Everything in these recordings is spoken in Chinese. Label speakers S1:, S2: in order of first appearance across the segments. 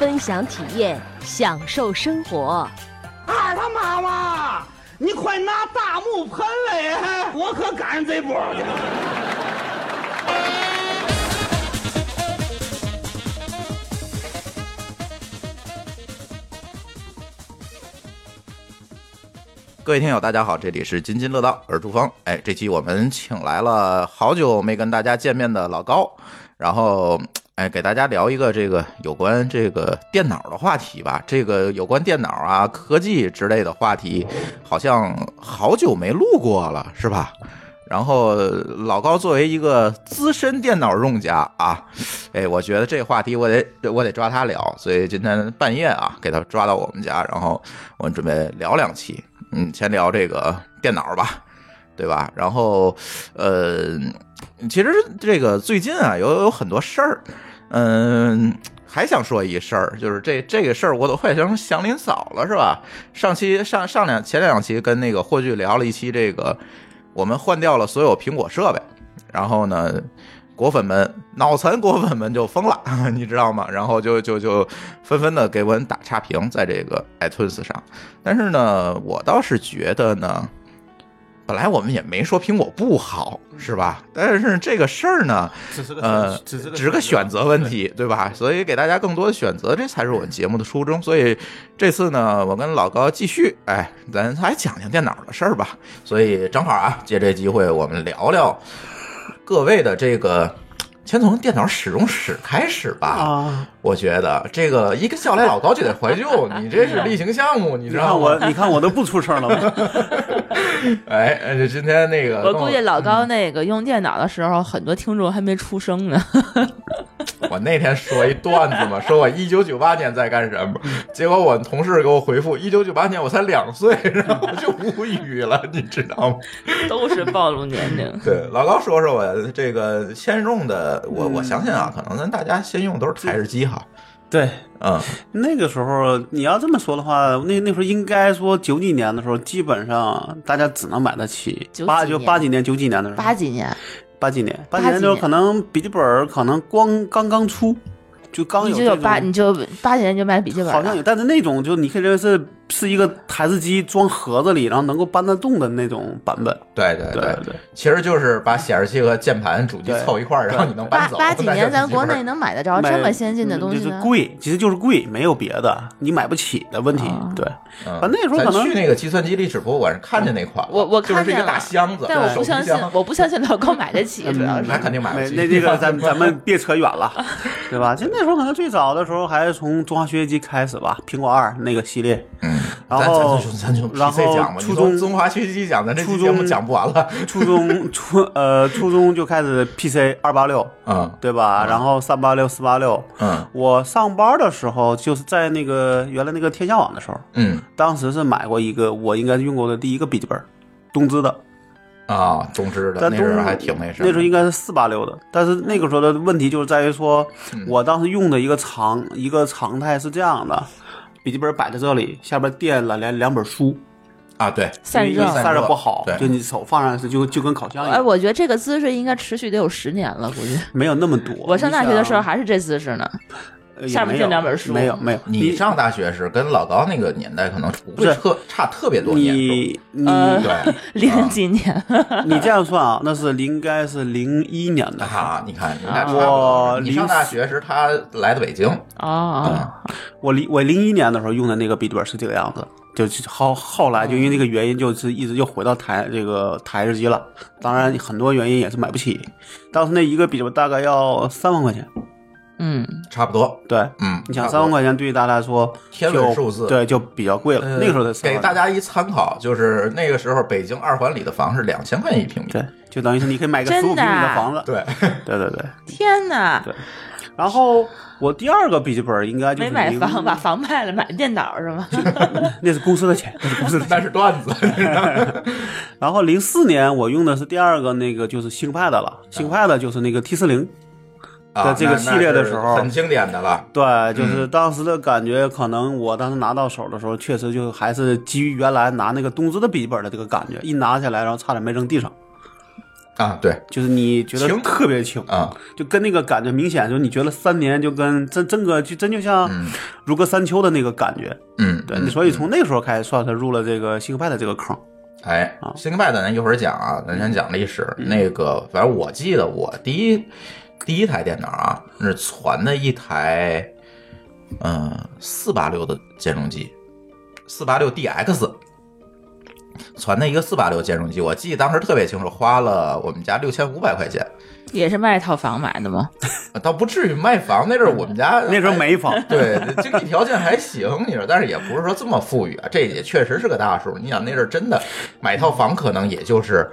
S1: 分享体验，享受生活。
S2: 二哎他妈妈，你快拿大木盆来，我可赶上这波了。
S3: 各位听友，大家好，这里是津津乐道，我是朱峰。哎，这期我们请来了好久没跟大家见面的老高，然后哎，给大家聊一个这个有关这个电脑的话题吧。这个有关电脑啊、科技之类的话题，好像好久没录过了，是吧？然后老高作为一个资深电脑用家啊，哎，我觉得这话题我得我得抓他聊，所以今天半夜啊给他抓到我们家，然后我们准备聊两期。嗯，先聊这个电脑吧，对吧？然后，呃，其实这个最近啊，有有很多事儿，嗯，还想说一事儿，就是这这个事儿，我都快成祥林嫂了，是吧？上期上上两前两期跟那个霍炬聊了一期这个，我们换掉了所有苹果设备，然后呢。果粉们，脑残果粉们就疯了， 你知道吗？然后就就就纷纷的给我们打差评，在这个 iTunes 上。但是呢，我倒是觉得呢，本来我们也没说苹果不好，是吧？但是这个事儿呢，
S4: 只是个
S3: 呃，
S4: 只是
S3: 只是个选择问题，对吧？所以给大家更多的选择，这才是我们节目的初衷。所以这次呢，我跟老高继续，哎，咱还讲讲电脑的事儿吧。所以正好啊，借这机会我们聊聊各位的这个。先从电脑使用史开始吧，
S5: 啊
S3: 我觉得这个一个笑来老高就得怀旧，你这是例行项目，你
S5: 你
S3: 知道
S5: 看
S3: 吗？
S5: 我，你看我都不出声了。
S3: 哎，哎这今天那个，
S6: 我估计老
S5: 嗯
S6: 高那个用电脑的时候，很多听众还没出生 呢。
S3: 我那天说一段子嘛，说我一九九八年在干什 么，结果我同事给我回复一九九八年我才两岁， 然后我就无语了，你知道吗？。
S6: 都是暴露年龄
S5: 嗯
S3: 对，老高说说我这个先用的，我
S6: 嗯
S3: 我相信啊，可能咱大家先用都是台式机哈，
S5: 对，
S3: 嗯，
S5: 那个时候你要这么说的话，那那时候应该说九几年的时候，基本上大家只能买得起
S6: 九几。
S5: 八就
S6: 年
S5: 八几年、九几年的时候，
S6: 八几年，
S5: 八几年，八
S6: 八
S5: 几年
S6: 几
S5: 的时候
S6: 年
S5: 可能笔记本儿可能光刚刚出，就刚
S6: 你
S5: 有
S6: 就
S5: 这
S6: 有
S5: 种
S6: 八，你就八几年就买笔记本
S5: 好像
S6: 了
S5: 有，。但是那种就你可以认为是是一个台式机装盒子里，然后能够搬得动的那种版本。
S3: 对对
S5: 对对，
S3: 其实就是把显示器和键盘、主机凑一块儿，然后你能搬
S6: 八
S3: 走。
S6: 八几
S3: 那就
S6: 年
S3: 是
S6: 咱
S3: 笔记本
S6: 国内能买得着哦这
S5: 买嗯
S6: 么先进的东西
S5: 就是
S6: 呢？
S5: 贵，其实就是贵，没有别的，你买不起的问题。
S6: 啊
S5: 对，
S3: 嗯
S5: 啊那时候
S3: 咱
S5: 可能
S3: 去那个计算机历史博物馆是看见那款了，
S6: 我我
S3: 就是
S6: 看
S3: 这
S6: 见
S3: 个大
S6: 了
S3: 箱子，
S6: 但我不
S3: 手提
S6: 相信
S3: 箱，
S6: 我不相信老高买得
S5: 嗯
S6: 起，主要
S3: 那
S6: 是。
S3: 肯定买不
S5: 没
S3: 起。
S5: 那这个 咱咱们别扯远了， 对吧？其实那时候可能最早的时候还是从中华学习机开始吧，苹果二那个系列，
S3: 嗯，
S5: 然
S3: 咱
S5: 后
S3: 咱就咱就
S5: 然
S3: PC
S5: 后
S3: 讲吧，
S5: 初
S3: 你
S5: 中
S3: 从中华学习机讲，咱这期
S5: 初
S3: 节目
S5: 中
S3: 讲不完了。
S5: 初中初呃初中就开始 PC 二八六，
S3: 嗯
S5: 对吧？然后三八六四八六，
S3: 嗯
S5: 我上班的时候就是在那个原来那个天下网的时候，
S3: 嗯
S5: 当时是买过一个我应该是用过的第一个笔记本，东芝的，
S3: 啊，中之的
S5: 但
S3: 那
S5: 东
S3: 时候还挺那什么。
S5: 那时候应该是四八六的，但是那个时候的问题就是在于说，
S3: 嗯
S5: 我当时用的一个常一个常态是这样的，笔记本摆在这里，下边垫了两两本书，
S3: 啊，对，
S6: 散
S5: 因为
S6: 热
S5: 你散热不好
S3: 对，
S5: 就你手放上去就就跟烤箱一
S6: 哎，
S5: 样，
S6: 我觉得这个姿势应该持续得有十年了，估计。
S5: 没有那么多。
S6: 我上大学的时候
S5: 你
S6: 还是这姿势呢。
S5: 想呃
S6: 下面
S5: 也没
S6: 垫
S5: 有
S6: 两本书
S5: 没有没有，
S3: 你上大学时跟老高那个年代可能不
S5: 是
S3: 会特差特别多年数。
S5: 你 你
S6: 呃
S3: 对，
S5: 啊
S6: 零几年，
S5: 你这样算啊，那是应该是零一年的时候，
S3: 啊，你看，你俩差不
S5: 我
S3: 多。你上大学时他来的北京，
S6: 哦，
S5: 啊我零我零一年的时候用的那个笔记本是这个样子，就是后后来就因为这
S3: 嗯
S5: 个原因，就是一直就回到台这个台式机了。当然很多原因也是买不起，当时那一个笔记本大概要三万块钱。
S6: 嗯，
S3: 差不多。
S5: 对，
S3: 嗯，
S5: 你想
S3: 差不多
S5: 三万块钱对于大家来说
S3: 天文
S5: 就
S3: 数字
S5: 对，就比较贵了。
S3: 呃
S5: 那个时候的三
S3: 给
S5: 万，
S3: 大家一参考，就是那个时候北京二环里的房是两千块钱一平米。
S5: 对，就等于是你可以买个
S6: 真
S5: 十
S6: 啊
S5: 五平米
S6: 的
S5: 的
S6: 啊
S5: 房子。
S3: 对，
S5: 对对对，
S6: 天哪！
S5: 对然后我第二个笔记本应该就是
S6: 没买
S5: 一个
S6: 房，把房卖了买电脑是吗？
S5: 那是公司的钱，那是公司的 钱。
S3: 那是段 子，
S5: 然后零四年我用的是第二个那个就是星 pad 了，星 pad 就是那个 T 四零，
S3: 啊
S5: 在这个
S3: 那
S5: 系列的时候
S3: 那是很经典的了。
S5: 对，就是当时的感觉，可能我当时拿到手的时候，确实就还是基于原来拿那个东芝的笔记本的这个感觉，一拿下来，然后差点没扔地上，
S3: 啊，对
S5: 就是你觉得
S3: 轻
S5: 特别轻，
S3: 啊，
S5: 就跟那个感觉明显，就是你觉得三年就跟真真个就真就像如隔三秋的那个感觉，
S3: 嗯，
S5: 对，
S3: 嗯
S5: 所以从那时候开始算是入了这个星 pad 这个坑，
S3: 哎
S5: 啊，
S3: 新 pad 咱一会儿讲啊，咱先讲历史。那个，反正我记得我第一第一台电脑啊，是传的一台，嗯、四八六的兼容机，四八六 DX，传的一个四八六兼容机，我记得当时特别清楚，花了我们家六千五百块钱，
S6: 也是卖套房买的吗？
S3: 倒不至于卖房，那阵儿我们家
S5: 那时候没 房，
S3: 对，经济条件还行，你说，但是也不是说这么富裕啊，这也确实是个大数。你想那阵儿真的买套房，可能也就是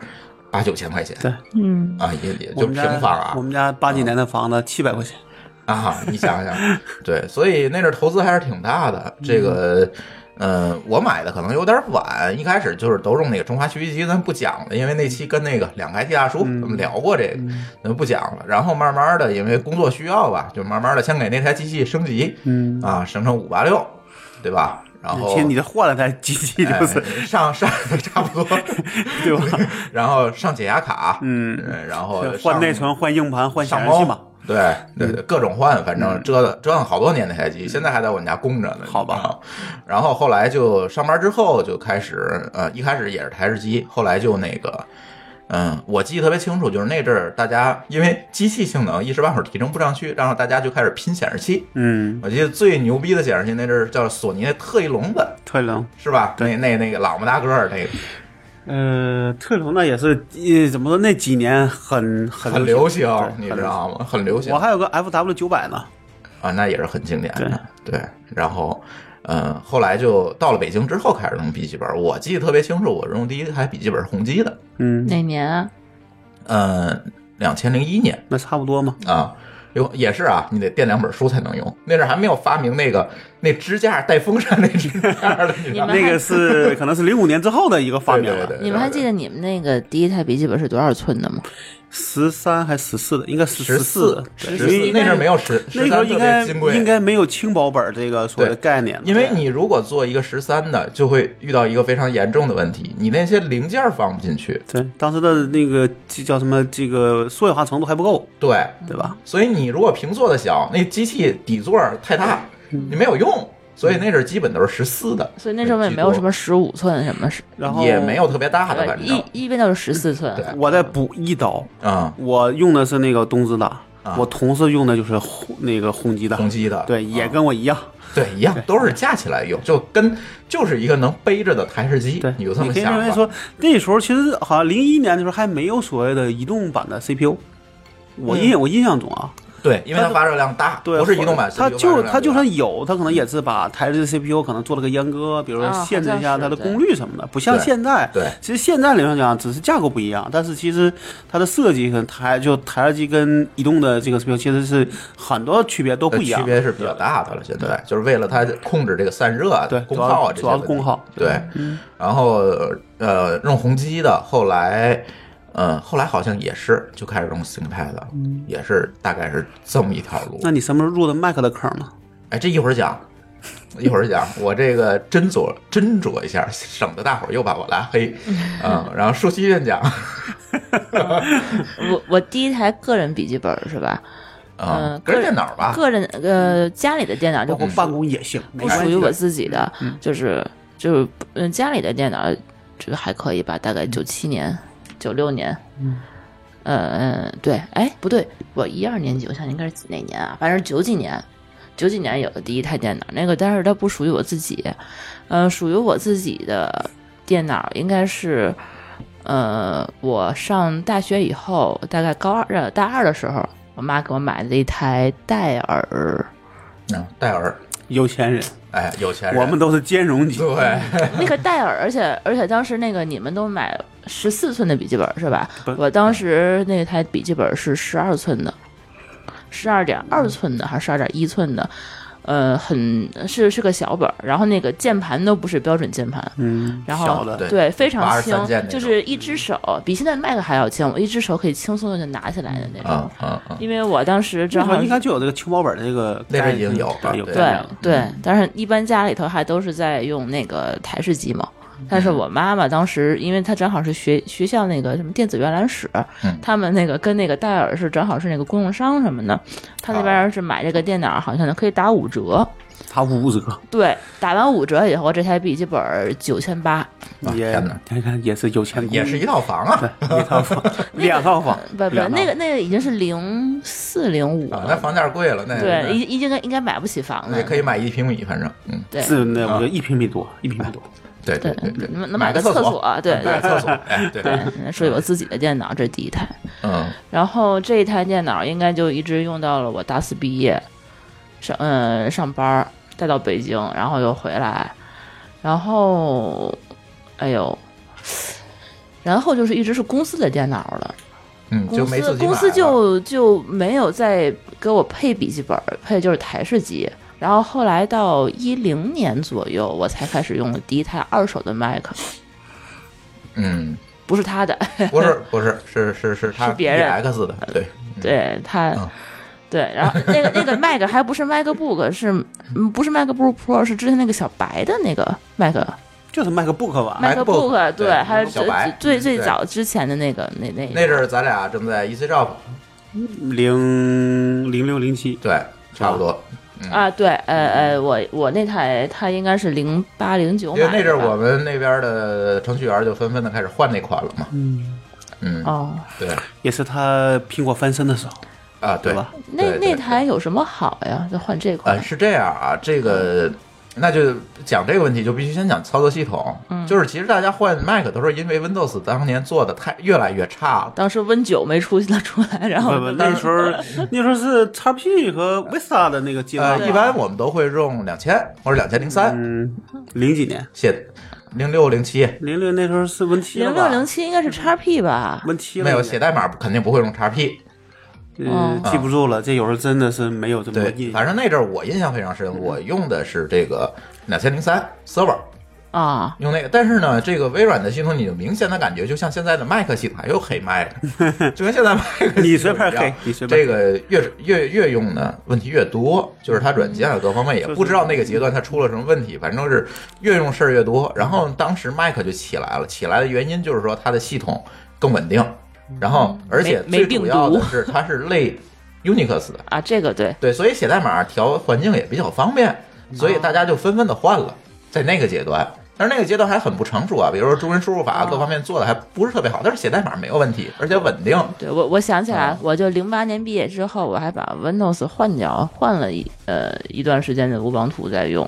S3: 八九千块钱
S6: 嗯，
S3: 啊，也也
S5: 我
S3: 就
S5: 们
S3: 平
S5: 家
S3: 房啊
S5: 我们家八几年的房子七百块钱，
S3: 啊，你想想，对，所以那阵儿投资还是挺大的。这个，嗯、我买的可能有点晚，一开始就是都用那个中华学习机，咱不讲了，因为那期跟那个两个 IT 大叔
S5: 嗯
S3: 咱们聊过这个，咱们不讲了。然后慢慢的，因为工作需要吧，就慢慢的先给那台机器升级，
S5: 嗯，
S3: 啊，生成五八六，对吧？然后
S5: 其实你这换了台机器
S3: 啊哦哎
S5: 就是、
S3: 上上差不 多，
S5: 对吧？
S3: 然后上解压卡，
S5: 嗯，
S3: 嗯，然后
S5: 换
S3: 上
S5: 内存、嗯换硬盘、换显
S3: 上
S5: 示器
S3: 猫
S5: 嘛。，
S3: 对对对，各种换，反正折腾折腾好多年那台机，现在还在我们家供着呢。
S5: 嗯好吧
S3: 啊，然后后来就上班之后就开始，呃，一开始也是台式机，后来就那个。嗯，我记得特别清楚，就是那阵儿大家因为机器性能一时半会儿提升不上去，然后大家就开始拼显示器。
S5: 嗯，
S3: 我记得最牛逼的显示器那阵儿叫索尼的特异笼子，
S5: 特冷，
S3: 是吧？那那那个老么大个儿那个
S5: 呃，特龙呢也是，呃，怎么说？那几年很很
S3: 很
S5: 流
S3: 流行，你知
S5: 对很流行
S3: 道吗？很流行
S5: 我还有个 FW 九百呢，
S3: 啊，那也是很经典的。对，然后呃，后来就到了北京之后开始用笔记本，我记得特别清楚，我用第一台笔记本是宏基的，
S5: 嗯，
S6: 哪年啊？
S3: 嗯，两千零一年
S5: 那差不多嘛。
S3: 啊。有也是啊，你得垫两本书才能用。那阵儿还没有发明那个那支架带风扇那支架的，你知道
S6: 你
S3: 吗？
S6: 们
S5: 那个是可能是零五年之后的一个发明
S3: 对对
S5: 了，
S3: 对
S6: 你们还记得你们那个第一台笔记本是多少寸的吗？
S5: 十三还是十四的，应该是
S3: 十
S5: 四
S3: 四，
S5: 对
S3: 十
S5: 因为
S3: 四那阵儿没有十，
S5: 那
S3: 十
S5: 时候
S3: 三
S5: 应
S3: 特
S5: 该
S3: 别金贵，
S5: 应该没有轻薄本这个所谓的
S3: 对
S5: 概念，
S3: 因为你如果做一个十三的，就会遇到一个非常严重的问题，你那些零件放不进去。
S5: 对当时的那个这叫什么，这个缩小化程度还不够，
S3: 对，
S5: 对吧？
S3: 所以你如果屏做的小，那机器底座太大，
S5: 嗯
S3: 你没有用。所以那阵儿基本都是十四的，
S6: 所以那时候也没有什么十五寸什么是，
S5: 然后
S3: 也没有特别大的，反正
S6: 一一般都是十四寸。
S3: 对
S5: 我再补一刀，
S3: 啊，
S5: 我用的是那个东芝的，
S3: 啊
S5: 我同事用的就是轰那个宏基的，
S3: 宏基的嗯
S5: 对，也跟我一样，
S3: 对一样，都是架起来用，就跟就是一个能背着的台式机
S5: 对，，
S3: 你就这么
S5: 可以
S3: 想
S5: 认为
S3: 吧。
S5: 说，那时候其实好像零一年的时候还没有所谓的移动版的 CPU。我印、
S3: 嗯
S5: 我印象中啊，
S3: 对，因为它发热量大，
S5: 对，
S3: 不是移动版，
S5: 它
S3: CPU
S5: 就
S3: 发热量
S5: 它就
S3: 大
S5: 算有，它可能也是把台式 CPU 可能做了个阉割，比如说
S6: 啊
S5: 限制一下
S6: 好像是
S5: 它的功率什么的，不像
S3: 对
S5: 现在。
S3: 对
S5: 其实现在理论上讲，只是架构不一样，但是其实它的设计跟台就台式机跟移动的这个 CPU 其实是很多区别都不一样
S3: 呃区。别是比较大的了。现在就是为了它控制这个散热、
S5: 对
S3: 功耗啊，
S5: 主要
S3: 这些
S5: 主要是
S3: 问题
S5: 功耗嗯
S3: 对，然后呃，用宏基的，后来呃，后来好像也是就开始用 ThinkPad 了，也是大概是这么一条路。
S5: 嗯那你什么时候入的 Mac 的坑呢？
S3: 哎，这一会儿讲，一会儿讲，我这个斟酌斟酌一下，省得大伙儿又把我拉 黑。嗯，然后舒淇院讲，
S6: 我我第一台个人笔记本是吧？
S3: 嗯
S5: 呃
S6: 嗯，
S3: 个人电脑吧，
S6: 个人呃家里的电脑就不
S5: 包括
S3: 嗯
S6: 属
S5: 办公也行，没
S6: 不
S5: 关
S6: 属
S5: 系
S6: 于我
S5: 的嗯
S6: 自己的，就是就是嗯家里的电脑这还可以吧，大
S5: 嗯
S6: 概九七年、九六年，嗯嗯对，哎不对，我一二年级，我想应该是哪年啊？反正九几年，九几年有的第一台电脑，那个但是它不属于我自己，呃，属于我自己的电脑应该是。呃，我上大学以后，大概高二、呃大二的时候，我妈给我买了一台戴尔，
S3: 嗯，戴尔，
S5: 有钱人，
S3: 哎，有钱人，
S5: 我们都是兼容机。
S3: 对。
S6: 那个戴尔，而且而且当时那个你们都买十四寸的笔记本是吧
S5: 不？
S6: 我当时那台笔记本是十二寸的，十二点二寸的还是十二点一寸的，呃，很是是个小本儿，然后那个键盘都不是标准键盘，
S5: 嗯，
S6: 然后
S5: 小的，
S3: 对
S6: 对，非常
S3: 83
S6: 轻
S3: 键那，种
S6: 就是一只手比现在 Mac 还要轻，我一只手可以轻松的就拿起来的那种
S3: 啊。啊 啊！
S6: 因为我当时
S5: 这
S6: 正
S5: 好
S6: 好
S5: 像应该就有这个轻薄本这个
S3: 那
S5: 概
S3: 边已经
S5: 念
S3: 有了
S5: 有
S3: 对
S5: 概
S6: 对
S5: 念了嗯
S6: 对，但是一般家里头还都是在用那个台式机嘛。
S3: 嗯
S6: 但是我妈妈当时，因为她正好是学学校那个什么电子阅览室，
S3: 嗯
S6: 他们那个跟那个戴尔是正好是那个供应商什么的，她那
S3: 哦
S6: 边是买这个电脑好像可以打五折，
S5: 它五折，
S6: 对，打完五折以后，这台笔记本九千八，
S3: 啊
S5: 也
S3: 天哪
S5: 你看也是有钱公司，
S3: 也是一套房啊，
S5: 一 套房，两套房，
S6: 不不，
S5: 两套
S6: 那个那个已经是零四零五
S3: 啊，那
S6: 了，
S3: 房价贵了，那
S6: 对，已已经应该买不起房
S3: 那
S6: 了
S3: 也，可以买一平米，反正嗯，
S6: 对
S5: 是那我
S3: 啊
S5: 觉得一平米多，一平米多，
S3: 对
S6: 对
S3: 对对，，
S6: 能能
S3: 买
S6: 买
S3: 个厕
S6: 个厕
S3: 所
S6: 所，对
S3: 买厕所，哎对，
S6: 对，是有自己的电脑，这是第一台。
S3: 嗯
S6: 然后这一台电脑应该就一直用到了我大四毕业，上嗯上班儿，带到北京，然后又回来，然后哎呦，然后就是一直是公司的电脑了，
S3: 嗯，就
S6: 公
S3: 没自
S6: 司
S3: 己
S6: 公
S3: 买
S6: 司
S3: 了
S6: 就就没有再给我配笔记本儿，配就是台式机。然后后来到一零年左右，我才开始用了第一台二手的麦克，
S3: 嗯，
S6: 不是他的，
S3: 不是不是是是是他
S6: 是别人
S3: X 的，对
S6: 对他，
S3: 嗯
S6: 对，然后那个那个 Mac 还不是 MacBook，是嗯不是 MacBook Pro，是之前那个小白的那个 Mac
S5: 就是 MacBook 吧，
S3: MacBook，
S6: MacBook，
S3: 对
S6: 还有
S3: 小白
S6: 最最
S3: 对
S6: 最早之前的那个那那
S3: 那阵儿咱俩正在 E EC Job，
S5: 零零六零七，
S3: 对，差不多，
S6: 啊，对，呃呃，我我那台它应该是零八零九
S3: 嗯因
S6: 买
S3: 为
S6: 的
S3: 那
S6: 吧，
S3: 阵儿我们那边的程序员就纷纷的开始换那款了嘛，
S5: 嗯，
S3: 嗯，
S6: 哦，
S3: 对
S5: 也是它苹果翻身的时候，
S3: 啊对
S5: 对吧？
S6: 那
S3: 对对
S6: 那台有什么好呀？就换这款
S3: 呃，，是这样啊，这个那就讲这个问题，就必须先讲操作系统。嗯，就是其实大家换 Mac 都是因为 Windows 当年做的太越来越差了。
S6: 当时 Win 九没出现出来，然
S5: 不
S6: 后
S5: 不，
S6: 就
S5: 那时候那时候是 XP 和 Vista 的那个阶段
S3: 呃，
S5: 吧，
S3: 一般我们都会用两千或者两千零三，
S5: 嗯，零几年，
S3: 写零六零七，
S5: 零六那时候是 Win 七
S6: 零六零七应该是 x P 吧？
S5: Win 七
S3: 没有写代码肯定不会用 XP。
S5: 嗯，
S3: 嗯
S5: 记不住了，这有时候真的是没有这么个
S3: 对，
S5: 印
S3: 反
S5: 象。
S3: 正那阵儿我印象非常深，我用的是这个两千零三 Server，
S6: 啊，
S3: 用那个，但是呢，这个微软的系统你就明显的感觉，就像现在的 Mac 系统，还有黑 Mac，就 跟现在 Mac 系统
S5: 你随便
S3: 一样
S5: 黑你随便
S3: 这个越越越用呢，问题越多，就是它软件啊各方面也
S5: 就是
S3: 不知道那个阶段它出了什么问题，反正是越用事儿越多。然后当时 Mac 就起来了，起来的原因就是说它的系统更稳定，然后而且
S6: 没
S3: 最
S6: 没病
S3: 主要的
S6: 毒
S3: 是它是类 Unix 的，
S6: 啊，这个对，
S3: 对，所以写代码调环境也比较方便，所
S5: 哦
S3: 以大家就纷纷的换了，在那个阶段。但是那个阶段还很不成熟啊，比如说中文输入
S5: 哦
S3: 法各方面做的还不是特别好，但是写代码没有问题，而且稳定。
S6: 对我，我想起来，
S3: 啊
S6: 我就零八年毕业之后，我还把 Windows 换掉，换了一呃一段时间的乌邦图在用，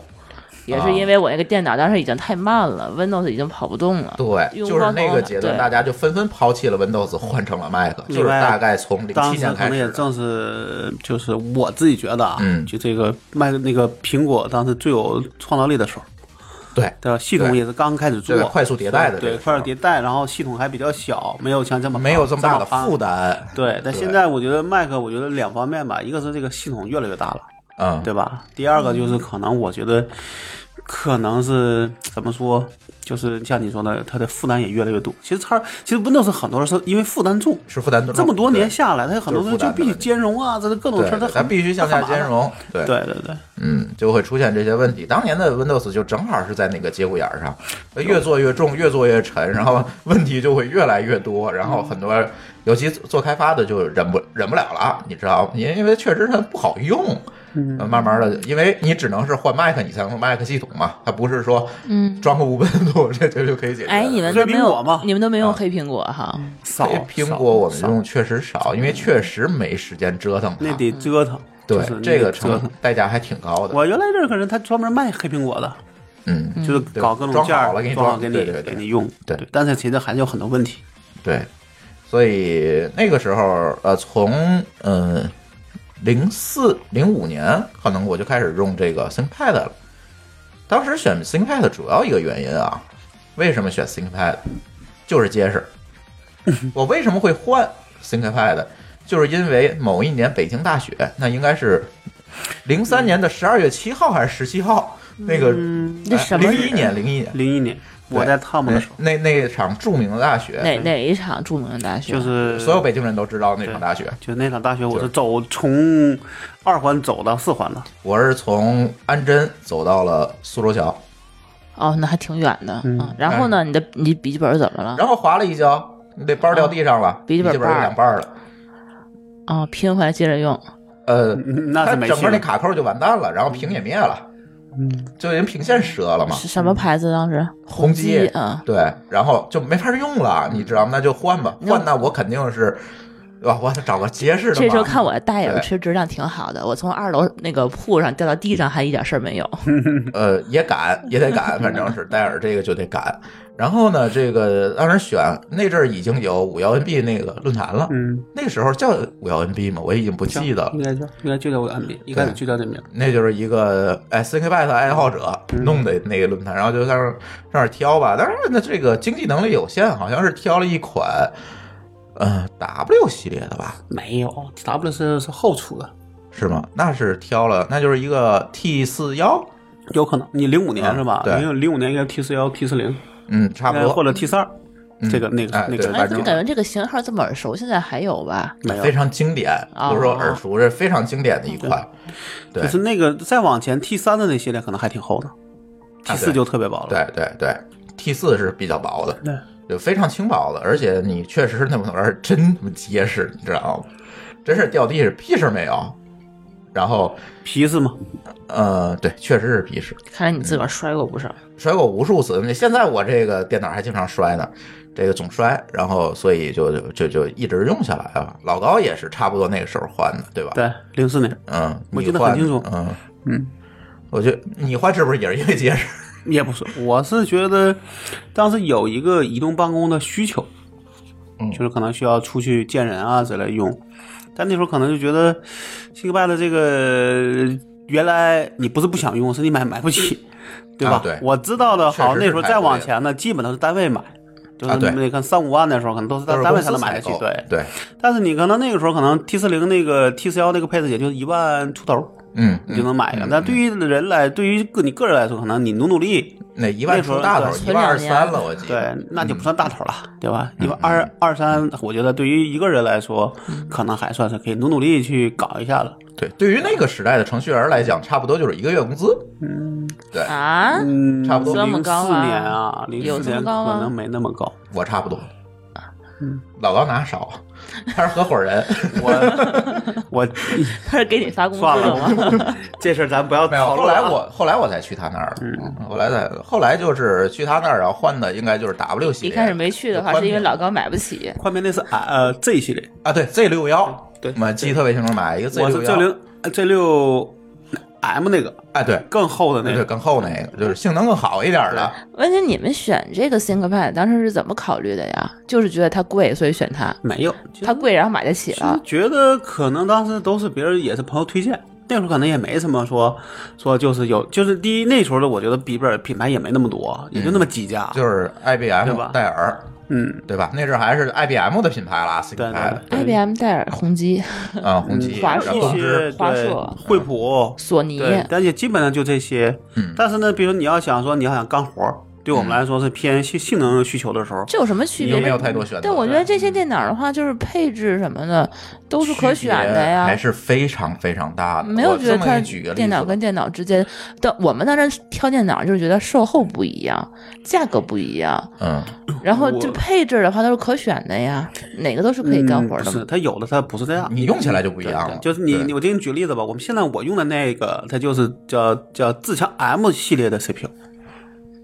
S6: 也
S3: 啊
S6: 是因为我那个电脑当时已经太慢了，Windows 已经跑不动了。
S3: 对，
S6: 用
S3: 就是那个阶
S6: 光头
S3: 段，
S6: 对
S3: 大家就纷纷抛弃了 Windows，换成了 Mac，就是大概从零
S5: 当
S3: 七
S5: 时
S3: 年
S5: 可
S3: 开
S5: 能
S3: 始
S5: 也
S3: 的。
S5: 正是，就是我自己觉得啊，
S3: 嗯
S5: 就这个卖那个苹果当时最有创造力的时候，
S3: 对
S5: 对吧？系统
S3: 对
S5: 也是刚开始做
S3: 对，快速迭代的这
S5: 对，
S3: 个
S5: 快速
S3: 时候
S5: 迭代，然后系统还比较小，没有像这么
S3: 没有这么大的
S5: 庞
S3: 负担。
S5: 对，但现在我觉得 Mac，我觉得两方面吧，一个是这个系统越来越大了，
S3: 嗯，
S5: 对吧？第二个就是可能我觉得，可能是怎么说，就是像你说的，它的负担也越来越多。其实它其实 Windows 很多是因为负担重，
S3: 是负担重
S5: 这么多年
S3: 对
S5: 下来，它有很多东西就必须兼容啊，这各种事
S3: 对
S5: 儿它
S3: 它
S5: 很
S3: 必须向下兼。容。对
S5: 它很麻烦对对对，
S3: 嗯，就会出现这些问题。当年的 Windows 就正好是在那个节骨眼儿上，越做越重，越做越沉，然后 问题就会越来越多，然后很多，尤其做开发的就忍不忍不了了啊，你知道吗？因因为确实它不好用，呃
S5: 嗯
S3: 慢慢的，因为你只能是换 Mac，你才能用 Mac 系统嘛，它不是说
S6: 嗯，
S3: 装个无本土 这就就可以解决。
S6: 哎，你们
S5: 黑
S6: 都
S5: 苹
S6: 没
S5: 果嗯嘛
S6: 有，你们都没
S3: 啊
S6: 用黑苹果哈？
S5: 少
S3: 苹
S5: 少
S3: 果我们
S5: 少嗯
S3: 用确实少，因为确实没时间折腾它。
S5: 那得折腾，
S3: 对
S5: 就是那
S3: 这个
S5: 得折
S3: 成
S5: 腾。
S3: 代价还挺高的。
S5: 我原来认识个人，他专门卖黑苹果的，
S3: 嗯，
S5: 就是
S3: 对
S5: 搞各种
S3: 装
S5: 件
S3: 好
S5: 儿
S3: 了给你
S5: 装好
S3: 装
S5: 给
S3: 对
S5: 你
S3: 对对
S5: 给你用，
S3: 对
S5: 但是其实还是有很多问题。
S3: 对，所以那个时候，呃，从嗯零四零五年，可能我就开始用这个 ThinkPad 了。当时选 ThinkPad 主要一个原因啊，为什么选 ThinkPad？就是结实。我为什么会换 ThinkPad？就是因为某一年北京大雪，那应该是零三年的十二月七号还是十七号？那个
S5: 嗯
S3: 呃
S6: 那什么
S3: 零一年，零一年，
S5: 零一年我在汤姆的时候，
S3: 那那场著名的大雪，
S6: 哪哪一场著名的大学？
S5: 就是
S3: 所有北京人都知道那场大雪。
S5: 就那场大学，我是走从二环走到四环了，
S3: 我是从安贞走到了苏州桥，
S6: 哦，那还挺远的。嗯，然后呢，你的你笔记本怎么了？
S3: 然后滑了一跤，你那包掉地上了，
S6: 笔记本
S3: 本
S6: 瓣儿
S3: 两半儿了。
S6: 哦，拼回来接着用。
S3: 呃，
S5: 嗯那
S3: 它
S5: 是没
S3: 整
S5: 戏
S3: 个那
S5: 了。
S3: 卡扣就完蛋了，然后屏也灭了，嗯，就人屏线折了嘛，
S6: 是什么牌子？当时
S3: 宏
S6: 基
S3: 基
S6: 啊，
S3: 对，然后就没法用了，你知道吗？那就换吧，
S6: 那
S3: 换那我肯定是，哇，我得找个结实的嘛。
S6: 这时候看我的大眼
S3: 对
S6: 其实质量挺好的，我从二楼那个铺上掉到地上还一点事儿没有。
S3: 呃，也赶，也得赶，反正是戴尔这个就得赶。然后呢，这个当时选那阵儿已经有五幺 NB 那个论坛了，
S5: 嗯，
S3: 那个时候叫五幺 NB 吗？我已经不记得了
S5: 应。该叫应该就叫我的 MB，一开始就叫这名儿。
S3: 那就是一个哎 CKB 的爱好者
S5: 嗯
S3: 弄的那个论坛，然后就在那儿在那儿挑吧。但是那这个经济能力有限，好像是挑了一款，嗯、W 系列的吧，
S5: 没有，W 是是后出的，
S3: 是吗？那是挑了，那就是一个 T 四幺，
S5: 有可能你零五年
S3: 啊
S5: 是吧？
S3: 对
S5: 零零五年应该 T 四幺、T 四零，
S3: 嗯，差不
S5: 应该哎或
S3: 多，
S5: 者 T 三
S3: 嗯
S5: 2这个那
S3: 哎
S5: 个那个
S3: 对
S6: 哎，
S3: 反
S6: 怎
S3: 正
S6: 么感觉这个型号这么耳熟？现在还有吧？
S5: 没有啊
S3: 非。常经典，
S6: 哦
S3: 不是说耳熟，这是非常经典的一款。对
S5: 就是那个再往前 T 三的那系列可能还挺厚的，T
S3: 啊
S5: 四
S3: 对
S5: 就特别薄了。
S3: 对对对，T 四是比较薄的，
S5: 对，
S3: 就非常轻薄的，而且你确实那玩意儿真他妈结实，你知道吗？真是掉地上屁事儿没有。然后，
S5: 皮是吗？
S3: 呃，对，确实是皮实，
S6: 看来你自个儿摔过不少。
S3: 摔过无数次。现在我这个电脑还经常摔呢，这个总摔，然后所以就就就就一直用下来了。老高也是差不多那个时候换的，对吧？，
S5: 对，零四年
S3: 嗯，
S5: 我
S3: 你
S5: 记得
S3: 换
S5: 很清楚
S3: 嗯
S5: 嗯，
S3: 我觉得你换是不是也是因为结实？
S5: 也不是，我是觉得当时有一个移动办公的需求，
S3: 嗯
S5: 就是可能需要出去见人啊之类用，但那时候可能就觉得 Sigma 的这个原来你不是不想用，是你买买不起，对吧？
S3: 啊对
S5: 我知道的好，
S3: 确实是
S5: 那时候
S3: 太
S5: 再
S3: 贵
S5: 往
S3: 了
S5: 前呢，基本都是单位买。就
S3: 啊
S5: 是
S3: 对
S5: 那看三五万的时候，可能都是
S3: 都
S5: 在
S3: 是
S5: 单位
S3: 公
S5: 才
S3: 司
S5: 能买
S3: 采
S5: 得起
S3: 购，。
S5: 对，
S3: 对，
S5: 但是你可能那个时候可能 T 四零那个 T 四幺那个配置也就一万出头，
S3: 嗯，
S5: 你就能买一个。
S3: 嗯
S5: 但对于人来，对于个你个人来说，可能你努努力，
S3: 那一万
S5: 那时候
S3: 出大头，一
S5: 对
S3: 万二三了，我记
S5: 对
S3: 得。，
S6: 嗯
S5: 那就不算大头了，对吧？因为二二三，我觉得对于一个人来说，
S6: 嗯
S5: 可能还算是可以努努力去搞一下了。
S3: 对，对于那个时代的程序员来讲，差不多就是一个月工资。对
S6: 啊，
S5: 嗯，
S3: 差不多
S6: 这么
S5: 零四
S6: 高啊
S5: 年啊，零
S6: 有
S5: 四
S6: 这么
S5: 年
S6: 高吗
S5: 可能没那么高。
S3: 我差不多。
S5: 啊嗯
S3: 嗯老高拿 少，他是合伙人。
S5: 我
S6: 他是给你发工资
S5: 算
S6: 的吗？
S5: 了，这事儿咱不 要
S3: 没有，
S5: 讨
S3: 后
S5: 论
S3: 来
S5: 了啊。
S3: 我后来我才去他那儿了。嗯，后来在后来就是去他那儿，然后换的应该就是 W 系
S6: 一
S3: 列。
S6: 开始没去的话，
S3: 宽
S6: 是因为
S3: 屏
S6: 老高买不起。
S5: 宽边那是啊呃 Z 系列，
S3: 啊，对 Z 六幺，
S5: 对
S3: 我记得特别清楚，买一个 Z
S5: 我
S3: 六
S5: 是 Z
S3: 幺。
S5: 零 Z 六 M 那个
S3: 哎，对，
S5: 更厚的那
S3: 对
S5: 个
S3: 对，。更厚那个，就是性能更好一点的。
S6: 问题你们选这个 ThinkPad 当时是怎么考虑的呀？就是觉得它贵，所以选它。
S5: 没有，
S6: 它贵，然后买得起
S5: 其实
S6: 了。
S5: 觉得可能当时都是别人也是朋友推荐，那时候可能也没什么说说就是有，就是第一那时候的我觉得笔记本品牌也没那么多，也就那么几家，
S3: 就是 IBM
S5: 啊吧
S3: 戴尔，
S5: 嗯，
S3: 对吧？那阵儿还是 IBM 的品牌了，C 啊
S5: 对
S3: 品牌的
S5: 对
S6: IBM、戴尔、宏基、
S3: 啊，红旗、
S6: 嗯华
S3: 然
S6: 硕
S3: 后光
S5: 一些
S3: 之，
S6: 华
S5: 对
S6: 硕
S5: 惠普，
S6: 索尼，
S5: 对，但也基本上就这些。
S3: 嗯
S5: 但是呢，比如你要想说你要想干活儿，对我们来说是偏性性能需求的时候，
S6: 这有什么区
S3: 你就
S6: 别？
S3: 没有嗯太多选择。
S6: 但我觉得这些电脑的话，就是配置什么的都是可选的呀，
S3: 还是非常非常大的。
S6: 没有
S3: 我
S6: 觉得
S3: 这么给
S6: 它
S3: 你举个例子吧，
S6: 电脑跟电脑之间的，我们当时挑电脑就是觉得售后不一样，价格不一样，
S3: 嗯，
S6: 然后就
S5: 我
S6: 配置的话都是可选的呀，哪个都是可以干
S5: 嗯
S6: 活
S5: 不
S6: 的
S5: 是
S6: 嘛。
S5: 它有的它不是这样，嗯
S3: 你用起来就不一样了。
S5: 就是你，
S3: 对
S5: 你我给你举例子吧。我们现在我用的那个，它就是叫叫自强 M 系列的 CPU，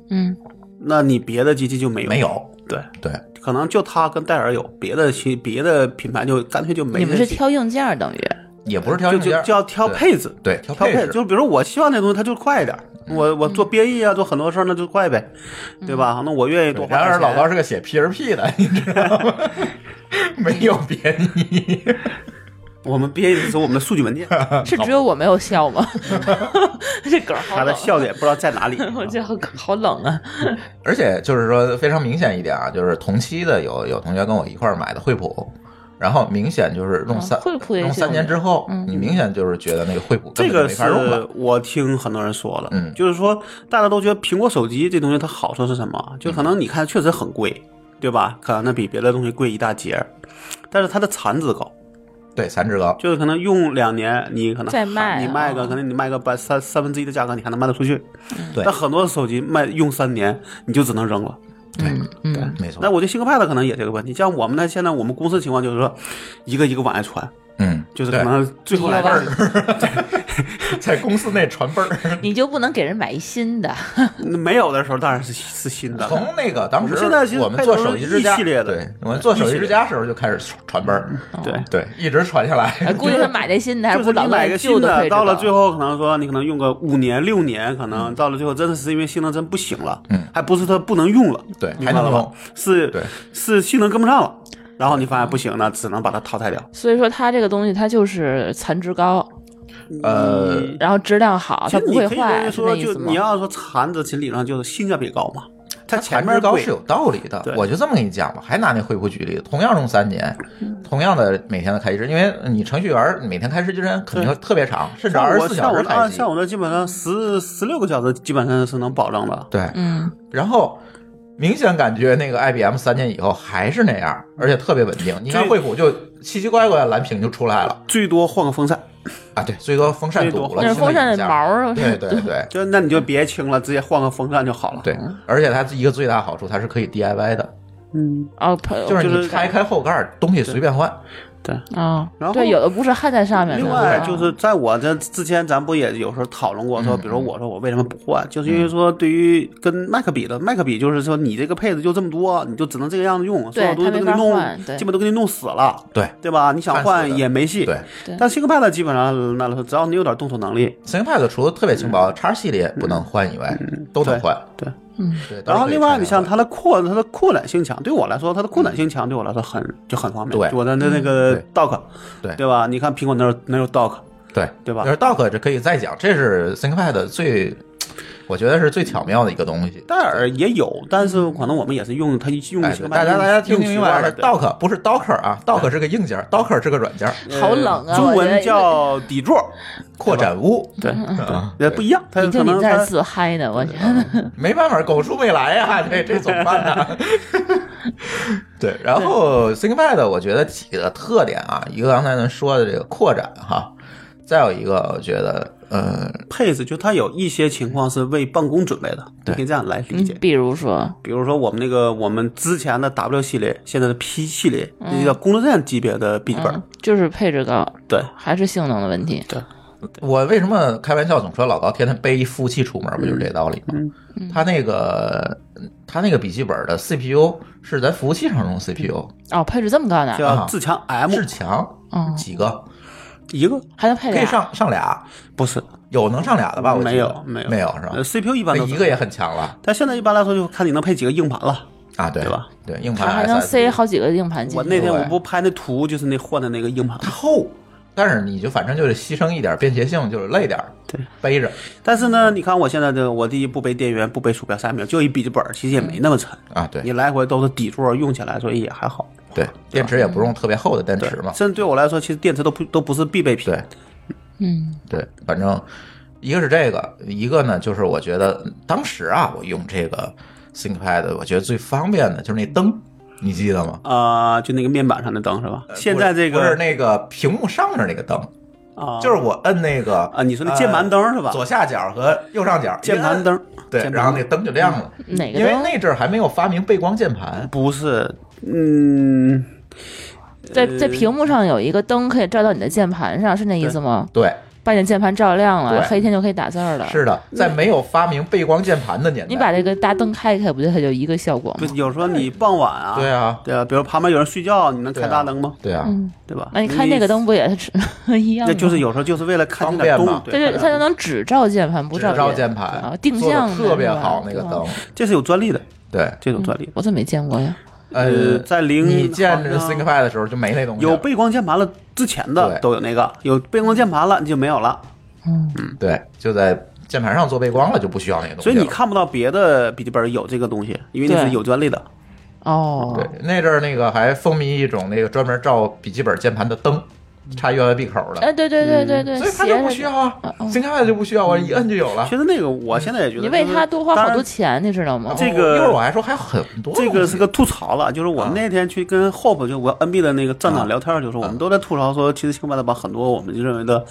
S6: 嗯，
S5: 那你别的机器就没有，
S3: 没有
S5: 对，
S3: 对，
S5: 可能就它跟戴尔有，别的其别的品牌就干脆就没
S6: 你
S5: 这
S6: 们
S5: 些。
S6: 是挑硬件儿等于
S3: 也不是挑
S5: 就
S3: 硬件
S5: 就
S3: 儿，
S5: 就要挑
S3: 对
S5: 配置，
S3: 对挑
S5: 挑
S3: 配
S5: 配
S3: 置，嗯
S5: 就是比如说我希望那东西它就快一点，我我
S6: 嗯
S5: 做编译啊，做很多事儿那就快呗，对吧？那我愿意多
S3: 对
S5: 花
S3: 然
S5: 点
S3: 而
S5: 钱。
S3: 老高是个写 PRP 的，你知道吗？ 没有别你，
S5: 我们编译的时候，我们的数据 文件，
S6: 是只有我没有笑 吗？这梗儿好
S5: 它的
S6: 冷，啊
S5: 笑点不知道在哪里。
S6: 我觉得好好冷啊。
S3: 而且就是说非常明显一点啊，就是同期的有有同学跟我一块儿买的惠普，然后明显就是用
S6: 嗯
S3: 三、
S6: 惠普也
S3: 用
S6: 是
S3: 三
S6: 有
S3: 年
S6: 的
S3: 之后，
S6: 嗯
S3: 你明显就是觉得那个惠普根
S5: 这
S3: 本就
S5: 个
S3: 没法用了
S5: 是。我听很多人说了，
S3: 嗯
S5: 就是说大家都觉得苹果手机这东西它好处是什么？就可能你看确实很贵，对吧？可能它比别的东西贵一大截儿，但是它的残值高，
S3: 对，残值高，
S5: 就是可能用两年，你可能
S6: 再卖
S5: 你卖个
S6: 啊
S5: 可能你卖个百三三分之一的价格，你还能卖得出去。
S3: 对
S5: 但很多手机卖用三年，你就只能扔了。
S6: 嗯嗯，
S3: 没错
S5: 那。我觉得新 Pad 可能也这个问题。像我们呢，现在我们公司情况就是说，一个一个往外传，
S3: 嗯，
S5: 就是
S3: 对
S5: 可能最后来
S6: 一个
S5: 这儿
S3: 在公司内传辈 儿，
S6: 你就不能给人买一新的？
S5: 没有的时候当然是是新的。
S3: 从那个当时
S5: 我们现在其实
S3: 我们做手机之家
S5: 配的都是一系嗯列的
S3: 对，我们做手机之家时候就开始传辈儿，
S5: 对，
S3: 对，一直传下
S6: 哎
S3: 来。
S6: 估计他买的新的，还
S5: 就
S6: 不
S5: 是
S6: 老
S5: 你买个
S6: 旧
S5: 新
S6: 的配嗯
S5: 的，
S6: 置
S5: 到了
S6: 高
S5: 最后可能说你可能用个五年六年，可能到了最后真的是因为性能真不行了，
S3: 嗯
S5: 还不是它不能用了，
S3: 对
S5: 明白了
S3: 还能
S5: 吧
S3: 用？
S5: 是
S3: 对，
S5: 是性能跟不上了，然后你发现不行了，只能把它淘汰掉。
S6: 所以说它这个东西它就是残值高，
S3: 呃，
S6: 嗯然后质量好，
S5: 其
S6: 它
S5: 实
S6: 不
S5: 你
S6: 会
S5: 可以跟
S6: 坏，
S5: 人
S6: 是那
S5: 说，
S6: 意
S5: 就
S6: 思吗
S5: 你？要说残值，其实理论上就是性价比高嘛，它前
S3: 前
S5: 面
S3: 面高
S5: 贵
S3: 是有道理的
S5: 对，
S3: 我就这么跟你讲吧，还拿那惠普举例，同样用三年，
S5: 嗯
S3: 同样的每天的开机时间，因为你程序员每天开机时间肯定会特别长，甚至
S5: 像
S3: 二十
S5: 我
S3: 四
S5: 像
S3: 小
S5: 我
S3: 时
S5: 那
S3: 开机
S5: 像。我那基本上十十六个小时基本上是能保证的。
S3: 对，
S6: 嗯，
S3: 然后明显感觉那个 IBM 三年以后还是那样，而且特别稳定。你看
S5: 最
S3: 惠普就奇奇怪怪的蓝屏就出来了
S5: 最多换个风扇，
S3: 啊，对，最多风扇
S5: 最多
S3: 堵了，
S5: 换
S6: 那是风扇
S3: 清理一
S6: 的
S3: 下
S6: 毛儿啊，
S3: 对对对
S5: 就那你就别清了，直接换个风扇就好
S6: 嗯
S5: 了。，
S3: 对，而且它一个最大好处，它是可以 DIY 的，
S5: 嗯，
S6: 哦，朋友
S3: 就是
S5: 就是
S3: 你拆开后盖，东西随便换。
S5: 对。
S6: 哦
S5: 然后
S6: 对，有的不是焊在上面的，啊
S5: 另外
S6: 吧
S5: 就是在我这之前，咱不也有时候讨论过说，
S3: 嗯
S5: 比如我说我为什么不换，就是
S6: 嗯
S5: 因为说对于跟麦克比的麦克比，就是说你这个配置就这么多，你就只能这个样子用，所有东西
S6: 它
S5: 都给你
S6: 没法
S5: 弄
S6: 换，对
S5: 基本都给你弄死了，
S3: 对
S5: 对吧？你想
S3: 焊死
S5: 换
S3: 的
S5: 也没戏。
S3: 对，
S6: 对
S5: 但 ThinkPad 基本上那来说，只要你有点动手能力，
S3: ThinkPad 除了特别轻薄叉系列不能换以外，都能换。
S5: 嗯对。
S6: 嗯，
S3: 对，
S5: 然后另外，你像
S3: 它，
S5: 它的扩，它的扩展性强，对我来说，它的扩展性强，对我来说很就很方便。
S3: 对
S5: 我的
S6: 嗯
S5: 那那个
S3: 对
S5: Dock，
S3: 对
S5: 对吧？你看苹果那儿那有 Dock，
S3: 对
S5: 对吧
S3: 就是 Dock 这可以再讲，这是 ThinkPad 最，我觉得是最巧妙的一个东西。
S5: 戴尔也有，但
S6: 嗯
S5: 是可能我们也是用它用
S3: 哎，
S5: 习惯
S3: 大家大家听明白了
S5: 了
S3: ，Dock 不是 Docker 啊，Dock 是个硬件，Docker 是个软件，
S6: 好冷啊，
S5: 呃中
S6: 我觉得
S5: 文叫底座，
S3: 扩展屋。
S5: 对，
S3: 啊，
S5: 也不一样，它
S6: 你
S5: 可
S6: 听
S5: 能
S6: 你在这
S5: 它嗯
S6: 自嗨呢，我觉得
S3: 没办法，狗叔没来呀、这这怎么办呢、 对，然后 ThinkPad 我觉得几个特点啊，一个刚才咱说的这个扩展哈，再有一个我觉得呃，
S5: 配置就它有一些情况是为办公准备的，你可以这样来理
S6: 嗯
S5: 解。
S6: 比如说，
S5: 比如说我们那个我们之前的 W 系列，现在的 P 系列，那叫工作站级别的笔记本
S6: 嗯，，就是配置高，
S5: 对
S6: 还是性能的问题，
S3: 我为什么开玩笑总说老高天天背一服务器出门，不就是这道理吗？
S5: 嗯
S3: 他那个他那个笔记本的 CPU 是在服务器上用 CPU，
S5: 嗯
S6: 哦，配置这么高呢，
S5: 叫自强 M
S3: 至强
S5: 哦
S6: 嗯，
S3: 几个
S5: 一个
S6: 还能配
S3: 可以
S6: 俩，
S3: 上上俩，
S5: 不是
S3: 有能上俩的吧？我记得
S5: 没有没有
S3: 没有是吧
S5: 呃？CPU 一般都
S3: 那一个也，很强了
S5: 但现在一般来说就看你能配几个硬盘了。
S3: 啊，对
S5: 对吧？
S3: 对，硬
S6: 它
S3: 盘
S6: 还能
S3: SSD
S6: 塞好几个硬盘进
S5: 我
S6: 去，
S5: 那天
S3: 对
S5: 我不拍那图，就是那换的那个硬盘。
S3: 它厚，但是你就反正就是牺牲一点便携性，就是累点儿，
S5: 对，
S3: 背着
S5: 但是呢，你看我现在的，我第一不背电源，不背鼠标、啥也没有，就一笔记本，其实也没那么沉。
S3: 啊，
S5: 你
S3: 对
S5: 来回都是底座，用起来所以也还好。嗯
S3: 对，电池也不用特别厚的电
S5: 对
S3: 池嘛，，
S5: 甚至对我来说，其实电池都不都不是必备品。
S3: 对，
S6: 嗯，
S3: 对，反正一个是这个，一个呢就是我觉得当时啊，我用这个 ThinkPad，我觉得最方便的就是那灯，你记得吗？
S5: 啊、就那个面板上的灯是吧？现在这
S3: 不是
S5: 个
S3: 那个屏幕上面那个灯，
S5: 啊，
S3: 就是我摁那个
S5: 啊，你说那键盘灯是吧？
S3: 呃左下角和右上角
S5: 键盘，
S3: 一
S5: 灯
S3: 摁，对，
S5: 键盘
S3: 然后那灯就亮了。
S6: 哪嗯个
S3: 因为
S6: 灯
S3: 那阵儿还没有发明背光键盘，
S5: 不是，嗯，
S6: 在
S5: 呃
S6: 在屏幕上有一个灯可以照到你的键盘上，是那意思吗？
S3: 对，
S6: 把你的键盘照亮了，
S3: 对
S6: 黑天就可以打字儿了。
S3: 是的，在没有发明背光键盘的年代，
S6: 嗯你把这个大灯开开，不就它就一个效果
S5: 不
S6: 吗
S5: 是？有时候你傍晚啊，
S3: 对啊，
S5: 对啊，比如旁边有人睡觉，你能
S3: 对
S5: 开
S3: 啊
S5: 大灯吗？
S3: 对啊，
S6: 嗯，
S5: 对吧？
S6: 那你开那个，灯不也是 一样
S5: 那
S6: 吗？
S5: 就是有时候就是为了看
S3: 方
S5: 这点
S3: 便
S5: 东
S3: 嘛，
S5: 对
S6: 它就
S5: 看
S6: 它就
S5: 点
S6: 能只照键盘，不
S3: 只照
S6: 照
S3: 键
S6: 啊
S3: 盘，，
S6: 定
S3: 做得
S6: 向的
S3: 特别
S6: 是吧
S3: 好那个。
S6: 对吧
S3: 灯，
S5: 这是有专利的，
S3: 对，
S5: 这
S6: 嗯
S5: 种专利。
S6: 我怎么没见过呀？
S3: 呃，
S5: 嗯在零
S3: 你见着
S5: 好像
S3: ThinkPad 的时候就没那东西了，
S5: 有背光键盘了之前的
S3: 对
S5: 都有那个，有背光键盘了你就没有了，
S3: 对，就在键盘上做背光了，就不需要那个东西
S5: 所
S3: 了。
S5: 以你看不到别的笔记本有这个东西，因为那
S6: 对
S5: 是有专利的。
S6: 哦，
S3: 对，那阵儿那个还风靡一种那个专门照笔记本键盘的灯，插 USB 口
S6: 哎，
S3: 的，
S6: 对对对对对，
S3: 所以它
S6: 斜
S3: 就
S6: 着
S3: 不需要啊，新开发就不需要啊，嗯一摁就有了
S5: 其。实那个我现在也觉得，
S6: 你为
S5: 就是
S6: 他多花
S5: 当
S6: 好
S5: 然
S6: 多钱，你知道吗？
S5: 这
S3: 一会儿我
S5: 个
S3: 还说还有很多东
S5: 这
S3: 西，
S5: 个是个吐槽了，就是我们那天去跟 Hope 就我 NB 的那个站
S3: 啊
S5: 长聊天，就是我们都在吐槽说，其实新版的把很多我们认为的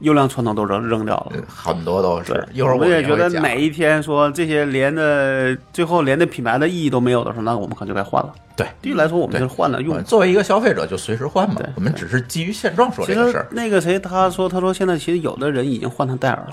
S5: 优良传统都扔扔掉了。
S3: 很多都
S5: 对
S3: 呃是。，一会儿
S5: 我们也
S3: 也
S5: 觉
S3: 会
S5: 得
S3: 讲
S5: 哪一天说这些连的最后连的品牌的意义都没有的时候，那我们可能就该换了。
S3: 对
S5: 对于来说，我们
S3: 嗯对
S5: 就是换了
S3: 我
S5: 用
S3: 们。作为一个消费者，就随时换嘛
S5: 对。
S3: 我们只是基于现状说
S5: 其
S3: 这个事
S5: 实
S3: 儿。
S5: 那个谁他说他说现在其实有的人已经换成戴尔了，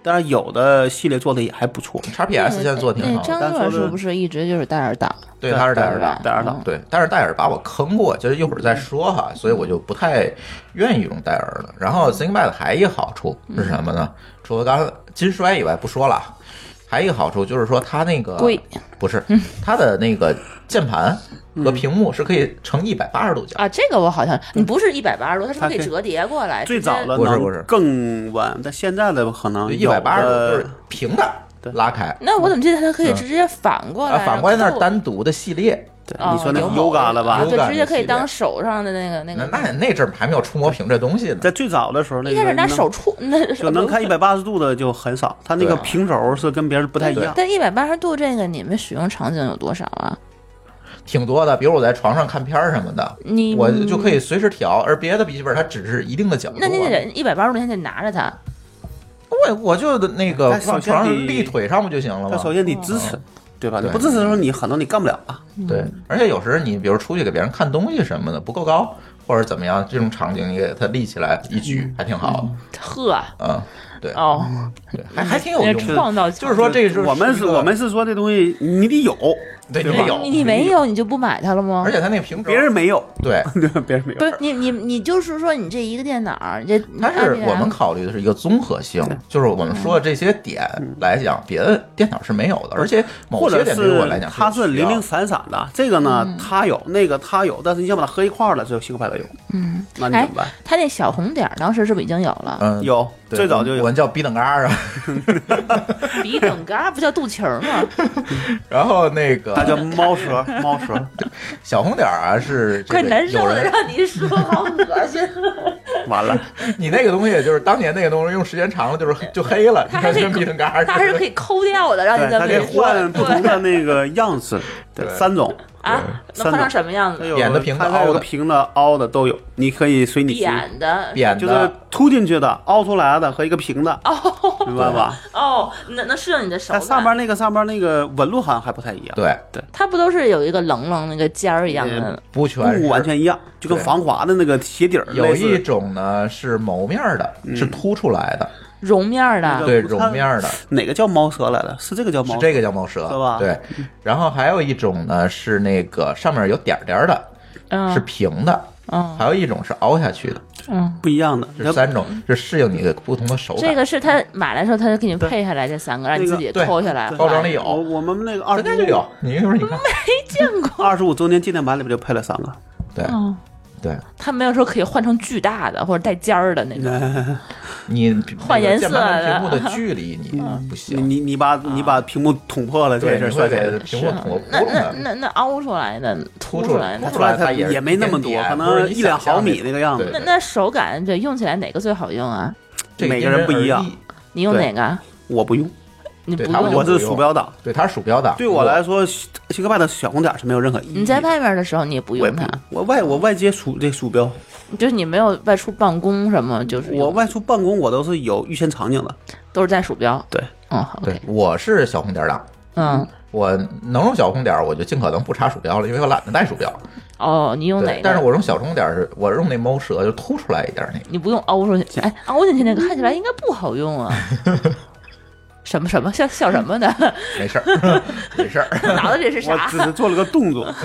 S5: 但是有的系列做的也还不错。
S3: x PS 现在做的挺啊
S6: 那
S3: 好的，
S6: 张若是不是一直就是戴尔打？
S3: 对，它是戴尔嗯的，
S5: 戴尔嗯的，
S3: 对，但是戴尔把我坑过，就是一会儿再说哈，所以我就不太愿意用戴尔了。然后 ThinkPad 还一好处是什么呢？除了刚刚金衰以外不说了啊，还一个好处就是说它那个
S6: 贵
S3: 不是它的那个键盘和屏幕是可以成一百八十度角。
S6: 啊，这个我好像你不是一百八十度，它是不
S5: 它
S6: 是给
S5: 可以
S6: 折叠过来？
S5: 嗯最
S6: 直接
S5: 早的
S3: 不是
S5: 能
S3: 不是
S5: 更晚，但现在的可能
S3: 一百八十
S5: 有
S3: 度
S5: 的
S3: 就是平的
S5: 对
S3: 拉开，
S6: 那我怎么记得它
S5: 嗯
S6: 可以直接反过
S3: 啊，
S6: 来？
S3: 反过来那
S6: 然
S3: 是
S6: 后
S3: 单独的系列，
S5: 对
S6: 哦
S5: 你说那
S6: 有
S5: Yoga 了吧
S3: 有？
S6: 对，直接可
S3: 系
S6: 以
S3: 列
S6: 当手上的那个那
S3: 那
S6: 个。
S3: 那那阵儿还没有触摸屏这东西呢。
S5: 在最早的时候，那
S6: 一开
S5: 个
S6: 始拿
S5: 能
S6: 手触，那
S5: 就能看一百八十度的就很少，它那个
S3: 对
S5: 平轴是跟别人不太一样。
S6: 但一百八十度这个你们使用场景有多少啊？
S3: 挺多的，比如我在床上看片儿什么的，
S6: 你
S3: 我就可以随时调，而别的笔记本它只是一定的角度啊。
S6: 那你得一百八十度，你还得拿着它。
S3: 我我就那个
S5: 但首
S3: 往
S5: 先
S3: 床上
S5: 你
S3: 立腿上不就行了
S5: 但首
S3: 吗？
S5: 先得支持，对吧？你
S3: 哦对
S5: 不支持的时候，你很多你干不了啊。
S3: 对，而且有时你比如出去给别人看东西什么的不够高，或者怎么样，这种场景你给它立起来一
S5: 嗯
S3: 举还挺好，
S6: 呵，
S3: 嗯，对，
S6: 哦，
S3: 对，还还挺有
S6: 那
S3: 用的。
S6: 创造
S3: 就是说，这是
S5: 我们是
S3: 一个
S5: 我们是说这东西你得有，
S3: 对
S5: 对
S3: 你
S5: 吧
S3: 得有，
S6: 你你没有你就不买它了吗？
S3: 而且它那个屏
S5: 别人没有，
S3: 对，
S6: 嗯
S5: 对吧？别人没有
S6: 不。是你你你就是说你这一个电脑，你这
S3: 它是我们
S6: 按
S3: 考虑的是一个综合性，就是我们
S6: 嗯
S3: 说的这些点来讲，别的电脑是没有的，而且某
S5: 嗯或
S3: 些
S5: 者
S3: 点对于
S5: 是
S3: 我来讲
S5: 它
S3: 是有
S5: 是
S3: 需要
S5: 零零散散的，这个呢它有，那个它有，但是你想把它合一块儿了，只有新科派的有，
S6: 嗯，
S5: 那你
S6: 哎
S5: 怎么办？
S6: 它那小红点儿当时是不是已经有了？
S3: 嗯
S5: 有，
S3: 对
S5: 最早就
S3: 我
S5: 有
S3: 们叫逼等嘎儿啊，嗯
S6: 笔等杆儿不叫肚脐儿吗？
S3: 然后那个
S5: 它叫猫 舌，猫舌。
S3: 小红点儿啊，是这
S6: 快
S3: 个
S6: 难受
S3: 有
S6: 的，
S3: 人
S6: 让你说好 恶心。
S5: 完了，
S3: 你那个东西就是当年那个东西用时间长了就是 就黑了，你
S6: 它
S3: 看
S6: 还可以
S3: 跟变成嘎儿
S6: 它是
S3: 似
S6: 可
S3: 的。
S6: 以抠掉的，让
S5: 对
S6: 你，再
S5: 它可以
S6: 美观
S5: 换不同的那个样式，对，
S3: 对
S5: 三种。
S6: 啊，
S5: 对
S6: 能换成
S5: 三种
S6: 什么样
S5: 它
S6: 子？
S5: 有
S3: 扁的平的
S5: 它还有
S3: 凹的
S5: 个平的、凹的都有，你可以随你心，
S6: 扁的
S3: 扁的
S5: 就是凸进去的、凹出来的和一个平的，
S6: 哦
S5: 明白吧？
S6: 哦，能能适应你的手
S5: 它
S6: 感。
S5: 上边那个上边那个纹路好像还不太一样，
S3: 对，
S6: 它不都是有一个棱棱那个尖儿一样的？
S3: 不全是
S5: 不完全一样，就跟
S3: 对
S5: 防滑的那个鞋底儿
S3: 有
S5: 类似
S3: 一种呢是谋面儿的，
S6: 嗯
S3: 是凸出来的，
S6: 绒面儿
S5: 那
S6: 的
S5: 个
S3: 对，
S5: 不太
S3: 绒面儿的，
S5: 哪个叫猫舌来的？是这个叫猫
S3: 是
S5: 舌？
S3: 这个叫猫舌，
S5: 是吧
S3: 对，
S6: 嗯
S3: 然后还有一种呢是那个上面有点儿点儿的，
S6: 嗯
S3: 是平的，
S6: 嗯
S3: 还有一种是凹下去的，
S6: 嗯，
S5: 不一样的，
S3: 这三种是适应你的不同的手感。
S6: 这个是他买来的时候，他就给你配下来这三个，让你自己
S3: 对
S6: 抠下来。
S3: 包装里有
S5: 我我们那个二
S3: 咱家
S5: 十
S3: 就有，你一会儿你看，
S6: 嗯
S5: 二十五周年纪念版里边就配了三个，
S3: 对
S6: 嗯，
S3: 对，
S6: 他没有说可以换成巨大的或者带尖儿的那种。
S3: 你
S6: 换颜色
S3: 那个键盘和
S6: 的嗯
S3: 屏幕的距离你不
S5: 你
S3: 行，
S5: 你你把
S6: 啊
S5: 你把屏幕捅破了，这
S3: 对，
S5: 事儿
S3: 你
S5: 算
S3: 会
S5: 谁
S3: 给
S5: 的？
S3: 屏幕捅个
S6: 那
S3: 窟窿
S6: 那
S3: 的。
S6: 那那凹出来的、凸出来
S3: 凸
S6: 的，
S3: 出来它
S5: 它
S3: 也是
S5: 没那么
S3: 一
S5: 多，
S3: 点
S5: 可
S3: 点不是
S5: 能
S3: 你
S5: 一两
S3: 想象
S5: 毫米
S3: 那
S5: 那个样
S3: 对
S5: 子，
S6: 那那手感对用起来哪个最好用啊？
S3: 这
S5: 每个人不一样
S3: 因人而异，
S6: 你用哪个？啊
S5: 我不用，
S6: 你不
S3: 对他们
S6: 用
S3: 就
S5: 我
S3: 不
S5: 是
S3: 用啊
S5: 鼠标党。
S3: 对，它是鼠标的。
S5: 对我来说，新科派的小红点儿是没有任何意义的。
S6: 你在外面的时候你也不
S5: 嗯我也
S6: 用
S5: 不
S6: 它，
S5: 我外我外接鼠这鼠标，
S6: 就是你没有外出办公什么，就是
S5: 我外出办公我都是有预先场景的。
S6: 都是带鼠标。
S5: 对，
S6: 嗯
S3: 对
S6: ，OK，，
S3: 我是小红点儿党，
S6: 嗯，
S3: 我能用小红点儿，我就尽可能不插鼠标了，因为我懒得带鼠标。
S6: 哦，你用哪
S3: 对
S6: 个？，
S3: 但是我用小红点儿是，我用那猫舌就凸出来一点儿那个。
S6: 你不用凹出去，哎，凹进去那个看起来应该不好用啊。什么什么笑笑什么呢？
S3: 没事 儿，没事儿。
S6: 脑子里是
S5: 我
S6: 啥
S5: 只？是做了个动作，
S3: 啊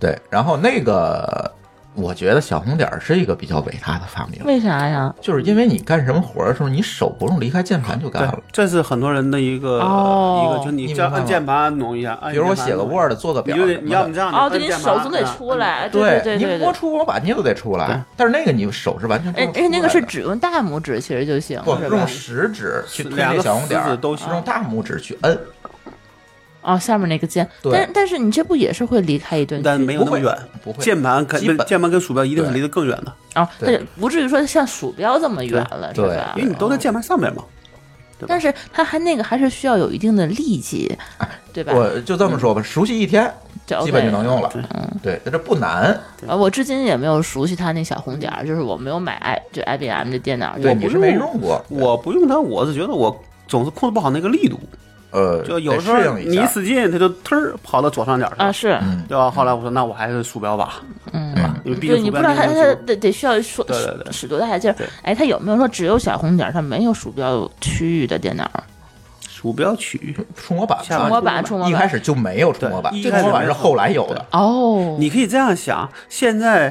S3: 对，然后那个，我觉得小红点儿是一个比较伟大的发明，
S6: 为啥呀？
S3: 就是因为你干什么活儿的时候，你手不用离开键盘就干
S5: 对
S3: 了。，
S5: 这是很多人的一个
S6: 哦
S5: 一个，就
S3: 你
S5: 你这样
S3: 明白吗
S5: 按键盘挪一下，按
S3: 比如我
S5: 键盘
S3: 写个
S5: 挪一下
S3: Word，做个
S5: 你
S3: 表什
S5: 就
S3: 么
S5: 得
S3: 的，
S5: 你要么这样，
S6: 哦，
S5: 按
S6: 对，你
S5: 键盘啊嗯
S6: 手总得
S5: 按
S6: 出来，
S5: 按
S6: 对对对
S3: 你摸
S6: 对。
S3: 出摸把你都得出来
S5: 对，
S3: 但是那个你手是完全不
S6: 哎
S3: 用出
S6: 哎，那个
S3: 来
S6: 是
S3: 的
S6: 只用大拇指其实就行，
S3: 不
S6: 是吧
S3: 用？食指去推
S5: 两
S3: 那
S5: 个
S3: 小红点
S5: 食
S3: 儿，
S5: 指都
S3: 是用大拇指去摁。
S6: 哦，下面那个键，
S3: 对
S6: 但但是你这不也是会离开一段距
S5: 但
S6: 离
S5: 没有那么远，
S3: 不会不会
S5: 键盘肯
S3: 基本
S5: 键盘跟鼠标一定是
S3: 对
S5: 离得更远的，
S6: 哦，
S3: 对
S6: 那不至于说像鼠标这么远了，是
S3: 对
S6: 吧
S5: 因？为你都在键盘上面嘛。
S6: 但是它还那个还是需要有一定的力气，
S5: 啊
S6: 对吧？
S3: 我就这么说吧，熟悉一天
S6: 这 OK
S3: 基本就能用了。对，但这不难。
S6: 啊，我至今也没有熟悉它那小红点儿，就是我没有买 i 就 IBM 的电脑，
S5: 嗯
S3: 对，
S6: 就
S3: 你是没用过，
S5: 我不用它，我是觉得我总是控制不好那个力度，
S3: 呃，
S5: 就有
S3: 得
S5: 时候
S3: 适应
S5: 你
S3: 一
S5: 一
S3: 下。
S5: 使劲，它就忒儿跑到左上角去了
S6: 啊，是，
S5: 对吧？后来我说，那我还是鼠标吧，
S6: 嗯
S5: 对吧？因为毕竟
S6: 对你
S5: 鼠
S6: 不知
S5: 标
S6: 道它
S5: 那个
S6: 它
S5: 东西
S6: 得得需要说
S5: 对对对
S6: 使多大劲儿
S5: 对？
S6: 哎，它有没有说只有小红点儿，它没有鼠标区域的电脑？
S5: 鼠标区，
S3: 触摸板，
S5: 触
S6: 触
S5: 摸
S6: 摸板，触摸
S3: 一开
S6: 板。
S3: 始就没有触摸板，
S5: 对
S3: 这触摸板是后来有的。
S6: 哦，
S5: 你可以这样想，现在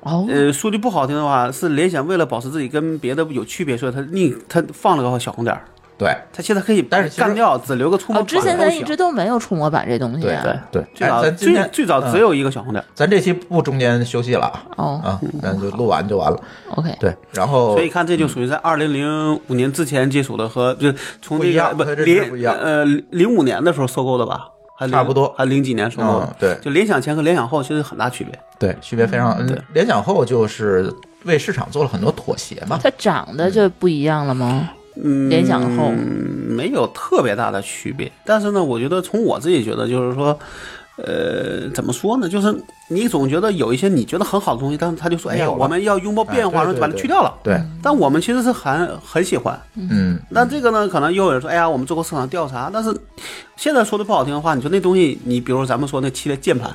S6: 哦，
S5: 呃，说句不好听的话，是联想为了保持自己跟别的有区别，所以它另它放了个小红点儿，
S3: 对
S5: 它现在可以
S3: 但是其实
S5: 干掉，只留个触
S6: 哦，
S5: 摸板
S6: 之
S5: 都
S6: 前
S5: 行。
S6: 咱一直都没有触摸板这东西
S3: 对
S6: 啊。
S3: 对，
S5: 最
S3: 哎
S5: 早
S3: 咱今
S5: 最
S3: 天
S5: 最早
S3: 嗯
S5: 只有一个小红点儿，
S3: 咱这期不中间休息了啊
S6: 哦
S3: 啊，咱就录完就完了。
S6: ，OK，
S3: 对，然后
S5: 所以看这就属于在二零零五年之前接触的和就是从
S3: 不一
S5: 这
S3: 样
S5: 个不
S3: 它这是
S5: 零
S3: 不一样
S5: 呃零五年的时候收购的吧，还零
S3: 差不多
S5: 还零几年收购的
S3: 嗯，对
S5: 就联想前和联想后其实很大区别。
S3: 对区别非常，嗯联想后就是为市场做了很多妥协嘛。
S6: 它长得就不一样了吗？
S5: 嗯，
S6: 联想后
S5: 没有特别大的区别，但是呢，我觉得从我自己觉得就是说。呃，怎么说呢？就是你总觉得有一些你觉得很好的东西，但是他就说：“哎
S3: 没
S5: 呀，
S3: 有了
S5: 我们要拥抱变化，
S3: 哎对对
S5: 然后就把它
S3: 对
S5: 去掉了。”
S3: 对，
S5: 但我们其实是很很喜欢，
S3: 嗯，
S5: 那这个呢，可能又有人说，哎呀，我们做过市场调查，但是现在说的不好听的话，你说那东西，你比如咱们说那七的键盘，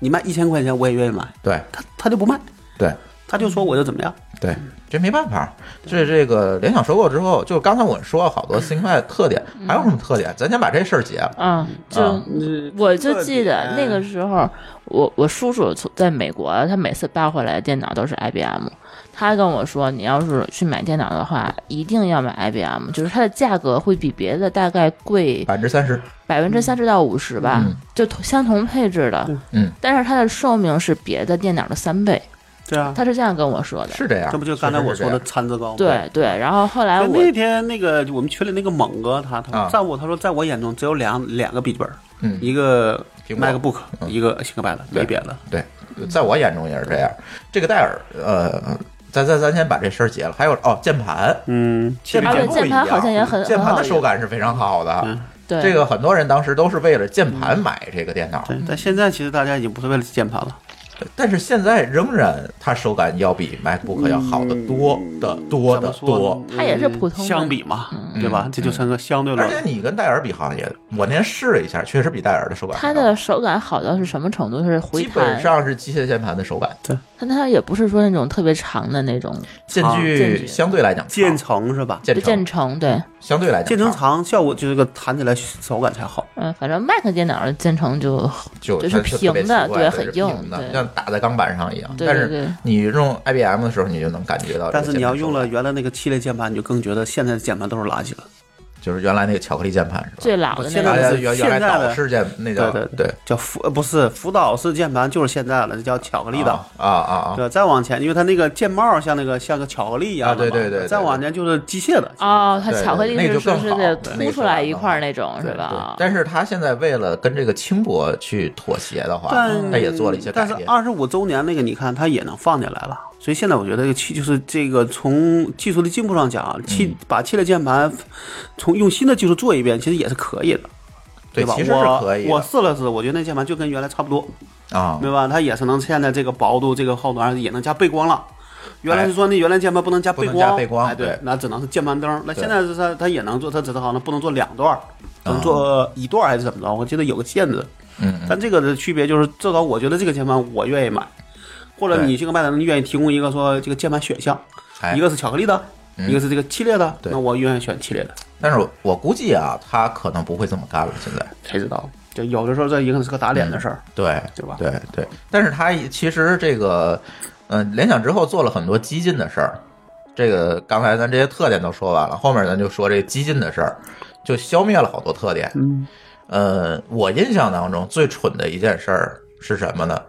S5: 你卖一千块钱，我也愿意买，
S3: 对
S5: 他他就不卖，
S3: 对
S5: 他就说我就怎么样，
S3: 对，这没办法。这这个联想收购之后，就刚才我说了好多 ThinkPad 的特点，还有什么特点？咱先把这事儿结了。
S6: 啊，就
S3: 啊
S6: 嗯我就记得那
S5: 嗯
S6: 个时候，我我叔叔从在美国，他每次搬回来的电脑都是 IBM。他跟我说，你要是去买电脑的话，一定要买 IBM，就是它的价格会比别的大概贵
S3: 百分之三十，
S6: 百分之三十到五十吧，
S3: 嗯
S6: 就同相同配置的，
S3: 嗯，
S6: 但是它的寿命是别的电脑的三倍，
S5: 对啊，
S6: 他是这样跟我说的。
S3: 是这样。
S5: 这不就刚才我
S3: 确实
S5: 说的
S3: 是
S5: 参差高吗？
S6: 对对，然后后来
S5: 所以
S6: 我
S5: 那天那个我们群里那个猛哥，他他
S3: 啊
S5: 在我他说在我眼中只有两两个笔记本，
S3: 嗯
S5: 一个
S3: 苹果
S5: MacBook，一个新克白的，
S3: 对
S5: 没别的。
S3: 这样。对，在我眼中也是这样。这个戴尔，呃，咱咱咱先把这事儿结了。还有哦，键盘，
S5: 嗯，
S3: 键
S6: 啊
S3: 盘
S6: 对
S3: 不
S6: 键
S3: 一
S6: 盘好
S3: 样
S6: 像也很
S3: 键
S6: 很
S3: 盘
S6: 好
S3: 的手
S6: 用
S3: 感是非常好的。
S5: 嗯
S6: 对
S3: 这个很多人当时都是为了键盘买这个电脑，
S5: 对，但现在其实大家已经不是为了键盘了，
S3: 但是现在仍然它手感要比 MacBook 要好得多的多
S5: 嗯怎
S3: 的
S5: 么说呢嗯
S3: 多。嗯
S6: 它也是普通的嗯
S5: 相比嘛，对吧？这就成个相对论
S3: 而。且你跟戴尔比，好像也，我那天试了一下，确实比戴尔的手感
S6: 它
S3: 还要
S6: 的手感好到是什么程度？是回
S3: 基本
S6: 弹，
S3: 上是机械键盘的手感，
S6: 但它也不是说那种特别长的那种
S3: 间
S6: 间距
S3: 距相对来讲
S5: 建
S3: 长
S5: 成是吧？
S3: 建
S6: 就建
S3: 成
S6: 成。对，
S3: 相对来讲
S5: 建成
S3: 长
S5: 长效果就是个弹起来手感才好。
S6: 嗯，反正 Mac 电脑的建成就
S3: 就
S6: 就是
S3: 它特别
S6: 平的
S3: 奇怪
S6: 对
S3: 它是
S6: 很硬
S3: 平的，
S6: 对
S3: 像打在钢板上一样。
S6: 对
S3: 但
S6: 对
S3: 是
S6: 对
S3: 你用 IBM 的时候，你就能感觉到这个键盘手感。
S5: 但是你要用了原来那个七类键盘，你就更觉得现在的键盘都是垃圾了。
S3: 就是原来那个巧克力键盘是吧？
S6: 最老的那
S5: 现
S6: 种
S5: 在
S3: 大
S5: 的
S3: 家原原来
S5: 现在的
S3: 导视键那叫
S5: 对对
S3: 对，
S5: 叫辅呃不是辅导式键盘，就是现在了，这叫巧克力的。
S3: 啊啊啊！
S5: 对，再往前，因为它那个键帽像那个像个巧克力一样的嘛
S3: 啊对对对对对
S5: 再往前就是机械的，
S6: 哦，它
S3: 对对
S6: 巧克力
S3: 那个
S6: 是
S3: 就
S6: 说
S3: 更
S6: 是
S3: 好
S6: 得
S3: 对那
S6: 凸
S3: 个
S6: 出
S3: 手
S6: 来
S3: 感
S6: 一
S3: 更
S6: 块儿
S3: 好
S6: 那种是
S5: 对
S6: 吧？
S3: 但是他现在为了跟这个轻薄去妥协的话，
S5: 但
S3: 他也做了一些改
S5: 但是
S3: 变。
S5: 二十五周年那个，你看它也能放进来了。所以现在我觉得这个七就是这个从技术的进步上讲，
S3: 嗯
S5: 七把七类键盘从用新的技术做一遍，其实也是可以的，
S3: 对，
S5: 吧？
S3: 其实是可以
S5: 我我
S3: 的
S5: 试了试，我觉得那键盘就跟原来差不多，
S3: 啊。
S5: 对吧？它也是能现在这个薄度、这个厚度，而且也能加背光了。原来是说那原来键盘不能加背
S3: 哎不能加
S5: 光，
S3: 背光
S5: 哎，
S3: 对
S5: 那只能是键盘灯。那
S3: 对
S5: 现在是它它也能做，它只是好像不能做两段儿，只能做一段儿还是怎么着？我记得有个限制。
S3: 嗯
S5: 但这个的区别就是，至少我觉得这个键盘我愿意买，或者
S3: 对
S5: 你这个卖的人愿意提供一个说这个键盘选项，
S3: 哎嗯
S5: 一个是巧克力的，一个是这个系列的，
S3: 对
S5: 那我愿意选系列的。
S3: 但是我估计啊，他可能不会这么干了。现在，
S5: 谁知道？就有的时候这也可能是个打脸的事儿。
S3: 对
S5: 对吧
S3: 对对。但是他其实这个，嗯、联想之后做了很多激进的事儿。这个刚才咱这些特点都说完了，后面咱就说这激进的事儿，就消灭了好多特点。
S5: 嗯，
S3: 呃，我印象当中最蠢的一件事儿是什么呢？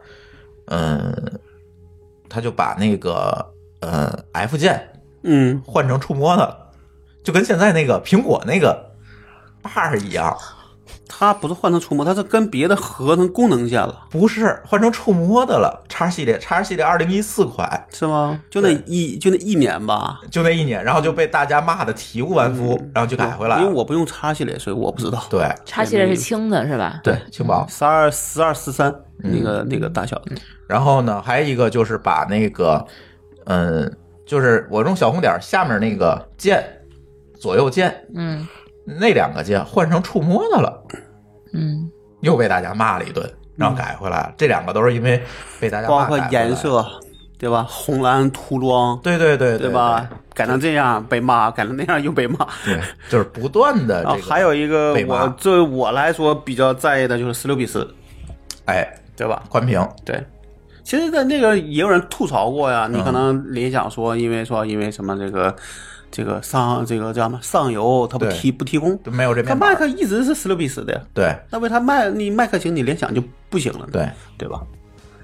S3: 嗯、他就把那个呃 F 键
S5: 嗯，
S3: 换成触摸的，就跟现在那个苹果那个 bar 一样，
S5: 它不是换成触摸，它是跟别的合成功能键了，
S3: 不是换成触摸的了。叉系列，叉系列二零一四款，
S5: 是吗？就那一就那一年吧，嗯
S3: 就那一年，然后就被大家骂的体无完肤，然后就改回来了。
S5: 因为我不用叉系列，所以我不知道。嗯
S3: 对
S6: 叉系列是轻的是吧？
S3: 对轻薄，
S5: 十二十二十三
S3: 嗯
S5: 那个那个大小的，
S3: 然后呢，还有一个就是把那个，嗯，就是我用小红点儿下面那个键，左右键
S6: 嗯
S3: 那两个键换成触摸的了，
S6: 嗯，
S3: 又被大家骂了一顿，然后改回来了。这两个都是因为被大家骂
S5: 嗯包括
S3: 改回来
S5: 颜，色，对吧？红蓝涂装，
S3: 对对对
S5: 对吧？？改成这样被 骂，改成那样又被骂。
S3: 对，就是不断的
S5: 然后
S3: 这个，
S5: 哦还有一个
S3: 被骂
S5: 我对我来说比较在意的就是十六比十，
S3: 哎，
S5: 对吧？
S3: 宽屏，
S5: 对。其实，在那个也有人吐槽过
S3: 嗯
S5: 呀，你可能联想说，因为说因为什么这个这个上这个叫什么上游，它不
S3: 对
S5: 提不提供，
S3: 就没有这
S5: 它
S3: 面
S5: 麦
S3: 板，
S5: 克一直是十六比十的呀，
S3: 对
S5: 那为它麦你麦克型你联想就不行了呢，
S3: 对
S5: 对吧？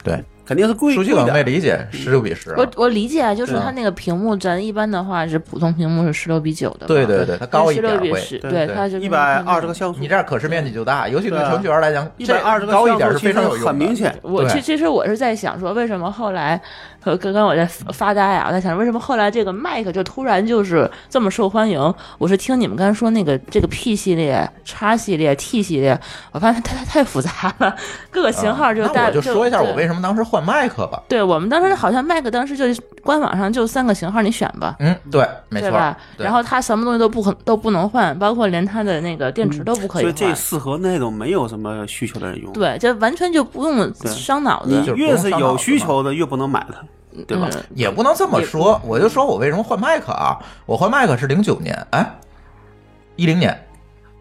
S3: 对，
S5: 肯定是贵
S3: 舒
S5: 贵
S3: 淇可能没
S5: 的，
S3: 理解十六比十、啊
S6: 我，我理解啊，就是
S3: 对
S6: 它那个屏幕，咱一般的话是普通屏幕是十六比九的嘛，
S3: 对对对，它高一
S6: 十
S3: 点
S6: 六
S3: 儿
S6: 比
S3: 会，
S6: 十，
S5: 对
S6: 对，
S3: 对
S6: 它是
S5: 一百二十个像素，
S3: 你这样可视面积就大，尤其对
S5: 对啊
S3: 程序员来讲，
S5: 一百二十个
S3: 高一
S5: 像
S3: 点
S5: 素
S3: 是
S5: 其
S3: 非
S5: 实
S3: 常有用的，
S5: 很明显，
S6: 我
S3: 对
S6: 其其实我是在想说，为什么后来和刚刚我在发呆啊，我在想为什么后来这个麦克就突然就是这么受欢迎？我是听你们刚才说那个这个 P 系列、X 系列、T 系列，我发现它它太复杂了，各个型号就
S3: 啊那
S6: 大。
S3: 我就说一下我
S6: 对
S3: 为什么当时换麦克吧。
S6: 对我们当时好像麦克当时就是官网上就三个型号，你选吧。
S3: 嗯，对，没
S6: 对
S3: 错
S6: 吧
S3: 儿。？
S6: 然后它什么东西都不可都不能换，包括连它的那个电池都不可以
S5: 嗯所以
S6: 换。
S5: 这适合那种没有什么需求的人用。
S6: 对，这完全就不用伤脑子
S5: 你。
S3: 就是不用
S5: 越是
S3: 伤脑
S5: 有
S3: 子
S5: 需
S3: 嘛
S5: 求的，越不能买它，对吧？
S6: 嗯
S3: 也不能这么说，我就说我为什么换麦克啊？我换麦克是零九年，哎，一零年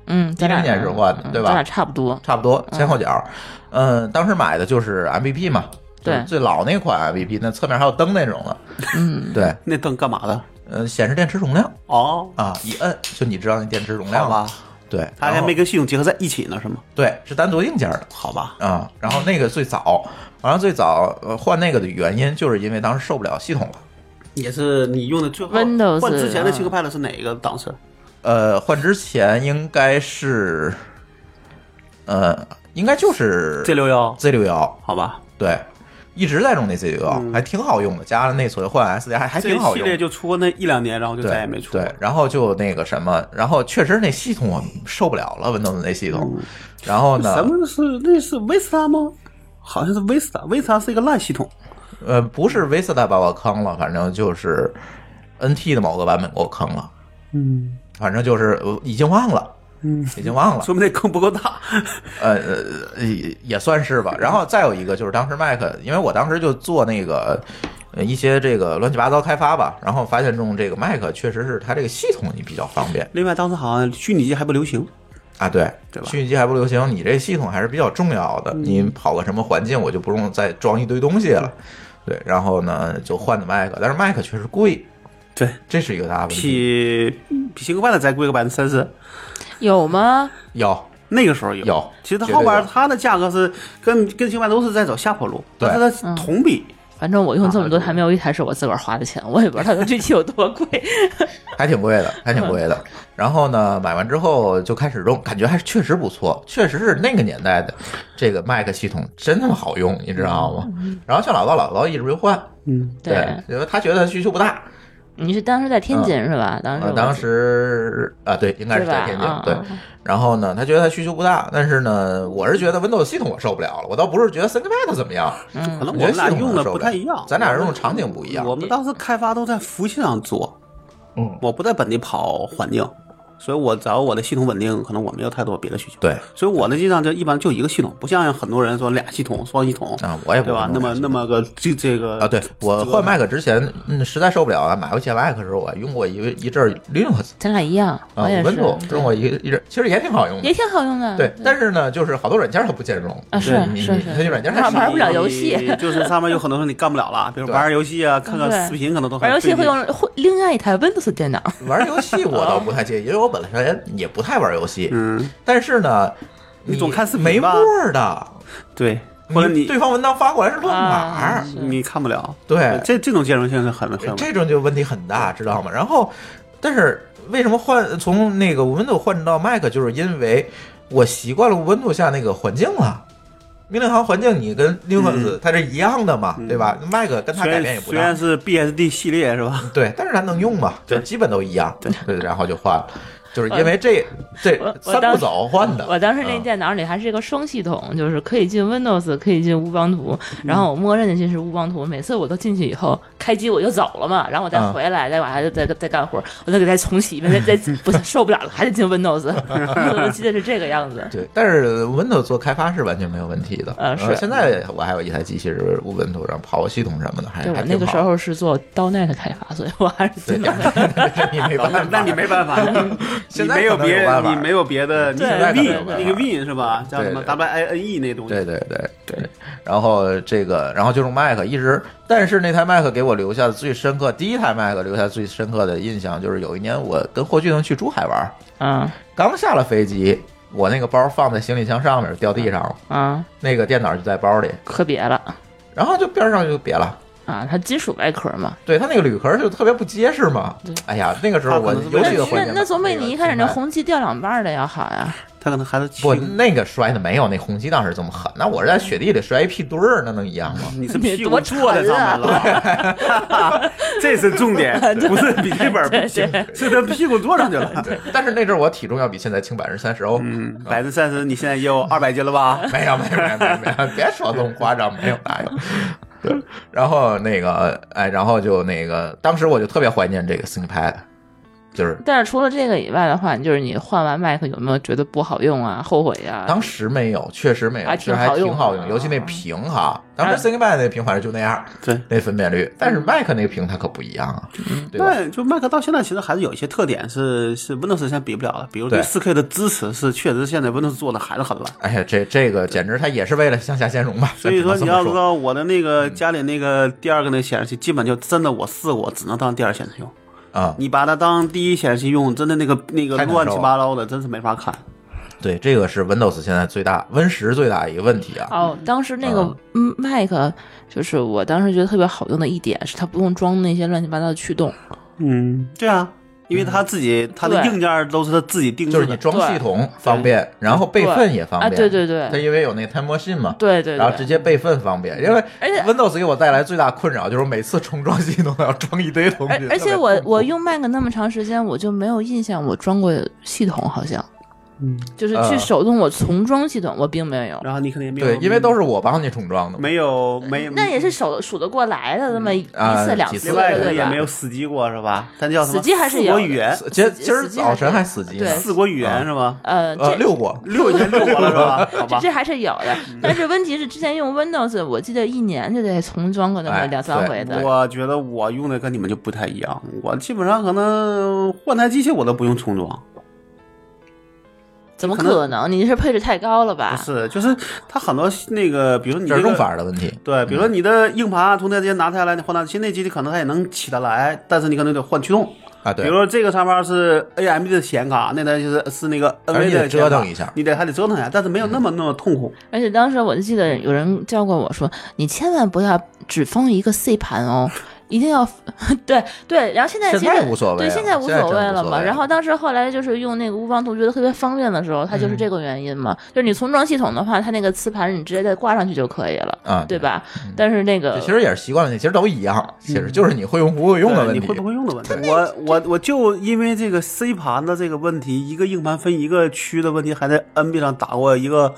S6: 嗯，咱俩
S3: 10年是换的
S6: 嗯
S3: 对吧
S6: 咱俩差不多。
S3: 差不多前后脚。嗯，当时买的就是 MVP 嘛，就是
S6: 对
S3: 最老那款 MVP，那侧面还有灯那种的。
S6: 嗯，
S3: 对，
S5: 那灯干嘛的？
S3: 呃，显示电池容量
S5: 哦，
S3: 啊，一摁就你知道那电池容量
S5: 好
S3: 了。
S5: 吧，
S3: 对，
S5: 它还
S3: 然后
S5: 没跟系统结合在一起呢，是吗？
S3: 对，是单独硬件的。
S5: 好吧，
S3: 啊、然后那个最早，完了最早呃换那个的原因，就是因为当时受不了系统了，
S5: 也是你用的最后
S6: Windows，
S5: 换之前的
S6: 嗯
S5: ThinkPad 是哪个档次？
S3: 呃，换之前应该是，呃，应该就是
S5: Z 六幺，
S3: Z 六幺，
S5: 好吧，
S3: 对，一直在用那 Z 六幺，
S5: 嗯
S3: 还挺好用的，加了内存换 SD 还还
S5: 这
S3: 挺好
S5: 系
S3: 用
S5: 列
S3: 的。
S5: 就出过那一两年，然后就
S3: 对，
S5: 再也没出过。
S3: 对，然后就那个什么，然后确实那系统我受不了了，Windows 那系统。然后
S5: 嗯什
S3: 呢，
S5: 么是那是 Vista 吗？好像是 Vista，Vista 是一个烂系统。
S3: 呃，不是 Vista 把我坑了，反正就是 NT 的某个版本给我坑了。
S5: 嗯
S3: 反正就是呃已经忘了，
S5: 嗯，
S3: 已经 忘了，
S5: 说明那坑不够大。
S3: 呃呃，也也算是吧。然后再有一个就是当时麦克，因为我当时就做那个呃一些这个乱七八糟开发吧，然后发现用这个麦克确实是它这个系统你比较方便
S5: 另外，当时好像虚拟机还不流行。
S3: 啊，对，
S5: 对吧嗯
S3: 虚拟机还不流行，你这系统还是比较重要的。你跑个什么环境，我就不用再装一堆东西了。对，然后呢就换的麦克，但是麦克确实贵，
S5: 对，
S3: 这是一个大问题。
S5: 比比 ThinkPad 再贵个百分之三十，
S6: 有吗？
S3: 有
S5: 那个时候有。
S3: 有，
S5: 其实它
S3: 绝
S5: 后
S3: 对
S5: 边
S3: 有
S5: 它的价格是跟跟 ThinkPad 都是在走下坡路，
S3: 对
S5: 但是它同比。
S6: 反正我用这么多，
S3: 啊
S6: 还没有一台是我自个儿花的钱，我也不知道它具体有多 贵。
S3: 还挺贵的，还挺贵
S5: 嗯
S3: 的。然后呢，买完之后就开始用，感觉还是确实不错，确实是那个年代的这个 Mac 系统真他妈好用，你知道吗？然后像老高，老高一直没换，
S5: 嗯，
S6: 对，
S3: 因为他觉得需求不大。
S6: 你是当时在天津是吧？当时
S3: 呃，
S6: 我
S3: 当时啊，对，应该是
S6: 对吧
S3: 在天津
S6: 啊，
S3: 对
S6: 啊。
S3: 然后呢，他觉得他需求不大，但是呢，我是觉得 Windows 系统我受不了了，我倒不是觉得 ThinkPad 怎么样，
S5: 嗯可能
S3: 我
S5: 我
S3: 觉得
S5: 们
S3: 系
S5: 俩
S3: 统
S5: 用
S3: 我
S5: 的
S3: 受
S5: 不
S3: 了
S5: 太一样，
S3: 咱俩用的场景不一样
S5: 我们当时开发都在服务器上做，
S3: 嗯，
S5: 我不在本地跑环境，所以我只要我的系统稳定，可能我没有太多别的需求。，
S3: 对
S5: 所以我的机上就一般就一个系统，不像很多人说俩系统、双系统，
S3: 啊，我也不
S5: 对吧？
S3: 用这
S5: 那么
S3: 个
S5: 那么个这这个
S3: 啊，对我
S5: 呃这个
S3: 换 Mac 之前，嗯，实在受不了啊，买回前 Mac 的时候，我还用过一一阵儿 Linux
S6: 咱俩一样，
S3: 啊，
S6: 也是，
S3: Windows 用过一一阵儿，其实也挺好用
S6: 也
S3: 的。
S6: 挺好用的。
S3: 对，但是呢，就是好多软件它不兼容
S6: 啊是
S3: 对你
S6: 是
S3: 你
S6: 是
S3: 它这软件
S6: 那
S3: 太
S6: 玩
S3: 少
S6: 不了游戏
S5: 你 就是上面有很多说你干不了了，比如
S3: 对
S5: 玩玩游戏啊、看看
S6: 对
S5: 视频，可能都很
S6: 玩游戏
S5: 费
S6: 会
S5: 劲
S6: 用会另外一台 Windows 电脑。
S3: 玩游戏我倒不太介意，因为我本身也不太玩游 戏。
S5: 嗯，
S3: 但是呢，
S5: 你总看视频
S3: 没
S5: 吧
S3: 沫儿的，
S5: 对，或者你
S3: 对方文档发过来是乱码儿
S6: 啊，
S5: 你看不了，呃
S3: 对
S5: 这这种兼容性是很很
S3: 这种就问题很大，知道吗？然后。但是为什么换从那个 Windows 换到 Mac，就是因为我习惯了 Windows 下那个环境了。命令行环境你跟 Linux 它是一样的嘛，对吧？Mac 跟它
S5: 嗯虽
S3: 改变
S5: 然
S3: 也不
S5: 虽
S3: 大
S5: 然，是 BSD 系列 是吧？
S3: 对，但是它能用嘛，就基本都一样，对，然后就换了，就是因为这这
S6: 我我
S3: 三
S6: 当
S3: 步走换的。
S6: 我当时那
S3: 嗯
S6: 电脑里还是一个双系统，就是可以进 Windows，可以进乌邦图，然后我默认的进是乌邦图。每次我都进去以后，开机我就走了嘛，然后我再
S3: 嗯
S6: 回来，再往下再再干活，我再给它重启一遍， 再再不行受不了了，还得进 Windows。我 记得是这个样子。
S3: 对，但是 Windows 做开发是完全没有问题的。
S6: 嗯是
S3: 呃现在我还有一台机器是 Ubuntu 上跑个系统什么的，还
S6: 对，我
S3: 还
S6: 那
S3: 挺
S6: 个时
S3: 好。
S6: 候是做 .NET 开发，所以我还是
S3: 对，
S6: 进
S3: 你没办
S5: 那
S3: 法，
S5: 那你没办法，你
S3: 现在
S5: 没有
S3: 可能有
S5: 别
S3: 办法
S5: 你没有别的，你
S6: 对
S5: 那
S6: 现在可能
S5: Win
S6: 有办
S3: 法
S5: 那个 Win 是吧？叫什么
S3: 对
S5: W I N E 那东西？
S3: 对对对对，然后这个，然后就用 Mac 一直，但是那台 Mac 给我留下的最深刻，第一台 Mac 留下最深刻的印象就是有一年我跟霍炬能去珠海玩，
S6: 啊
S3: 刚下了飞机，我那个包放在行李箱上面掉地上了，
S6: 啊，
S3: 那个电脑就在包里，
S6: 可别了
S3: 然后就边上就瘪了。
S6: 啊，它金属外壳嘛。
S3: 对它那个铝壳就特别不结实嘛，哎呀，那个时候我
S5: 它可能是
S3: 尤其
S6: 那
S5: 为这了
S3: 回
S6: 那那总比你一开始那
S3: 红。
S6: 红旗掉两半儿的要好呀。
S5: 他可能还是 轻
S3: 不，那个摔的没有那红旗当时这么狠。那我是在雪地里摔一屁墩儿，那能一样吗？
S5: 你是屁股坐在上面
S6: 你多啊
S5: 了， 这是 重点，不是笔记本，是他屁股坐上去了。
S3: 但是那阵儿我体重要比现在轻百分之三十哦。
S5: 嗯，百分之三十，你现在也有二百斤了吧？
S3: 没有没有没有没有，没有，别说这么夸张，没有哪有。对，然后那个哎，然后就那个，当时我就特别怀念这个 ThinkPad，就是
S6: 但是除了这个以外的话，就是你换完麦克有没有觉得不好用啊、后悔呀、
S3: 当时没有，确实没有，
S6: 还
S3: 其实
S6: 挺
S3: 还
S6: 好用
S3: 挺好用，
S6: 的啊
S3: 尤其那屏哈，当时 ThinkPad 那屏反正就那样，
S5: 对，
S3: 那分辨率，
S6: 嗯
S3: 但是 Mac 那个屏它可不一样啊，对吧？
S5: 对，就麦克到现在其实还是有一些特点是是 Windows 现在比不了的，比如对
S3: 对
S5: 4K 的支持是确实现在 Windows 做的还是很烂。
S3: 哎呀，这这个简直它也是为了向下兼容吧？
S5: 所以
S3: 咱只能这
S5: 说你
S3: 么嗯
S5: 要知道我的那个家里那个第二个那显示器，基本就真的我试过，只能当第二显示器用。
S3: 啊，
S5: 你把它当第一显示器用，真的那个那个
S3: 太难
S5: 乱
S3: 受
S5: 七
S3: 了
S5: 八糟的，真是没法看。
S3: 对，这个是 Windows 现在最大 Win 十最大一个问题啊。
S6: 哦，当时那个嗯麦克，就是我当时觉得特别好用的一点是它不用装那些乱七八糟的驱动，
S3: 啊
S5: 嗯，对啊，因为他自己他的
S6: 对
S5: 硬件儿都是他自己定
S3: 嗯就是
S5: 制
S3: 你
S5: 的，
S3: 装系统方便，然后备份也方便。
S6: 对啊对对对
S3: 它因为有那 Time Machine 嘛，
S6: 对对
S3: 然后直
S6: 对，
S3: 接备份方便。因为
S6: 而且
S3: Windows 给我带来最大困扰就是每次重装系统要装一堆东西
S6: 而。而且
S3: 特别
S6: 我
S3: 痛苦
S6: 我用麦克那么长时间，我就没有印象我装过系统，好像，
S5: 嗯，
S6: 就是
S3: 呃
S6: 去手动我重装系统，我并没有。
S5: 然后你可能也没有，
S3: 对，因为都是我帮你重装的嘛。
S5: 没有没嗯
S6: 那也是手数得过来的，那么一
S3: 嗯啊
S6: 次两
S3: 几
S6: 次，
S3: 次
S5: 另外可能
S6: 对
S5: 也
S6: 吧
S5: 没？有死机过是吧？咱叫什么？
S6: 死机还是
S5: 四
S6: 有
S5: 国
S6: 的
S5: 语言，
S3: 今今儿
S6: 死机
S3: 早
S6: 还
S3: 晨
S6: 是
S3: 还死机呢
S6: 对，
S5: 四国语言是吧？
S6: 呃，
S3: 呃，
S6: 这
S3: 六过，
S5: 六已经六国了 是吧？好
S6: 这
S5: 吧
S6: 这，还是有的，
S3: 嗯
S6: 但是问题是之前用 Windows，我记得一年就得重装过那
S3: 哎
S6: 么两三
S3: 对
S6: 回的。
S5: 我觉得我用的跟你们就不太一样，我基本上可能换台机器我都不用重装，
S6: 啊怎么可能？你是配置太高了
S5: 不
S6: 吧？
S5: 是，就是它很多那个，比如你
S3: 这
S5: 这
S3: 是
S5: 个
S3: 用法的嗯问题。
S5: 对，比如说你的硬盘啊从那直接拿下来，你换到新那机器可能它也能起得来，但是你可能得换驱动。
S3: 啊，
S5: 比
S3: 对
S5: 如，说这个上面是 AMD 的显卡，那台就是是那个
S3: 而
S5: NVIDIA
S3: 且
S5: 的显
S3: 折
S5: 卡
S3: 腾一下
S5: 你得还得折腾一下，但是没有那么那么痛苦。
S6: 而且当时我就记得有人教过我说，你千万不要只封一个 C 盘哦。一定要 对对，然后现在
S3: 现
S6: 其实
S3: 在无所谓
S6: 对，
S3: 了
S6: 现在无
S3: 现在
S6: 所
S3: 真
S6: 谓
S3: 无
S6: 了
S3: 所谓
S6: 嘛。
S3: 啊了
S6: 然后当时后来就是用那个乌邦图觉得特别方便的时候，它
S3: 嗯
S6: 就是这个原因嘛。就是你重装系统的话，它那个磁盘你直接再挂上去就可以了，
S3: 啊
S6: 对吧？但是那
S3: 这
S6: 个
S3: 其实也是习惯问题，其实都一样，其
S6: 嗯
S3: 实就是你会用不会用的
S5: 对
S3: 问
S5: 你
S3: 题。
S5: 会不会用的问题？我我我就因为这个 C 盘的这个问题，一个硬盘分一个区的问题，还在 NB 上打过一个，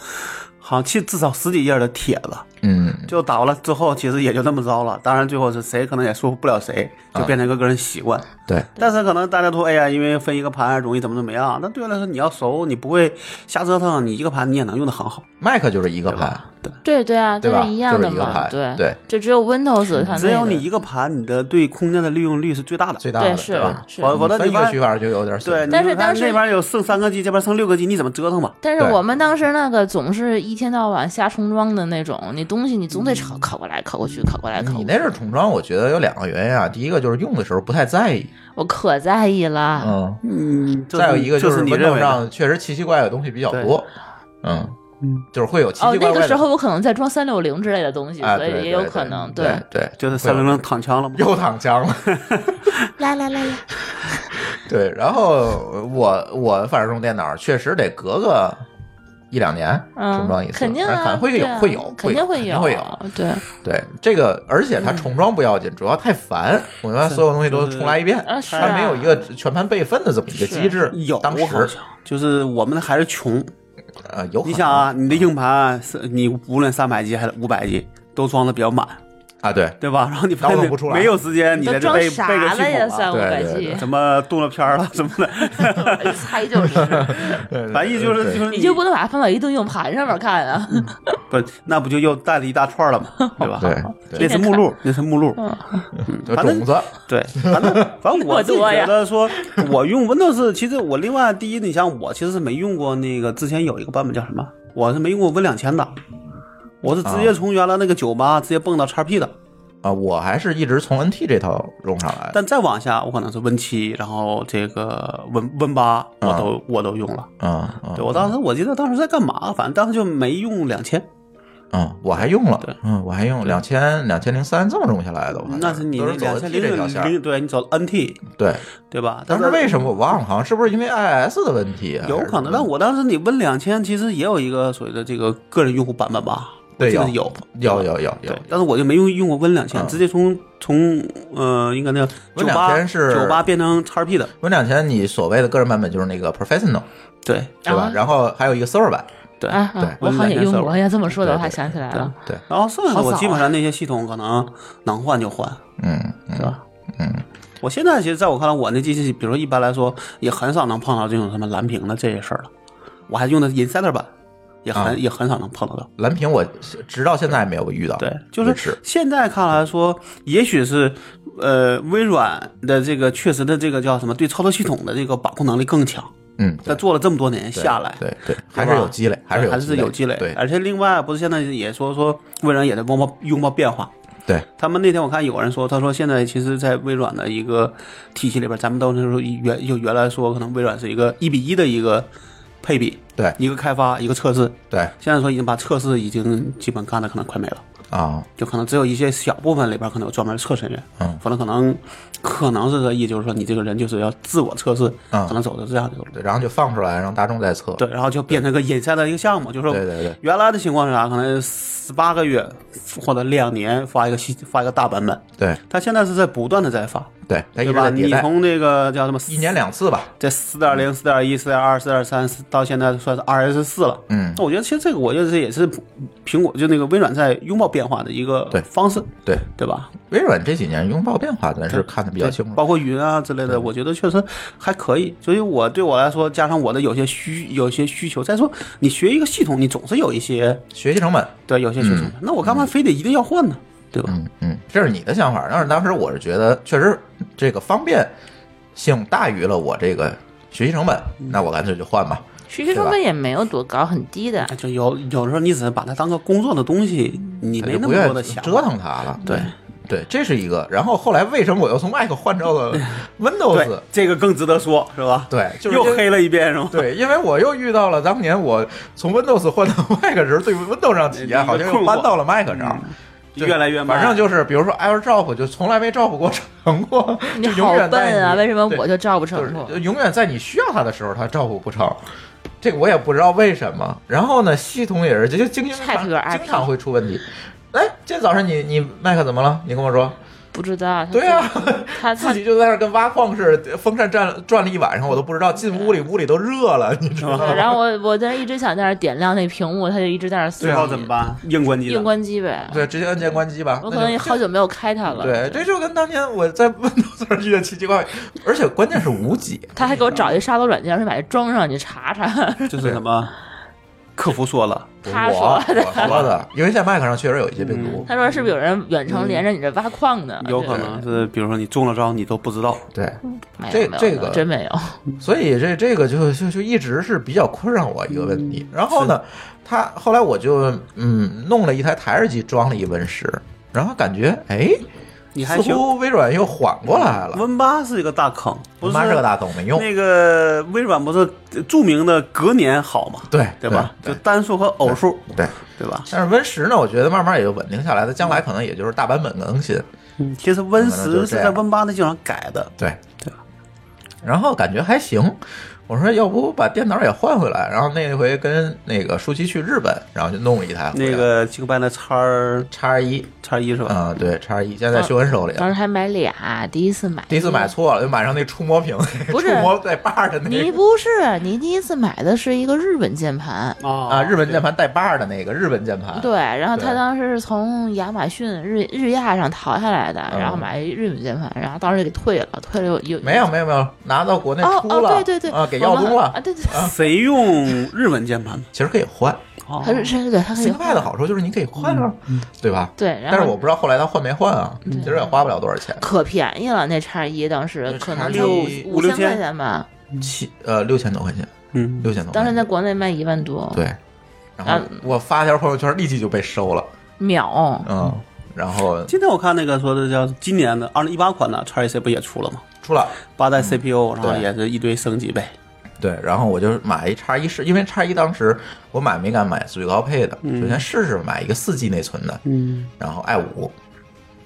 S5: 好像至至少十几页的帖子，
S3: 嗯，
S5: 就打完了之后，其实也就那么着了。当然最后是谁可能也说服不了谁，就变成一个个人习惯。
S3: 对，
S5: 但是可能大家都哎呀，因为分一个盘容易怎么怎么样。那对我来说，你要熟，你不会瞎折腾，你一个盘你也能用的很好。
S3: Mac 就是一个
S5: 对
S3: 盘
S5: 吧，
S6: 对对啊，
S3: 对
S6: 都
S3: 吧？
S6: 一样
S3: 就
S6: 的
S3: 是一个
S6: 嘛
S3: 盘，，
S6: 对
S3: 对，
S6: 就只有
S3: 嗯
S6: Windows 它
S5: 只
S6: 那
S5: 有
S6: 个
S5: 你一个盘，你的对空间的利用率是最大的。
S3: 最大的
S6: 对是
S3: 吧？
S6: 是，
S5: 我我的
S3: 分
S5: 地
S3: 一个
S5: 方
S3: 区块就有点
S5: 对，
S3: 损。
S5: 你
S6: 但是
S5: 就看
S6: 当时
S5: 那边有剩三个 G，这边剩六个 G，你怎么折腾吧？
S6: 但是
S3: 对
S6: 我们当时那个总是一天到晚瞎重装的那种，你东西你总得拷拷过来拷过去拷过来拷过
S3: 嗯你
S6: 去。
S3: 那是重装，我觉得有两个原因啊。第一个就是用的时候不太在意，
S6: 我可在意了，
S3: 嗯，
S5: 嗯，这
S3: 再有一个
S5: 这
S3: 就是是
S5: 你
S3: w
S5: 认
S3: i
S5: 为的
S3: 上确实奇奇怪怪的东西比较多，嗯，
S5: 嗯，
S3: 就是会有奇
S6: 哦
S3: 奇怪，怪
S6: 那
S3: 的。
S6: 个时候我可能在装三六零之类的东西，
S3: 哎
S6: 所以
S3: 对
S6: 也有
S3: 对
S6: 可能
S3: 对对，
S5: 就是
S3: 会有
S5: 三零零躺枪了吗？
S3: 又躺枪了。
S7: 来来来来，
S3: 对，然后我我反正用电脑确实得隔个一两年
S6: 嗯
S3: 重装一次，哎
S6: 肯定
S3: 反
S6: 啊，
S3: 正会有
S6: 对啊
S3: 会有
S6: 肯定
S3: 会
S6: 会
S3: 有肯定有。
S6: 有，嗯对，
S3: 对这个，而且它重装不要紧，主要太烦，我原来所有东西都重来一遍，
S6: 啊是
S3: 它
S6: 啊
S3: 没有一个全盘备份的这么一个机制。
S5: 有，
S3: 当
S5: 好
S3: 时
S5: 像就是我们还是穷。
S3: 呃有可
S5: 你
S3: 能
S5: 想啊，你的硬盘是你无论三百 G 还是五百 G 都装的比较满，
S3: 啊，对
S5: 对吧？然后你发
S3: 脑
S5: 现
S3: 补不出来
S5: 没有时间，你在
S6: 都
S5: 这
S6: 装
S5: 背
S6: 啥
S5: 背个系
S6: 了呀？
S5: 统
S6: 三
S5: 啊
S6: 五百
S3: 对对
S6: G，
S5: 什么动了片儿了 什么的，
S6: 我 猜就是，
S5: 反正就是就是
S6: 你就不能把它放到一顿硬盘上面看啊？
S3: 嗯
S5: 不那不就又带了一大串了吗？对吧？
S3: 对
S5: 那是目 录，那是目录。
S6: 嗯
S5: 嗯
S3: 有
S5: 反正
S3: 种子，
S5: 对，反正反正我
S6: 我
S5: 自己
S6: 多呀
S5: 觉得说，我用 Windows，其实我另外第一，你像我其实是没用过那个之前有一个版本叫什么，我是没用过 Win 两千的，我是直接从原来那个九八直接蹦到 x P 的，
S3: 啊，我还是一直从 NT 这套用上来的
S5: 但再往下我可能是 Win 七，然后这个 Win Win 八我都、我都用了。
S3: 啊啊
S5: 对我当时我记得当时在干嘛，反正当时就没用两千，
S3: 啊，我还用
S5: 对
S3: 了，嗯，我还用两千两千零三这么用下来的，我还
S5: 那是
S3: 哎
S5: 你
S3: 都是走
S5: 两
S3: 的
S5: 千
S3: T 这条
S5: 零
S3: 线儿，
S5: 零，对你走 NT
S3: 对，
S5: 对吧？
S3: 当时
S5: 但是
S3: 为什么我忘了？好像是不是因为 IS 的问题啊？
S5: 有可能，但我当时你问两千，其实也有一个所谓的这个个人用户版本吧，
S3: 对
S5: 我记得
S3: 有
S5: 有
S3: 有有有有嗯
S5: 对，，但是我就没用用过 Win 两千，直接从从呃应该那九
S3: Win
S5: 八
S3: 2000是
S5: 九八变成 x P 的，
S3: 我两千你所谓的个人版本就是那个 professional
S5: 对
S3: 对吧
S6: 啊？
S3: 然后还有一个 server 版，
S5: 对。
S6: 啊，
S3: 对
S6: 啊我好像也用
S5: 我
S6: 过。要这么说的话，
S3: 对对
S6: 想起来了，
S3: 对，
S5: 然后剩下的
S6: 好
S5: 我
S6: 早啊
S5: 基本上那些系统可能能换就换，
S3: 嗯嗯
S5: 对吧？
S3: 嗯，
S5: 我现在其实在我看来，我那机器比如说一般来说也很少能碰到这种什么蓝屏的这些事儿了，我还用的 Insider 版，也很、
S3: 啊
S5: 也很少能碰得到。
S3: 蓝屏我直到现在没有遇到，
S5: 对，啊就
S3: 支
S5: 是
S3: 持
S5: 现在看来说，也许是呃微软的这个确实的这个叫什么对操作系统的这个把控能力更强，
S3: 嗯，
S5: 在
S3: 对
S5: 做了这么多年下来，
S3: 对对，还是有积累，还是有
S5: 还是有积累。
S3: 对
S5: 而且另外不是现在也说说微软也在拥抱拥抱变化。
S3: 对，
S5: 他们那天我看有人说，他说现在其实，在微软的一个体系里边，咱们都是说原就原来说可能微软是一个一比一的一个配比，
S3: 对
S5: 一个开发一个测试，
S3: 对
S5: 现在说已经把测试已经基本干的可能快没了。
S3: 啊，
S5: 就可能只有一些小部分里边可能有专门测试人员，
S3: 嗯
S5: 反正可能可能是这意，就是说你这个人就是要自我测试，
S3: 嗯
S5: 可能走的是这样的一个路。
S3: 对，然后就放出来让大众再测，
S5: 对，然后就变成个引赛的一个项目，就是说
S3: 对对对
S5: 原来的情况是啥？可能十八个月或者两年发一个新发一个大版本，
S3: 对
S5: 它现在是在不断的在发，
S3: 对，它一直
S5: 对吧？
S3: 在迭
S5: 你
S3: 代，
S5: 从这个叫什么
S3: 一年两次吧，
S5: 这四点零、四点一、四点二、四点三，到现在算是 RS 四了。
S3: 嗯
S5: 那我觉得其实这个我觉得这也是苹果就那个微软在拥抱变化的一个
S3: 对
S5: 方式，
S3: 对，
S5: 对吧？
S3: 微软这几年拥抱变化，咱是看的比较清楚。
S5: 包括云啊之类的，我觉得确实还可以。所以我对我来说，加上我的有些需有些需求，再说你学一个系统，你总是有一些
S3: 学习成本，
S5: 对有些需求，那我干嘛非得一定要换呢？对吧？
S3: 嗯嗯，这是你的想法。但是当时我是觉得，确实这个方便性大于了我这个学习成本，
S5: 嗯
S3: 那我干脆就换吧。
S6: 学习
S3: 对吧
S6: 成本也没有多高，很低的。
S5: 哎就有有时候你只是把它当个工作的东西，你
S3: 他
S5: 没
S3: 就
S5: 那
S3: 不
S5: 么
S3: 愿
S5: 多
S3: 意
S5: 的想法
S3: 折腾它了。
S5: 对
S3: 对，这是一个。然后后来为什么我又从 Mac 换到了 Windows？
S5: 对，这个更值得说，是吧？
S3: 对，就是
S5: 又
S3: 因为
S5: 黑了一遍，是吗？ 嗯
S3: 对，因为我又遇到了当年我从 Windows 换到 Mac 时，对 Windows 上体验好像又搬到了 Mac 上，
S5: 就越来越慢。
S3: 反正就是比如说 AirDrop 就从来没 drop 过成 过，
S6: 你
S3: 就
S6: 好
S3: 永远在
S6: 笨啊！
S3: 你
S6: 为什么
S3: 对
S6: 我就照不
S3: 就
S6: 成
S3: 是
S6: 功？
S3: 就永远在你需要它的时候它照顾不成，这个我也不知道为什么。然后呢，系统也是，就就经经
S6: Chat
S3: 常
S6: 有点儿
S3: 经常会出问题。哎，今天早上你你麦克怎么了？你跟我说，
S6: 不知道。他
S3: 对呀、
S6: 他
S3: 自
S6: 他
S3: 己就在那儿跟挖矿似的，风扇转转了一晚上，我都不知道进屋里，屋里都热 了，你知道吗？
S6: 对然后我我在那一直想在那儿点亮那屏幕，他就一直在那儿
S5: 最
S6: 最
S5: 后怎么？办？硬关机了
S6: 硬关机呗。
S3: 对，直接按键关机吧。那
S6: 我可
S3: 就
S6: 能也好久没有开它了。
S3: 对，这就跟当年我在 Windows 上遇的奇奇怪怪，而且关键是无解。
S6: 他还给我找一杀毒软件，说把这装上，你查 查。
S5: 就是什么？客服说嗯了，
S6: 他
S3: 我
S6: 说的，
S3: 我说 的，因为在 Mac 上确实有一些病毒。
S6: 他说是不是有人远程连着你这挖矿呢？
S5: 嗯有可能是比如说你中了招，你都不知道。
S3: 对，
S6: 没
S3: 这
S6: 有，没有，
S3: 这
S6: 没有
S3: 个
S6: 真没有。
S3: 所以这这个就就就一直是比较困扰我一个问
S5: 嗯
S3: 题。然后呢，他后来我就嗯弄了一台台式机装了一 Win 十，然后感觉哎
S5: 你还
S3: 似
S5: 行。
S3: 乎微软又缓过来了。
S5: Win 八是一个大坑，不
S3: 妈是个大坑，没用。
S5: 那个微软不是著名的隔年好嘛？
S3: 对
S5: 对吧？
S3: 对
S5: 就单数和偶数，
S3: 对，
S5: 对吧？
S3: 但是 Win 十呢，我觉得慢慢也就稳定下来了，将来可能也就是大版本更新。
S5: 嗯，其实 Win
S3: 可能就
S5: 十
S3: 是这
S5: 是
S3: 样
S5: 在 Win 八的基础上改的，
S3: 对
S5: 对。
S3: 然后感觉还行，我说要不把电脑也换回来。然后那回跟那个舒淇去日本，然后就弄了一台回来
S5: 那个 g 拜的叉
S3: 叉一
S5: 叉一是吧？
S3: 啊，对叉一，现在在秀恩手里了。
S6: 当时还买俩，第一次买
S3: 第一次买
S6: 个
S3: 错了，就买上那触摸屏，
S6: 不是
S3: 触摸带把儿的那
S6: 你
S3: 个
S6: 不是，你第一次买的是一个日本键盘，
S3: 啊，日本键
S5: 盘
S3: 盘带把儿的那个日本键盘。
S6: 对，然后他
S3: 啊对
S6: 当时是从亚马逊日日亚上淘下来的，
S3: 嗯
S6: 然后买日本键盘，然后当时就给退了，退了又又
S3: 没有没有没有，拿到国内
S6: 哦
S3: 出了，
S6: 哦对对对
S3: 啊，给耀东
S6: 我们啊
S3: 了。
S6: 对对对，
S5: 谁用日本键盘？
S3: 其实可以换
S6: 啊
S5: 哦
S6: 他是是对，他可以
S3: c p 的好处就是你可以换啊，对吧？
S6: 嗯对，然
S3: 但是我
S6: 后嗯
S3: 不知道后来他换没换啊，其实也花不了多少钱，
S6: 可便宜了，那叉一当时
S3: 那
S6: 可
S3: 叉
S6: 能
S3: 一
S6: 就
S3: 五
S6: 五
S5: 六
S6: 千块
S5: 千
S6: 钱吧，
S3: 七呃六千多块钱，
S5: 嗯，
S3: 六千多块钱。
S6: 当时在国内卖一万多，
S3: 对，然后
S6: 啊
S3: 我发条朋友圈，立即就被收了，
S6: 秒
S3: 嗯，然后
S5: 今天我看那个说的叫今年的二零一八款的叉 E C 不也出了吗？
S3: 出了。
S5: 八代 CPU，然后
S3: 嗯对
S5: 也是一堆升级呗。
S3: 对，然后我就买一叉一试，因为叉一当时我买没敢买最高配的，首先试试买一个四 G 内存的，
S5: 嗯，
S3: 然后 i 五，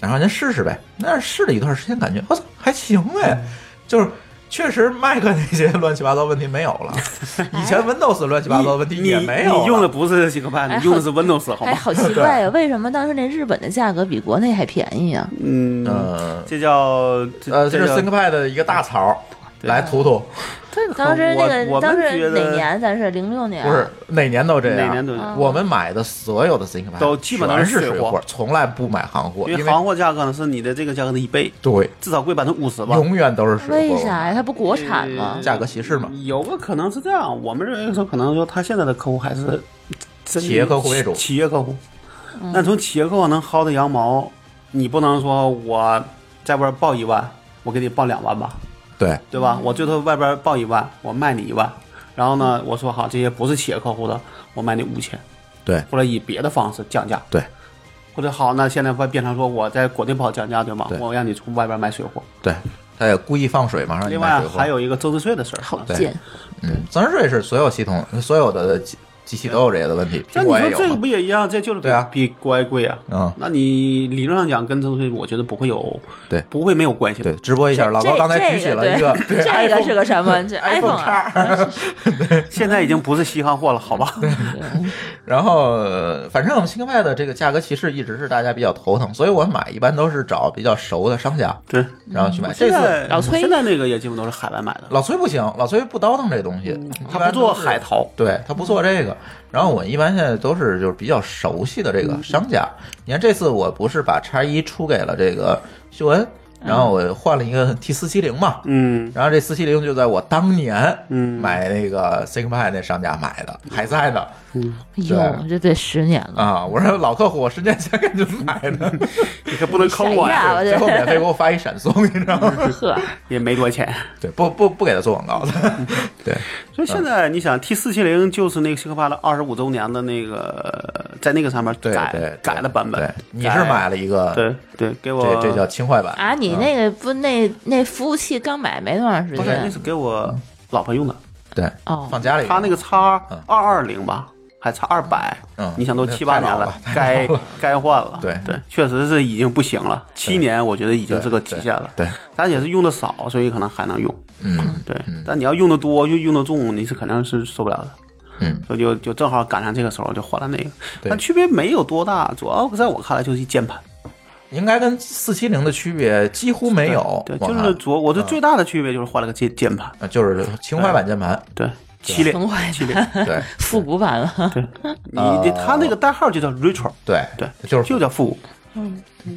S3: 然后先试试呗。但是试了一段时间，感觉我操还行
S5: 嗯
S3: 哎，就是确实 Mac 那些乱七八糟问题没有 了，以前 Windows 乱七八糟问题也没有啊了
S5: 你你用的不是 g 拜，
S6: 哎
S5: 你用的是 Windows 好
S6: 哎，
S5: 吗？
S6: 好奇怪呀、为什么当时那日本的价格比国内还便宜啊？
S5: 嗯，
S3: 嗯
S5: 这叫
S3: 呃，这是
S5: 叫
S3: ThinkPad 的一个大槽，来图图
S6: 当时那
S5: 我我
S6: 个当
S5: 们觉
S6: 时
S5: 得
S6: 哪年？咱是零六年，
S3: 不是哪年都这样，
S5: 哪年都这样
S3: 我们买的所有的 ThinkPad
S5: 都基本都是
S3: 全是
S5: 水货
S3: 货，从来不买行货，
S5: 因
S3: 因
S5: 为行货价格呢是你的这个价格的一倍，
S3: 对，
S5: 至少贵百分之五十吧。
S3: 永远都是水货。
S6: 为啥呀？它不国产吗？
S3: 价格歧视嘛？
S5: 有个可能是这样，我们认为说，可能说他现在的客户还是真的
S3: 企业客户为主
S5: 企企业客户。那从企业客户能薅的羊毛，你不能说我在外边报一万，我给你报两万吧，
S3: 对，
S5: 对吧？我最多外边报一万，我卖你一万，然后呢，我说好这些不是企业客户的，我卖你五千，
S3: 对，
S5: 或者以别的方式降价，
S3: 对，
S5: 或者好，那现在会变成说我在国内不好降价，对吗？
S3: 对
S5: 我让你从外边买水货。
S3: 对，他也故意放水嘛，让你
S5: 另
S3: 买
S5: 外
S3: 水货。
S5: 还，有一个增值税的事儿，
S6: 好
S3: 对
S6: 贱！
S3: 嗯，增值税是所有系统、所有的机机器都有这个的问题，
S5: 那
S3: 苹
S5: 你
S3: 果也
S5: 说这
S3: 有
S5: 个
S3: 嘛。
S5: 不也一样？这就是比
S3: 对啊
S5: 比国外贵啊。
S3: 嗯，
S5: 那你理论上讲，跟增值税我觉得不会有，
S3: 对
S5: 不会没有关系的
S3: 对，。直播一下，老高
S6: 这
S3: 刚才举起了一个，
S6: 这
S3: 对
S6: 这个是个什么？这
S3: iPhone
S6: 啊，
S3: 叉，
S5: 现在已经不是稀罕货了，好吧？
S3: 然后呃反正我们新派的这个价格歧视一直是大家比较头疼，所以我买一般都是找比较熟的商家，
S5: 对，
S3: 然后去买。这
S5: 现
S3: 次
S5: 在
S6: 老崔
S5: 现在那个也基本都是海外买的，
S3: 老崔不行，老崔不倒腾这东西，一
S5: 嗯他
S3: 般
S5: 不做
S3: 都是
S5: 海淘，
S3: 对他不做这个，然后我一般现在都是就是比较熟悉的这
S5: 嗯
S3: 个商家。你看这次我不是把叉一出给了这个秀恩，然后我换了一个 T 四七零嘛，
S5: 嗯，
S3: 然后这四七零就在我当年
S5: 嗯
S3: 买那个 ThinkPad 那商家买的，还在呢
S6: 哟，这得十年了。
S3: 啊！我说老客户，我十年前给你买的，
S5: 你可不能坑我
S6: 谁哎呀？
S5: 呀，
S6: 我
S3: 最后
S6: 这
S3: 免费给我发一闪送，你知道吗？
S6: 呵，
S5: 也没多钱。
S3: 对，不不不给他做广告的， 对
S5: 所以
S3: 嗯
S5: 现在你想 T 四七零就是那个西科帕的二十五周年的那个，在那个上面
S3: 对
S5: 改
S3: 对，
S5: 改了版
S3: 对
S5: 本，
S3: 你是买了一个
S5: 改对对，给我哎
S3: 这这叫轻快版
S6: 啊，你那个不那那服务器刚买没多长时
S5: 不是那
S6: 间
S5: 是给我老婆用的，
S3: 对，
S6: 哦，
S3: 放家里
S5: 他那个叉
S3: 哎嗯
S5: 二二零吧，还差二百
S3: 嗯，
S5: 你想都
S3: 那
S5: 七八
S3: 太
S5: 年
S3: 老
S5: 了
S3: 了，太
S5: 该
S3: 老了
S5: 该换了。
S3: 对
S5: 对，确实是已经不行了，七年我觉得已经
S3: 对
S5: 是个极限了。
S3: 对对
S5: 但也是用的少，所以可能还能用。
S3: 嗯
S5: 对，但你要用的多又用的重，你是肯定是受不了的。
S3: 嗯，
S5: 所以就就正好赶上这个时候就换了那个，
S3: 对
S5: 但区别没有多大，主要在我看来就是一键盘，
S3: 应该跟四七零的区别几乎没有。
S5: 对，
S3: 我
S5: 就
S3: 看啊
S5: 是主我的最大的区别就是换了个键键盘，
S3: 呃就是情怀版键盘，
S5: 对，七连
S6: 情怀
S5: 七连，
S3: 对
S6: 复古版了。
S5: 对，你它那个代号就叫 retro，
S3: 对
S5: 对，
S3: 呃就是
S5: 就叫复古，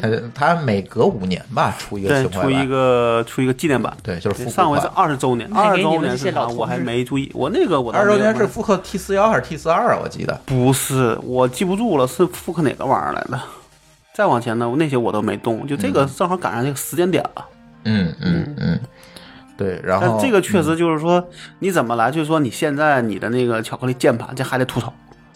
S3: 它它每隔五年吧出一个
S5: 对，
S3: 情怀
S5: 出
S3: 版，
S5: 一个出一个纪念版。
S3: 对，就是复
S5: 对
S3: 古
S5: 上回是
S3: 版。
S5: 二十周年，
S6: 还
S5: 二
S6: 给你
S5: 十周
S6: 们这
S5: 年
S6: 些
S5: 是啥？
S6: 老同志
S5: 我还没注意，我那个我倒
S3: 二十周
S5: 没有
S3: 年是
S5: 买
S3: 复刻 T 四幺还是 T 四二啊？我记得
S5: 不是？我记不住了，是复刻哪个玩意儿来的？再往前呢，那些我都没动，就这个正好赶上这个时间点了。
S3: 嗯嗯嗯，对，然后
S5: 但这个确实就是说，你怎么来？就是说你现在你的那个巧克力键盘，这还得吐槽，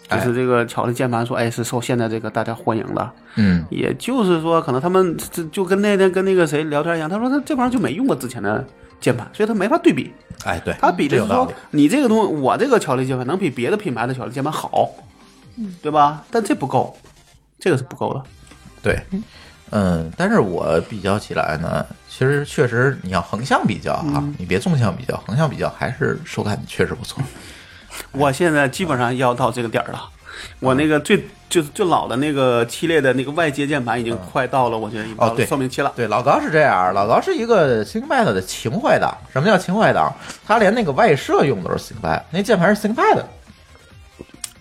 S5: 就
S3: 哎
S5: 是这个巧的键盘说，哎，是受现在这个大家欢迎的。
S3: 嗯，
S5: 也就是说，可能他们这就跟那天跟那个谁聊天一样，他说他这帮人就没用过之前的键盘，所以他没法对比。
S3: 哎，对，
S5: 他比
S3: 这
S5: 的是
S3: 有道
S5: 说
S3: 理，，
S5: 你这个东西，我这个巧力键盘能比别的品牌的巧力键盘好，
S6: 嗯
S5: 对吧？但这不够，这个是不够的。
S3: 对，嗯，但是我比较起来呢，其实确实你要横向比较啊，
S5: 嗯
S3: 你别纵向比较，横向比较还是手感确实不错。
S5: 我现在基本上要到这个点儿了，我那个最就是最老的那个系列的那个外接键盘已经快到了，我觉得已经
S3: 嗯哦
S5: 到
S3: 对
S5: 了寿命期了。
S3: 对，老高是这样，老高是一个 ThinkPad 的情怀党。什么叫情怀党？他连那个外设用的都是 ThinkPad，那键盘是 ThinkPad 的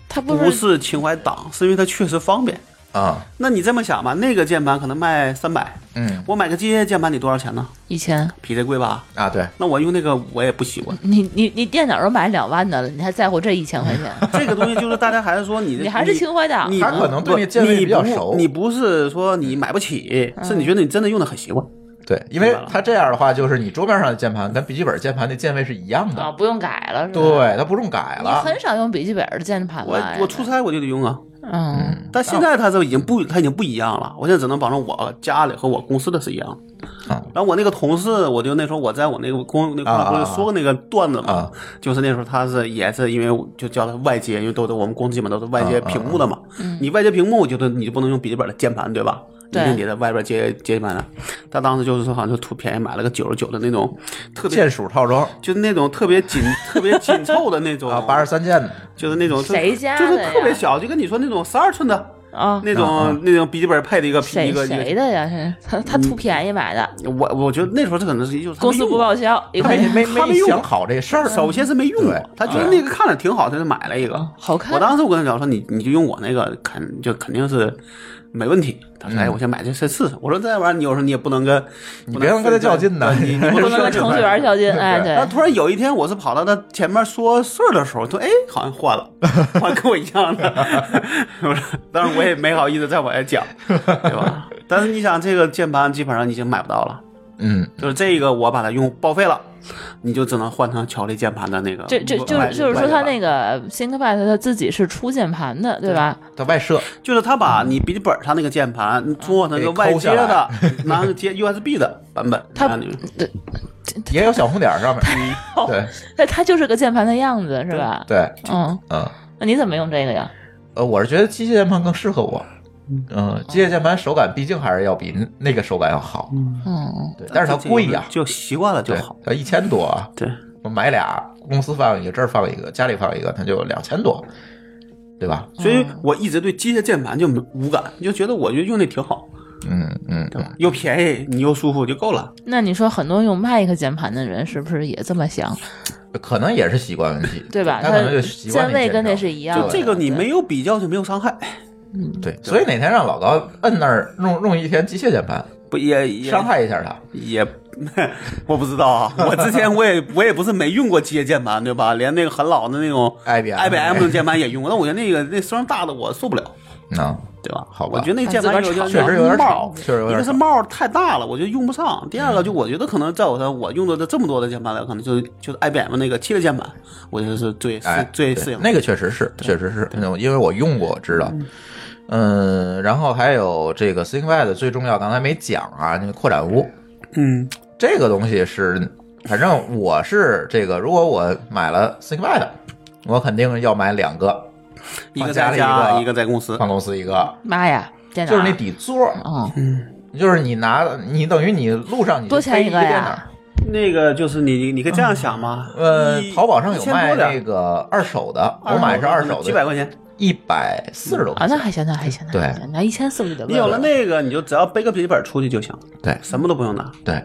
S6: 他不
S5: 不
S6: 是
S5: 是情怀党，是因为它确实方便。
S3: 啊。
S5: 那你这么想吧，那个键盘可能卖三百，
S3: 嗯
S5: 我买个机械键盘得多少钱呢？
S6: 以前
S5: 比这贵吧？
S3: 啊，对，
S5: 那我用那个我也不喜欢。
S6: 你你你电脑都买两万的了，你还在乎这一千块钱？
S5: 这个东西就是大家还是说你
S6: 你还是情怀党
S5: 你
S3: 他可能对那键位比较熟
S5: 你不你不是说你买不起，
S6: 嗯
S5: 是你觉得你真的用的很习惯。
S3: 对，因为他这样的话，就是你桌面上的键盘跟笔记本键盘的键位是一样的，
S6: 啊，不用改了是吧？，
S3: 对，他不用改
S6: 你
S3: 了。嗯
S6: 很少用笔记本的键盘
S5: 我
S6: 吧？
S5: 我出差我就得用啊，
S6: 嗯，
S5: 但现在它这已经不它已经不一样了。我现在只能保证我家里和我公司的是一样的。
S3: 啊
S5: 然后我那个同事，我就那时候我在我那个公那
S3: 啊啊
S5: 个公
S3: 啊
S5: 司说过那个段子嘛，
S3: 啊
S5: 就是那时候他是也是因为我就叫他外接，因为都是我们公司基本都是外接
S3: 啊啊啊
S5: 屏幕的嘛。你外接屏幕，就是你就不能用笔记本的键盘对吧？
S6: 嗯对
S5: 一定得在外边接接键盘的。他当时就是说好像就图便宜买了个九十九的那种特别
S3: 键鼠套装
S5: 就是那种特别紧、特别紧凑的那种
S3: 啊，八十三键的，
S5: 就是那种
S6: 谁家
S5: 就
S6: 的
S5: 是
S6: 呀
S5: 特别小，就跟你说那种十二寸的
S6: 啊，
S5: 那种、那种笔记本配的一个
S6: 谁
S5: 一个
S6: 谁
S5: 一个。
S6: 的呀？是他他图便宜买的，
S5: 我我觉得那时候这可能是就是他
S6: 公司
S5: 没用
S6: 不
S5: 过，
S6: 报销，一
S3: 没
S6: 块钱
S3: 没
S5: 他
S3: 没
S5: 们用
S3: 想好这事儿。
S5: 首先是没用过
S3: 对，
S5: 他觉得那个看着挺好，他就买了一个。
S6: 哦好看
S5: 我当时我跟他讲说，你你就用我那个，肯就肯定是没问题。他说，哎，我先买这先试试。我说这玩意儿，你有时候你也不能跟，
S3: 你别跟他较劲呐
S5: 对你你不
S6: 不
S5: 能
S6: 能
S5: 跟
S6: 跟程序员较劲，哎，
S5: 然后
S6: 对，
S5: 突然有一天，我是跑到他前面说事儿的时候，说哎，好像换了，换跟我一样的。 我说，当然我也没好意思再往下讲，对吧？但是你想，这个键盘基本上已经买不到了，
S3: 嗯，
S5: 就是这个我把它用报废了，你就只能换成乔力键盘的那
S3: 啊
S5: 个外。
S6: 这这就是就是说他那个 ThinkPad 他自己是出键盘的，对吧？
S3: 它外设
S5: 就是他把你笔记本上那个键盘你做成一个外
S3: 给
S5: 接
S3: 抠下
S5: 的， 拿个接 USB 的版本，
S6: 他
S5: 然后你
S3: 也有小红点儿上面，对
S6: 那他就是个键盘的样子，是吧？
S3: 对，
S6: 嗯，
S3: 嗯。
S6: 那你怎么用这个呀？
S3: 呃，我是觉得机械键盘更适合我。嗯，机械键盘手感毕竟还是要比那个手感要好。
S6: 嗯，
S3: 对，但是它贵呀、
S5: 就习惯了就
S3: 对
S5: 好。，
S3: 它一千多啊，
S5: 对，
S3: 我买俩，公司放一个，这儿放一个，家里放一个，它就两千多，对吧？
S5: 所以我一直对机械键盘就没无感，就觉得我就用那挺好，
S3: 嗯嗯，嗯
S5: 又便宜你又舒服就够了。
S6: 那你说很多用 Mac 键盘的人是不是也这么想？
S3: 嗯可能也是习惯问 题，
S6: 对吧？
S3: 他可能就习惯
S6: 键位跟
S3: 那
S6: 那是一样
S5: 就
S6: 的。
S5: 这个你
S6: 对
S5: 没有比较就没有伤害，
S3: 对，所以哪天让老高摁那儿弄弄一天机械键盘，
S5: 不也也
S3: 伤害一下他。
S5: 也， 我不知道啊。我之前我也我也不是没用过机械键盘，对吧？连那个很老的那种
S3: IBM
S5: IBM 的键盘也用过，但我觉得那个那声大的我受不了，
S3: 啊、
S5: 对吧？
S3: 好吧
S5: 我觉得那个键盘有点
S3: 确实有点吵
S5: 帽，
S3: 确实有
S5: 一
S3: 点
S5: 个是
S3: 吵。嗯
S5: 帽太大了，我就用不上。第二个就我觉得可能在我上我用的这么多的键盘来，可能就就是 IBM 那个七的键盘，我觉得是最
S3: 哎
S5: 适，最
S3: 对
S5: 适应的。
S3: 那个确实是，确实是，嗯因为我用过，知道。嗯，然后还有这个 ThinkPad 最重要，刚才没讲啊，那个扩展坞
S5: 嗯，
S3: 这个东西是，反正我是这个，如果我买了 ThinkPad，我肯定要买两个，
S5: 一
S3: 放
S5: 个
S3: 家
S5: 在
S3: 里
S5: 家，
S3: 一
S5: 一个在公司。
S3: 办公司一个，
S6: 妈呀，电脑
S3: 就是那底座，
S6: 嗯，
S3: 就是你拿你等于你路上你就
S6: 多钱
S3: 背
S6: 一
S3: 一
S6: 个
S3: 电
S6: 呀
S3: 脑。
S5: 那个就是你，你可以这样想吗？
S3: 呃，
S5: 一
S3: 淘宝上有
S5: 一千
S3: 卖
S5: 多点
S3: 那个二手的，我买是二手的，
S5: 几百块钱。
S3: 一百四十多块钱。
S6: 啊，那还行，那还行，那还行，那一千四不就得
S5: 你有
S6: 了？
S5: 了那个，你就只要背个笔记本出去就行，
S3: 对
S5: 什么都不用拿。
S3: 对，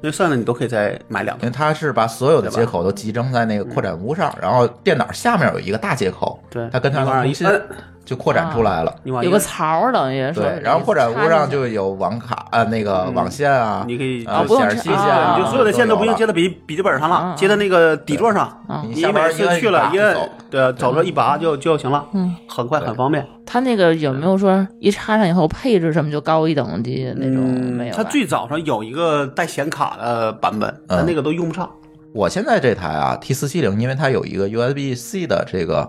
S5: 那剩下的你都可以再买两
S3: 因为
S5: 个。
S3: 它是把所有的
S5: 对吧嗯
S3: 接口都集中在那个扩展坞上，然后电脑下面有一个大接口，
S5: 对
S3: 它跟它
S5: 你往
S3: 的
S5: 上
S3: 中
S5: 一呃
S3: 心
S5: 摁啊
S3: 就扩展出来了。
S5: 你往一
S6: 有个槽儿等于说是
S3: 对，然后扩展
S6: 插
S3: 坞
S6: 进
S3: 上
S6: 去
S3: 就有网卡啊，那个网线啊，
S5: 嗯你可以
S3: 呃
S6: 啊不用
S3: 显示器
S6: 插
S3: 线
S6: 啊
S3: 啊，
S5: 你就所有的线都不用接到笔笔记本上
S6: 啊啊
S5: 了，接到那个底座上。
S3: 啊你
S5: 你
S3: 下班
S5: 每
S3: 儿一摁
S5: 次去
S3: 一
S5: 了
S3: 拔
S5: 一
S3: 就
S5: 摁
S3: 走，嗯
S5: 对，走了一拔就就行了，
S6: 嗯，
S5: 很快很方便。
S6: 它那个有没有说一插上以后配置什么就高一等级的那
S3: 嗯
S6: 种嗯没有吧？
S5: 它最早上有一个带显卡的版
S3: 嗯
S5: 本，但那个都用不上。
S3: 我现在这台啊 T 四七零，因为它有一个 USB C 的这个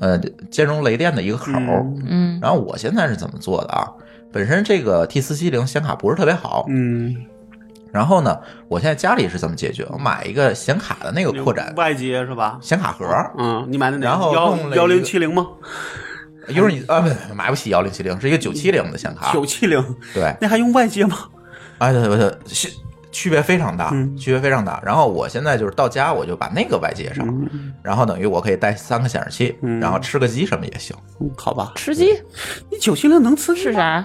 S3: 呃兼容雷电的一个口儿。
S6: 嗯
S3: 然后我现在是怎么做的啊？本身这个 T 四七零显卡不是特别好，
S5: 嗯，
S3: 然后呢，我现在家里是怎么解决？我买一个显卡的那个扩展
S5: 外接是吧？
S3: 显卡盒儿，
S5: 嗯，你买的哪
S3: 然
S5: 个？
S3: 后
S5: 幺
S3: 弄了一
S5: 幺
S3: 个
S5: 零七零吗？
S3: 一会儿你啊不买不起幺零七零，是一个九七零的显卡，
S5: 九七零，
S3: 对，
S5: 那还用外接吗？
S3: 哎对对对，是区别非常大，
S5: 嗯
S3: 区别非常大。然后我现在就是到家我就把那个外接上，然后等于我可以带三个显示器，
S5: 嗯
S3: 然后吃个鸡什么也行。
S5: 嗯好吧，
S6: 吃鸡
S5: 你九七零能吃
S6: 是？啥？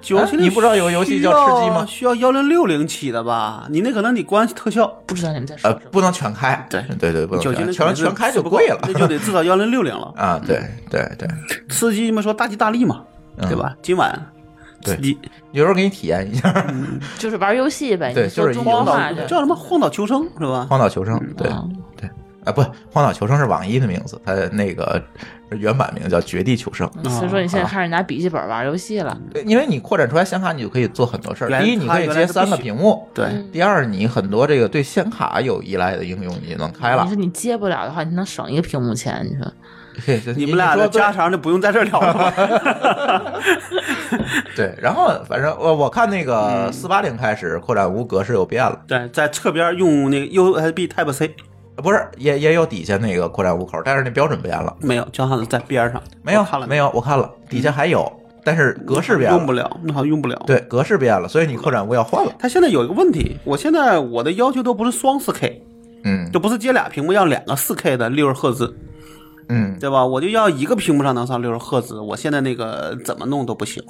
S5: 九七
S3: 啊
S5: 零
S3: 你不知道有个游戏叫吃鸡吗
S5: 需要幺零六零起的吧？你那可能你关特效，
S6: 不知道你们在说
S3: 呃
S6: 什么。，
S3: 不能全开，
S5: 对
S3: 对对，不能
S5: 九七
S3: 全
S5: 零
S3: 全全开就贵了
S5: 那就得至少幺零六零 了。
S3: 啊！对对对，
S5: 吃鸡嘛，说大吉大利嘛，对吧？今晚
S3: 嗯对
S5: 吃鸡
S3: 有时候给你体验一下
S5: 嗯
S3: 《
S6: 就是玩游戏 呗，
S3: 对
S6: 你说
S3: 就是
S6: 中
S3: 一
S6: 国
S3: 游
S5: 荒
S3: 戏
S6: 话
S5: 岛哦
S6: 就
S5: 叫什么荒岛求生是吧？
S3: 荒岛求生》，
S5: 嗯
S3: 对
S6: 啊
S3: 对。啊，不，《荒岛求生》是网易的名字，它那个原版名叫《绝地求生》。
S5: 哦
S6: 所以说你现在开始拿笔记本玩游戏了，
S3: 对因为你扩展出来显卡，你就可以做很多事儿。
S5: 原
S3: 第一，你可以接三个屏幕；
S5: 对，
S3: 第二，你很多这个对显卡有依赖的应用你能开
S6: 你
S3: 哎了
S6: 说。你接不了的话，你能省一个屏幕钱，你说
S3: 嘿这
S5: 你们俩
S3: 说
S5: 的
S3: 对
S5: 家常就不用在这儿聊了吧。
S3: 对，然后反正我我看那个四八零开始扩展坞格式又变了，
S5: 对，在侧边用那个 USB Type C，
S3: 呃不是也也有底下那个扩展坞口，但是那标准变了，
S5: 没有，江汉子在边上，
S3: 没有
S5: 我看了嗯
S3: 没有，我看了底下还有，但是格式变
S5: 用不
S3: 了，
S5: 了，那好像用不了。
S3: 对，格式变了，所以你扩展坞要换了，
S5: 它现在有一个问题，我现在我的要求都不是双四 K，
S3: 嗯
S5: 就不是接俩屏幕要两个四 K 的六十赫兹，
S3: 嗯，
S5: 对吧？我就要一个屏幕上能上六十赫兹，我现在那个怎么弄都不行，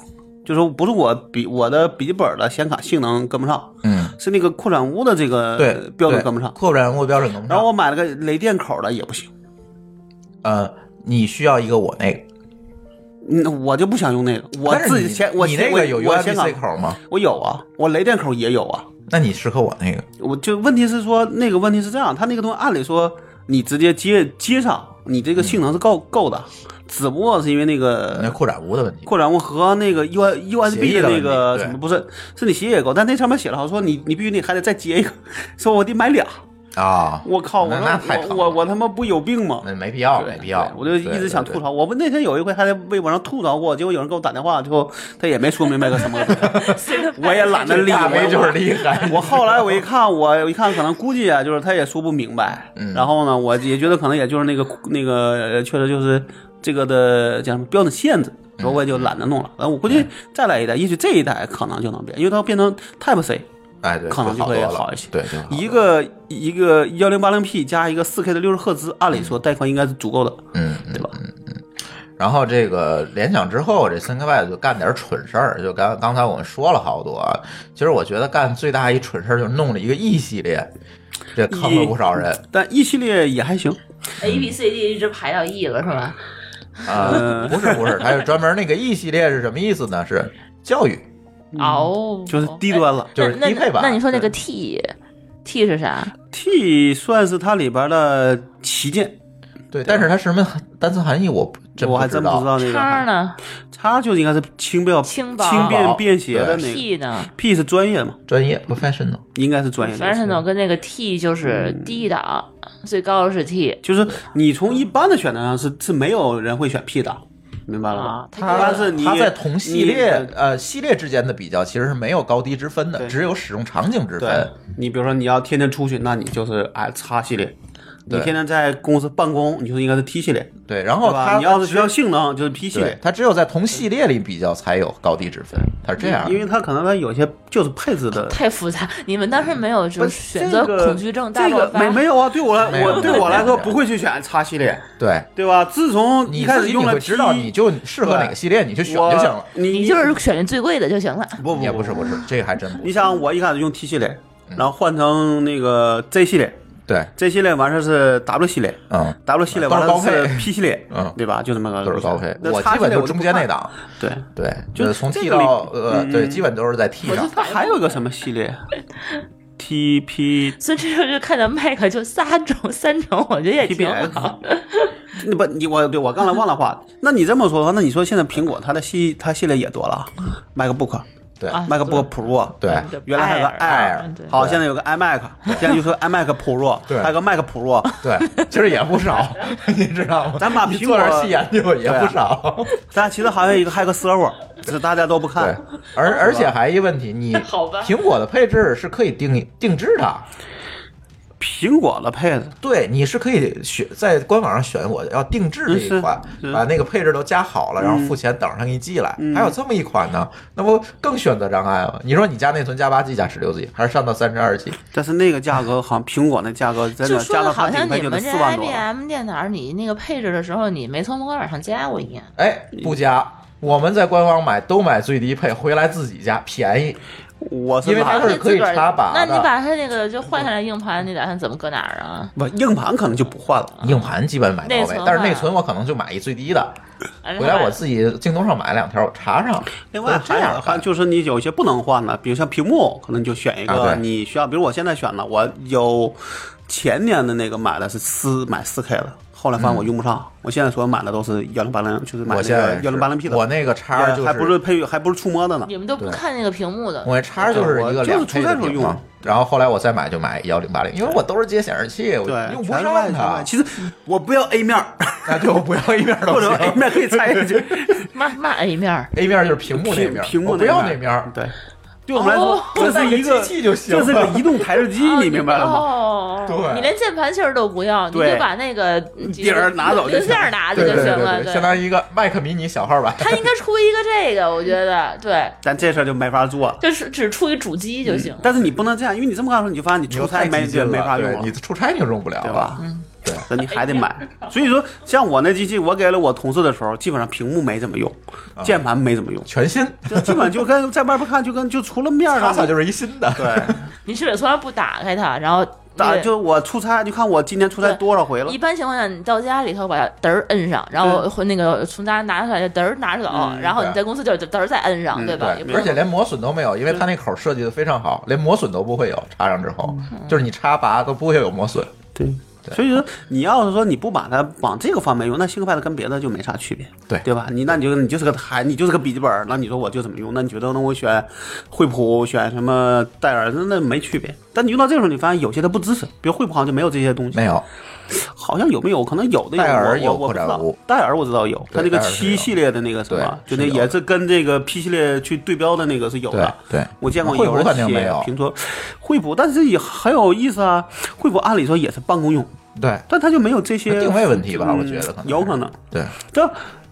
S5: 就是不是我笔我的笔记本的显卡性能跟不上，
S3: 嗯，
S5: 是那个扩展坞的这
S3: 对
S5: 个，呃标准
S3: 对
S5: 跟不上。
S3: 扩展坞标准跟不上，
S5: 然后我买了个雷电口的也不行，
S3: 呃，你需要一个我那个，
S5: 嗯，我就不想用那个，我
S3: 但是
S5: 自己
S3: 你
S5: 显我
S3: 你那
S5: 我
S3: 个有
S5: 我显
S3: USB
S5: 卡
S3: C 口吗？
S5: 我有啊，我雷电口也有啊。
S3: 那你适合我那个，
S5: 我就问题是说，那个问题是这样，它那个东西按理说你直接接接上，你这个性能是够够的，只不过是因为那
S3: 那
S5: 个
S3: 扩展坞的问题，
S5: 扩展坞和那个 U U S
S3: 协
S5: B
S3: 议的
S5: 的
S3: 问
S5: 那
S3: 题
S5: 个
S3: 对
S5: 什么不是，是你协议也够，但那上面写了好像说你你必须得还得再接一个，说我得买俩，
S3: 啊，
S5: 我靠，我
S3: 那那太
S5: 说
S3: 疼
S5: 我
S3: 了
S5: 我我他妈不有病吗？
S3: 那没必要，
S5: 对
S3: 没必要
S5: 对，我就一
S3: 对
S5: 直想
S3: 对
S5: 吐
S3: 对
S5: 槽。我们那天有一回还在微博上吐槽过，结果有人给我打电话，最后他也没说明白个什么个东西，我也懒得理。
S3: 大为就是厉害。
S5: 我后来我一看，我一看可能估计啊，就是他也说不明白。
S3: 嗯
S5: 然后呢，我也觉得可能也就是那个那个，呃确实就是这个的叫什么标准限制，所以我也就懒得弄了。然后我估
S3: 嗯
S5: 计再来一代，也许这一代可能就能变，因为它要变成 Type C，
S3: 哎，对，
S5: 可能就
S3: 好
S5: 会
S3: 多了
S5: 好一些
S3: 对，就好
S5: 一
S3: 多了
S5: 个一个幺零八零 P 加一个四 K 的六十赫兹，按理说带宽应该是足够的。
S3: 嗯，嗯
S5: 对吧？
S3: 嗯嗯。然后这个联想之后，这 ThinkPad 就干点蠢事儿，就刚刚才我们说了好多啊。其实我觉得干最大一蠢事儿，就弄了一个 E 系列，这坑了不少人
S5: 但 E 系列也还行，
S6: 哎 A B C D 一直排到 E 了是吧？
S3: 啊、
S5: 嗯
S3: 不是不是，它是专门那个 E 系列是什么意思呢？是教育，
S6: 哦，
S5: 就是低端了。
S3: 就是
S6: 那
S3: 低配版。
S6: 那你说那个 T T 是啥？
S5: 啊 T 算是它里边的旗舰，
S3: 对，但是它什么单词含义我不真
S5: 我还真不知
S3: 道。
S5: 道那
S6: 叉
S5: 个。
S6: 呢
S5: 叉就应该是轻便
S6: 轻薄
S5: 轻便便携的那个。
S6: ？T 呢
S5: P 是专业嘛，
S3: 专业 professional，
S5: 应该是专业的。
S6: ？Professional 跟那个 T 就是
S5: 嗯
S6: 低档，最高的是 T
S5: 就是你从一般的选择上是是没有人会选 P 的，明白了
S6: 啊
S5: 吧？
S6: 它
S5: 一般是你
S3: 它在同系
S5: 你
S3: 列呃系列之间的比较，其实是没有高低之分的，
S5: 对
S3: 只有使用场景之
S5: 对
S3: 分。，
S5: 你比如说你要天天出去，那你就是哎叉系列；你
S3: 对
S5: 天天在公司办公，你就应该是 T 系列，
S3: 对，然
S5: 对
S3: 后
S5: 吧？
S3: 它
S5: 你要是需要性能，就是 P 系
S3: 对
S5: 列，。
S3: 它只有在同系列里比较才有高低之分，它是这样的。
S5: 因为它可能它有些就是配置的
S6: 太复杂，你们当时没有
S5: 不
S6: 就是是选择
S5: 这个
S6: 恐惧症大
S5: 这
S6: 爆
S5: 个
S6: 发
S5: 没？没有啊？对我来
S3: 没有
S5: 我对我来说
S3: 没有
S5: 不会去选叉系列，
S3: 对
S5: 对吧？自从
S3: 你
S5: 一开
S3: 自
S5: 始
S3: 己
S5: 用
S3: 你
S5: 了
S3: 会
S5: T，
S3: 知道你就适合哪个系列，你去选
S5: 我
S3: 就行了。
S5: 你
S6: 你就是选的最贵的就行了。
S5: 不不
S3: 也不是不是，这个还真不
S5: 你想，我一开始用 T 系列，
S3: 嗯
S5: 然后换成那个 Z 系列
S3: 对，
S5: ，Z 系列完事儿是 W 系列
S3: 嗯，
S5: ，W 系列
S3: 都
S5: 完
S3: 是
S5: 事
S3: 高
S5: 儿
S3: 配
S5: 是 P 系列，
S3: 嗯
S5: 对吧？就这么个
S3: 都是高配，
S5: 那
S3: 我
S5: X
S3: 基
S5: 系
S3: 本
S5: 列
S3: 就
S5: 我就
S3: 中
S5: 不
S3: 间那
S5: 看。
S3: 档，
S5: 对，
S3: 对，
S5: 就
S3: 就是从
S5: 这
S3: T
S5: 个里
S3: 到呃，
S5: 嗯
S3: 对，基本都是在 T
S6: 我就
S3: 上。
S5: 它还有一个什么系列 ？T P
S6: 所以这时候就看到麦克就三种，三种，我觉得也
S5: T
S6: 挺
S5: B
S6: 好
S5: X。。你 不，你我对我刚才忘了话。那你这么说的话，那你说现在苹果它的系它系列也多了啊，MacBook、啊
S3: 对
S6: 啊，
S5: MacBook Pro，
S3: 对
S5: 哎原来还有个
S6: Air，
S5: Air，
S6: 嗯对
S5: 好，现在有个 iMac，现在就说 iMac Pro，
S3: 对
S5: 还有个 Mac Pro，
S3: 对，其实也不少，你知道吗？
S5: 咱把
S3: 你
S5: 苹
S3: 做点
S5: 果
S3: 细研究也不少。
S5: 咱其实还有一个还有个 server，只是大家都 不
S3: 对
S5: 看。，
S3: 而 而且还一个问题，你
S6: 好吧
S3: 苹果的配置是可以定定制的，
S5: 苹果的配置，
S3: 对，你是可以选在官网上选我要定制这一款，
S5: 嗯是嗯是
S3: 把那个配置都加好了，然后付钱等上一寄来。还有这么一款呢，那不更选择障碍吗？你说你加内存加八 G 加十六 G，还是上到三十二 G？
S5: 但是那个价格好像苹果那价格真
S6: 就
S5: 的
S6: 说
S5: 加到
S6: 的好
S5: 它
S6: 像
S5: 顶配
S6: 你
S5: 就得
S6: 们这
S5: 四万多。
S6: IBM 电脑，你那个配置的时候，你没从官网上加过一样。
S3: 哎，
S5: 嗯
S3: 不加。我们在官网买都买最低配，回来自己加便宜。
S5: 我是
S3: 因为它
S5: 买
S3: 是可以插拔的
S6: 那你把它那个就换下来硬盘，你打算怎么搁哪儿啊？
S5: 不硬盘可能就不换了，
S3: 硬盘基本买到
S6: 内
S3: 位
S6: 存，
S3: 但是内
S6: 吧
S3: 存我可能就买一最低的，
S6: 哎
S3: 回来我自己京东上买两条，我插上。
S5: 另
S3: 都
S5: 外
S3: 是
S5: 还
S3: 这样
S5: 有
S3: 的
S5: 还有就是你有一些不能换的，比如像屏幕，可能你就选一
S3: 啊
S5: 个
S3: 对
S5: 你需要。比如我现在选的，我有前年的那个买的是四买四 K 的，后来发现我用不上，我现在所买的都是幺零八零，就是买
S3: 嗯我
S5: 那
S3: 现在
S5: 个幺零八零 P 的。
S3: 我那个叉儿就是
S5: 还不是配还不是触摸的呢。
S6: 你们都不看那个屏幕的，
S3: 我那叉就是一个两 K 的
S5: 对我就是出差时候
S3: 屏
S5: 用
S3: 幕，然后后来我再买就买幺零八零，因为我都是接显示器，我
S5: 对，
S3: 用不
S5: 全是
S3: 上
S5: 外形
S3: 它
S5: 外。其实我不要 A 面儿，
S3: 那就不要一面儿
S5: 或
S3: 都
S5: 者哎 A
S3: 行。
S5: 面可以拆下去，
S6: 嘛嘛 A 面 儿，
S3: A 面儿就是屏幕那
S5: 屏
S3: 面儿，
S5: 屏幕
S3: 我 不要
S5: 那
S3: 那面儿。
S5: 对，对我们来说
S6: 哦，
S5: 这是一
S3: 带个机器就行
S5: 这是个移动台式 机，你明白了吗？
S6: 哦，
S3: 对
S6: 你连键盘芯儿都不要，你
S5: 对
S6: 就把那个
S5: 碟儿拿走就行
S6: 零件儿拿走
S3: 对
S6: 就
S3: 对
S6: 行
S3: 对
S6: 了。
S3: 对，相当于一个 Mac mini 小号版。
S6: 他应该出一个这个，我觉得对，
S5: 咱这事儿就没法做。
S6: 就是只出一主机就行。
S5: 但是你不能这样，因为你这么干的时候，你就发现你
S3: 你又
S5: 出差
S3: 太
S5: 没
S3: 激进
S5: 对
S3: 了
S5: 没法用
S3: 对
S5: 了，
S3: 你出差你就用不了
S5: 对
S3: 了
S5: 吧。？所以你还得买。所以说，像我那机器，我给了我同事的时候，基本上屏幕没怎么用，键盘没 怎么用，
S3: 全新，
S5: 就基本上就跟在外边看，就跟就除了面儿
S3: 擦
S5: 上
S3: 擦
S5: 的
S3: 就是一新的。
S5: 对。
S6: 你是得从来不打开它，然后那
S5: 打
S6: 个
S5: 就我出差，就看我今年出差多少回了嗯
S6: 一。般情况下，你到家里头把它嘚儿摁上，然后会那个从家拿出来就嘚儿拿走，然后你在公司就嘚儿再摁
S5: 嗯
S6: 上，对吧？也不
S3: 对，
S6: 用
S3: 而且连磨损都没有，因为它那口设计的非常好，连磨损都不会有。插上之后，
S5: 嗯
S3: 就是你插拔都不会有磨损。
S5: 对，所以说你要是说你不把它往这个方面用，那 ThinkPad 跟别的就没啥区别，
S3: 对
S5: 对吧？你那你就你就是个台，你就是个笔记本，那你说我就怎么用？那你觉得那我选惠普、选什么戴尔，那那没区别。但你用到这个时候，你发现有些它不支持，比如惠普好像就没有这些东西，
S3: 没有，
S5: 好像有没有？可能有的有
S3: 戴尔
S5: 我
S3: 有
S5: 我我
S3: 扩
S5: 不知
S3: 展
S5: 道
S3: 坞。
S5: 戴尔我知道有，它
S3: 对
S5: 那个
S3: 戴尔是有
S5: 七系列的那个什么，
S3: 对
S5: 就那
S3: 是有
S5: 也是跟这个 P 系列去对标的那个是有的。
S3: 对对
S5: 我见过
S3: 惠
S5: 有
S3: 普
S5: 人
S3: 肯定没
S5: 写
S3: 有
S5: 评说惠普，但是也很有意思啊。惠普按理说也是办公用，
S3: 对，
S5: 但它就没有这些
S3: 定位问题吧
S5: 嗯
S3: 我觉得可能是
S5: 有可能。
S3: 对，
S5: 这，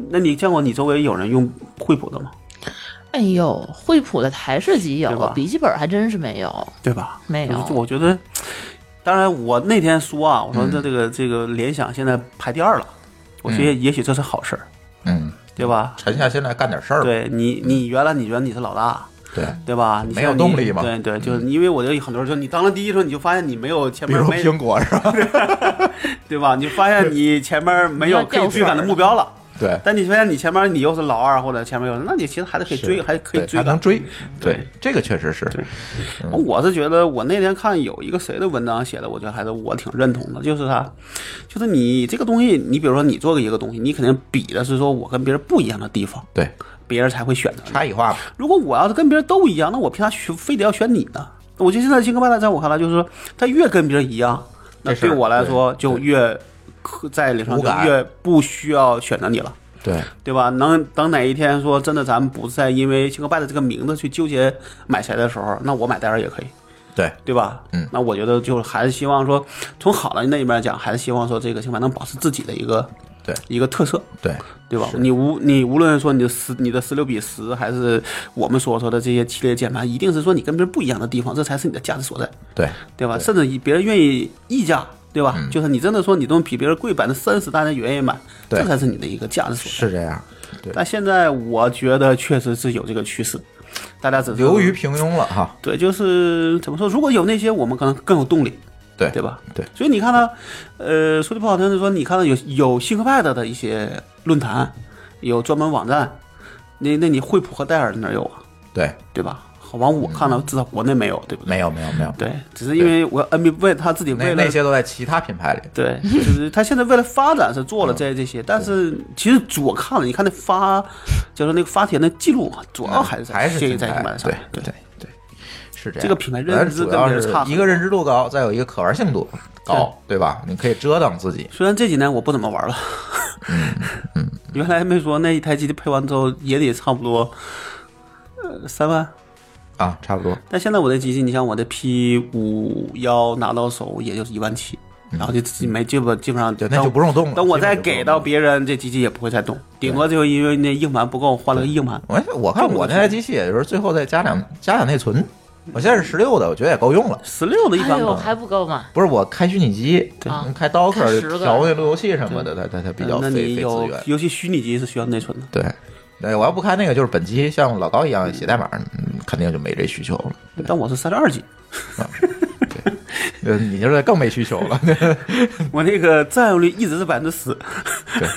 S5: 那你见过你周围有人用惠普的吗？
S6: 哎呦，惠普的台式机
S5: 对
S6: 有
S5: 吧，
S6: 笔记本还真是没有。
S5: 对吧？
S6: 没有
S5: 就是我觉得，当然我那天说啊，我说
S6: 嗯
S5: 这这个这个联想现在排第二了，我觉得也许这是好事儿，
S3: 嗯，
S5: 对吧？
S3: 沉下心来干点事儿吧。
S5: 对你，你原来你觉得你是老大，
S3: 对，
S5: 对吧？你
S3: 没有
S5: 像你
S3: 动力嘛嗯
S5: 对对，就是因为我觉得很多人说你当了第一的时候，你就发现你没有前
S3: 比
S5: 面
S3: 如
S5: 没
S3: 苹果是吧？
S5: 对吧？你就发现你前面没有
S6: 要
S5: 可
S6: 掉
S5: 以追赶的目标了。
S3: 对，
S5: 但你发现你前面你又是老二或者前面又是，那你其实还是可以追，
S3: 是
S5: 还可以
S3: 对
S5: 追
S3: 还
S5: 赶
S3: 能。追。
S5: 对
S3: 对，这个确实是。嗯
S5: 我是觉得我那天看有一个谁的文章写的，我觉得还是我挺认同的，就是啥，就是你这个东西，你比如说你做一个东西，你肯定比的是说我跟别人不一样的地方，
S3: 对，
S5: 别人才会选择你。
S3: 差异化嘛。
S5: 如果我要是跟别人都一样，那我凭啥选非得要选你呢？我觉得现在新科曼达在我看来，就是说他越跟别人一样，那
S3: 这事儿
S5: 对我来说
S3: 对
S5: 就越可在脸上
S3: 无
S5: 就
S3: 感
S5: 越不需要选择你了。
S3: 对，
S5: 对吧？能等哪一天说真的，咱们不再因为 t h i n k p a 这个名字去纠结买谁的时候，那我买戴尔也可以，
S3: 对，
S5: 对吧？
S3: 嗯
S5: 那我觉得就是还是希望说，从好的那一面讲，还是希望说这个 t h i n k p a 能保持自己的一个
S3: 对
S5: 一个特色，
S3: 对，
S5: 对吧？你无你无论说你的十你的十六比十，还是我们所说的这些系列键盘，一定是说你跟别人不一样的地方，这才是你的价值所在，
S3: 对，嗯
S5: 对吧？甚至以别人愿意议价。对吧？就是你真的说你都比别人贵百分之三十，大家愿意买，
S3: 对
S5: 这才是你的一个价值所在。
S3: 是这样。对，
S5: 但现在我觉得确实是有这个趋势，大家只是
S3: 流于平庸了哈。
S5: 对，就是怎么说？如果有那些，我们可能更有动力，
S3: 对，
S5: 对？吧？
S3: 对
S5: 所以你看呢，呃，说句不好听的说，你看到有有新科派的的一些论坛，有专门网站，那那你惠普和戴尔那儿有啊，
S3: 对，
S5: 对吧？好像我看到至少国内没有，对不
S3: 嗯
S5: 对？
S3: 没有没有没有，
S5: 对，只是因为我 NB 为他自己
S3: 那
S5: 为了
S3: 那些都在其他品牌里。
S5: 对，就是他现在为了发展是做了这
S3: 嗯
S5: 这些，但是其实我看了，你看那发，就是那个发帖那记录嘛，主要哦还是
S3: 嗯还是
S5: 建
S3: 品
S5: 议在品
S3: 牌
S5: 牌上
S3: 对。对对对，是这样。
S5: 这个品牌认
S3: 咱
S5: 知
S3: 主
S5: 跟
S3: 要
S5: 别人
S3: 是
S5: 差很
S3: 一个认知度高，再有一个可玩性度高，对吧？你可以折腾自己。
S5: 虽然这几年我不怎么玩了，
S3: 嗯
S5: 原来没说那一台机器配完之后也得差不多，呃，三万。
S3: 啊，差不多。
S5: 但现在我的机器，你像我的 P 五幺拿到手也就是一万七，然后就自己没基本基本上
S3: 嗯对那就不用动了
S5: 等我再
S3: 基本就不用
S5: 给到
S3: 动了
S5: 别人，这机器也不会再动，顶多就因为那硬盘不够换了个硬盘。
S3: 我哎我看我那台机器也就是最后再加两加两内存，我现在是十六的，我觉得也够用了。
S5: 十六的一
S6: 哎
S5: 般
S6: 呦，
S5: 够。
S6: 还不够吗？
S3: 不是我开虚拟机，
S6: 啊
S3: 能开
S6: 开
S3: Docker
S6: 十个
S3: 调那路由器什么的，它它它比较
S5: 嗯那
S3: 费费
S5: 你
S3: 资
S5: 有
S3: 源。
S5: 尤其虚拟机是需要内存的。
S3: 对，对，我要不开那个，就是本机像老高一样写代码，嗯肯定就没这需求了。
S5: 但我是三十二 G，
S3: 呃，你就是更没需求了。
S5: 我那个占有率一直是百分之十。
S3: 对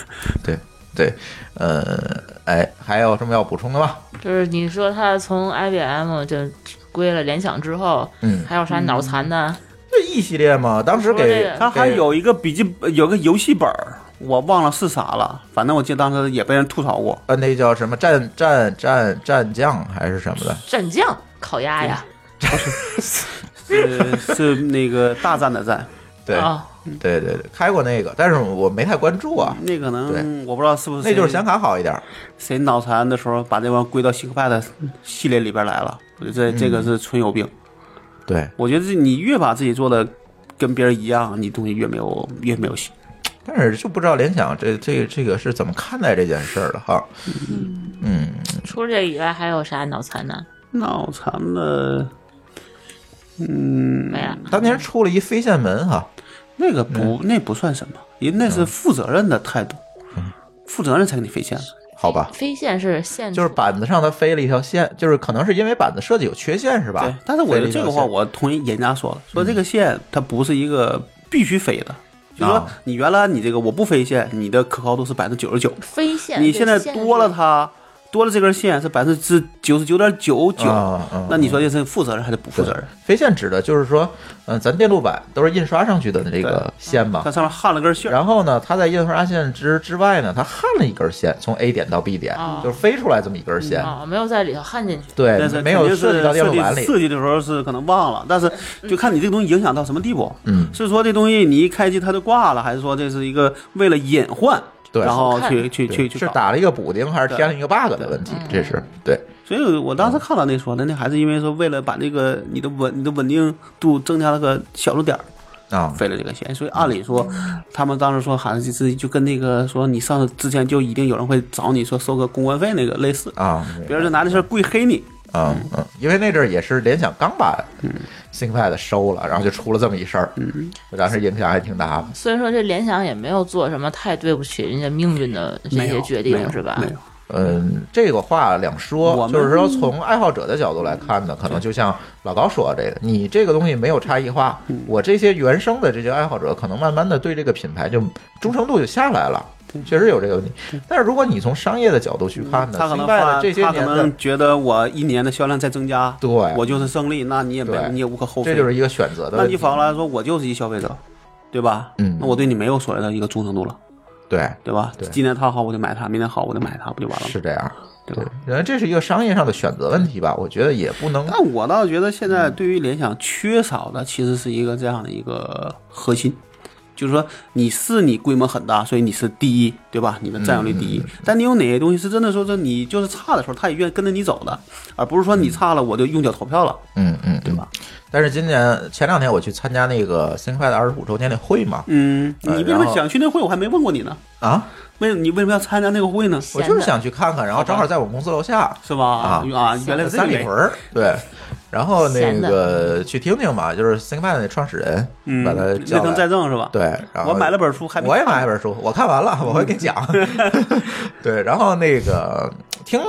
S3: 对对，呃，哎，还有什么要补充的吗？
S6: 就是你说他从 IBM 就归了联想之后，
S3: 嗯
S6: 还有啥脑残
S5: 嗯
S6: 的？
S3: 这 E 系列嘛，当时
S6: 说这
S3: 给
S6: 个
S5: 它还
S3: 给
S5: 有一个笔记，有个游戏本儿，我忘了是啥了，反正我记得当时也被人吐槽过。
S3: 呃那叫什么战战战战将还是什么的，
S6: 蘸酱烤鸭呀？
S5: 嗯 是是那个大战的战，
S3: 对、
S6: 啊，
S3: 对对对，开过那个，但是我没太关注啊。
S5: 那可
S3: 对
S5: 能我不知道是不是
S3: 那就是
S5: 谁
S3: 显卡好一点，
S5: 谁脑残的时候把这玩意儿归到 ThinkPad 系列里边来了，我觉得这这个是纯有病。
S3: 嗯对，
S5: 我觉得这你越把自己做的跟别人一样，你东西越没有越没有戏。
S3: 但是就不知道联想这这这个是怎么看待这件事儿的哈。嗯，
S6: 除了这以外还有啥脑残的？
S5: 脑残的，嗯
S6: 没了。
S3: 当年出了一飞线门哈，
S5: 那个不、
S3: 嗯
S5: 那不算什么，人那是负责任的态度，
S3: 嗯
S5: 负责任才给你飞线。
S3: 好吧，
S6: 飞线是
S5: 嗯
S6: 线，
S3: 就是板子上它飞了一条线，就是可能是因为板子设计有缺陷是吧？
S5: 对，但是我觉
S3: 飞了
S5: 得
S3: 一
S5: 这
S3: 条
S5: 个话，
S3: 线嗯
S5: 我同意人家说了，说这个线它不是一个必须飞的，就说
S3: 啊
S5: 你原来你这个我不飞线，你的可靠度是百分之九十九，
S6: 飞线，
S5: 你现在
S6: 线
S5: 多了
S6: 是
S5: 它，多了这根线是百分之九十九点九九
S3: 啊啊，
S5: 那你说这是负责任还是不负责任？
S3: 飞线指的就是说，嗯、咱电路板都是印刷上去的这个线嘛
S5: 它。上面焊了根线儿，
S3: 然后呢，它在印刷线之之外呢，它焊了一根线，从 A 点到 B 点，
S6: 啊
S3: 就是飞出来这么一根线。
S6: 啊，没有在里头焊进去。
S3: 对
S5: 但是，
S3: 哎没
S5: 肯
S3: 有
S5: 定
S3: 涉及
S5: 是
S3: 到电
S5: 设
S3: 路
S5: 计
S3: 板里。
S5: 设计的时候是可能忘了，但是
S6: 嗯
S5: 就看你这个东西影响到什么地步。
S3: 嗯
S5: 是说这东西你一开机它就挂了，还是说这是一个为了隐患，
S3: 对
S5: 然后
S6: 好看
S5: 去去去去
S3: 是
S5: 搞
S3: 打了一个补丁还是添了一个 bug 的问题？这是对，
S5: 所以我当时
S3: 嗯
S5: 看到那说的，那还是因为说为了把这个你的稳你的稳定度增加了个小数点儿，
S3: 啊，
S5: 飞了这个线。所以按理说，他们当时说好像就是就跟那个说你上次之前就一定有人会找你说收个公关费那个类似，
S3: 啊，
S5: 别人就拿这事儿故意黑你。
S3: 嗯嗯，因为那阵儿也是联想刚把
S5: 嗯
S3: ThinkPad 收了，然后就出了这么一事儿，当时影响还挺大的。
S6: 所以说这联想也没有做什么太对不起人家命运的这
S5: 没
S6: 些
S5: 有
S6: 决
S5: 没有
S6: 定，是吧
S5: 没？有，
S3: 嗯，这个话两
S5: 我
S3: 说，
S5: 们
S3: 就是说从爱好者的角度来看呢，可能就像老高说的这个，你这个东西没有差异化，
S5: 嗯
S3: 我这些原生的这些爱好者，可能慢慢的对这个品牌就忠诚度就下来了。
S5: 嗯
S3: 确实有这个问题，但是如果你从商业的角度去看呢，
S5: 嗯他可能
S3: ThinkPad
S5: 发
S3: 这些
S5: 他
S3: 年
S5: 可
S3: 的
S5: 能觉得我一年的销量在增加，
S3: 对
S5: 我就是胜利，那你也没
S3: 对
S5: 你也无可厚非。
S3: 这就是一个选择的
S5: 那
S3: 问
S5: 你
S3: 题。
S5: 反过来说，我就是一消费者，对吧？
S3: 嗯
S5: 那我对你没有所谓的一个忠诚度了，
S3: 对，
S5: 对吧？
S3: 对
S5: 今年它好我就买它，明年好我就买它，不就完了吗？
S3: 是这样。
S5: 对
S3: 对
S5: 吧？，
S3: 然后这是一个商业上的选择问题吧，我觉得也不能
S5: 但我倒觉得现在对于联想缺少的其实是一个这样的一个核心，就是说你是你规模很大，所以你是第一，对吧？你的占有率第
S3: 嗯
S5: 一。但你有哪些东西是真的说是你就是差的时候，他也愿意跟着你走的，而不是说你差了我就用脚投票了，
S3: 嗯嗯，
S5: 对吧？
S3: 但是今年前两天我去参加那个 ThinkPad 二十五周年那会嘛，
S5: 嗯，
S3: 呃
S5: 你为什
S3: 然
S5: 么
S3: 后
S5: 想去那会？我还没问过你呢。
S3: 啊，
S5: 为你为什么要参加那个会呢？
S3: 我就是想去看看，然后正好在我们公司楼下，
S5: 是吧？
S3: 啊
S5: 啊，原来是这
S3: 三
S5: 个
S3: 里
S5: 原
S3: 屯
S5: 因。
S3: 儿， 对。然后那
S6: 闲
S3: 个去听听吧，就是 ThinkPad 那创始人，
S5: 嗯，
S3: 把他
S5: 内
S3: 叫
S5: 藤
S3: 来
S5: 再。正是吧？
S3: 对，然后
S5: 我买了本书，还没
S3: 我也
S5: 看嗯
S3: 买了本书，我看完了，我会给你讲。 对，然后那个听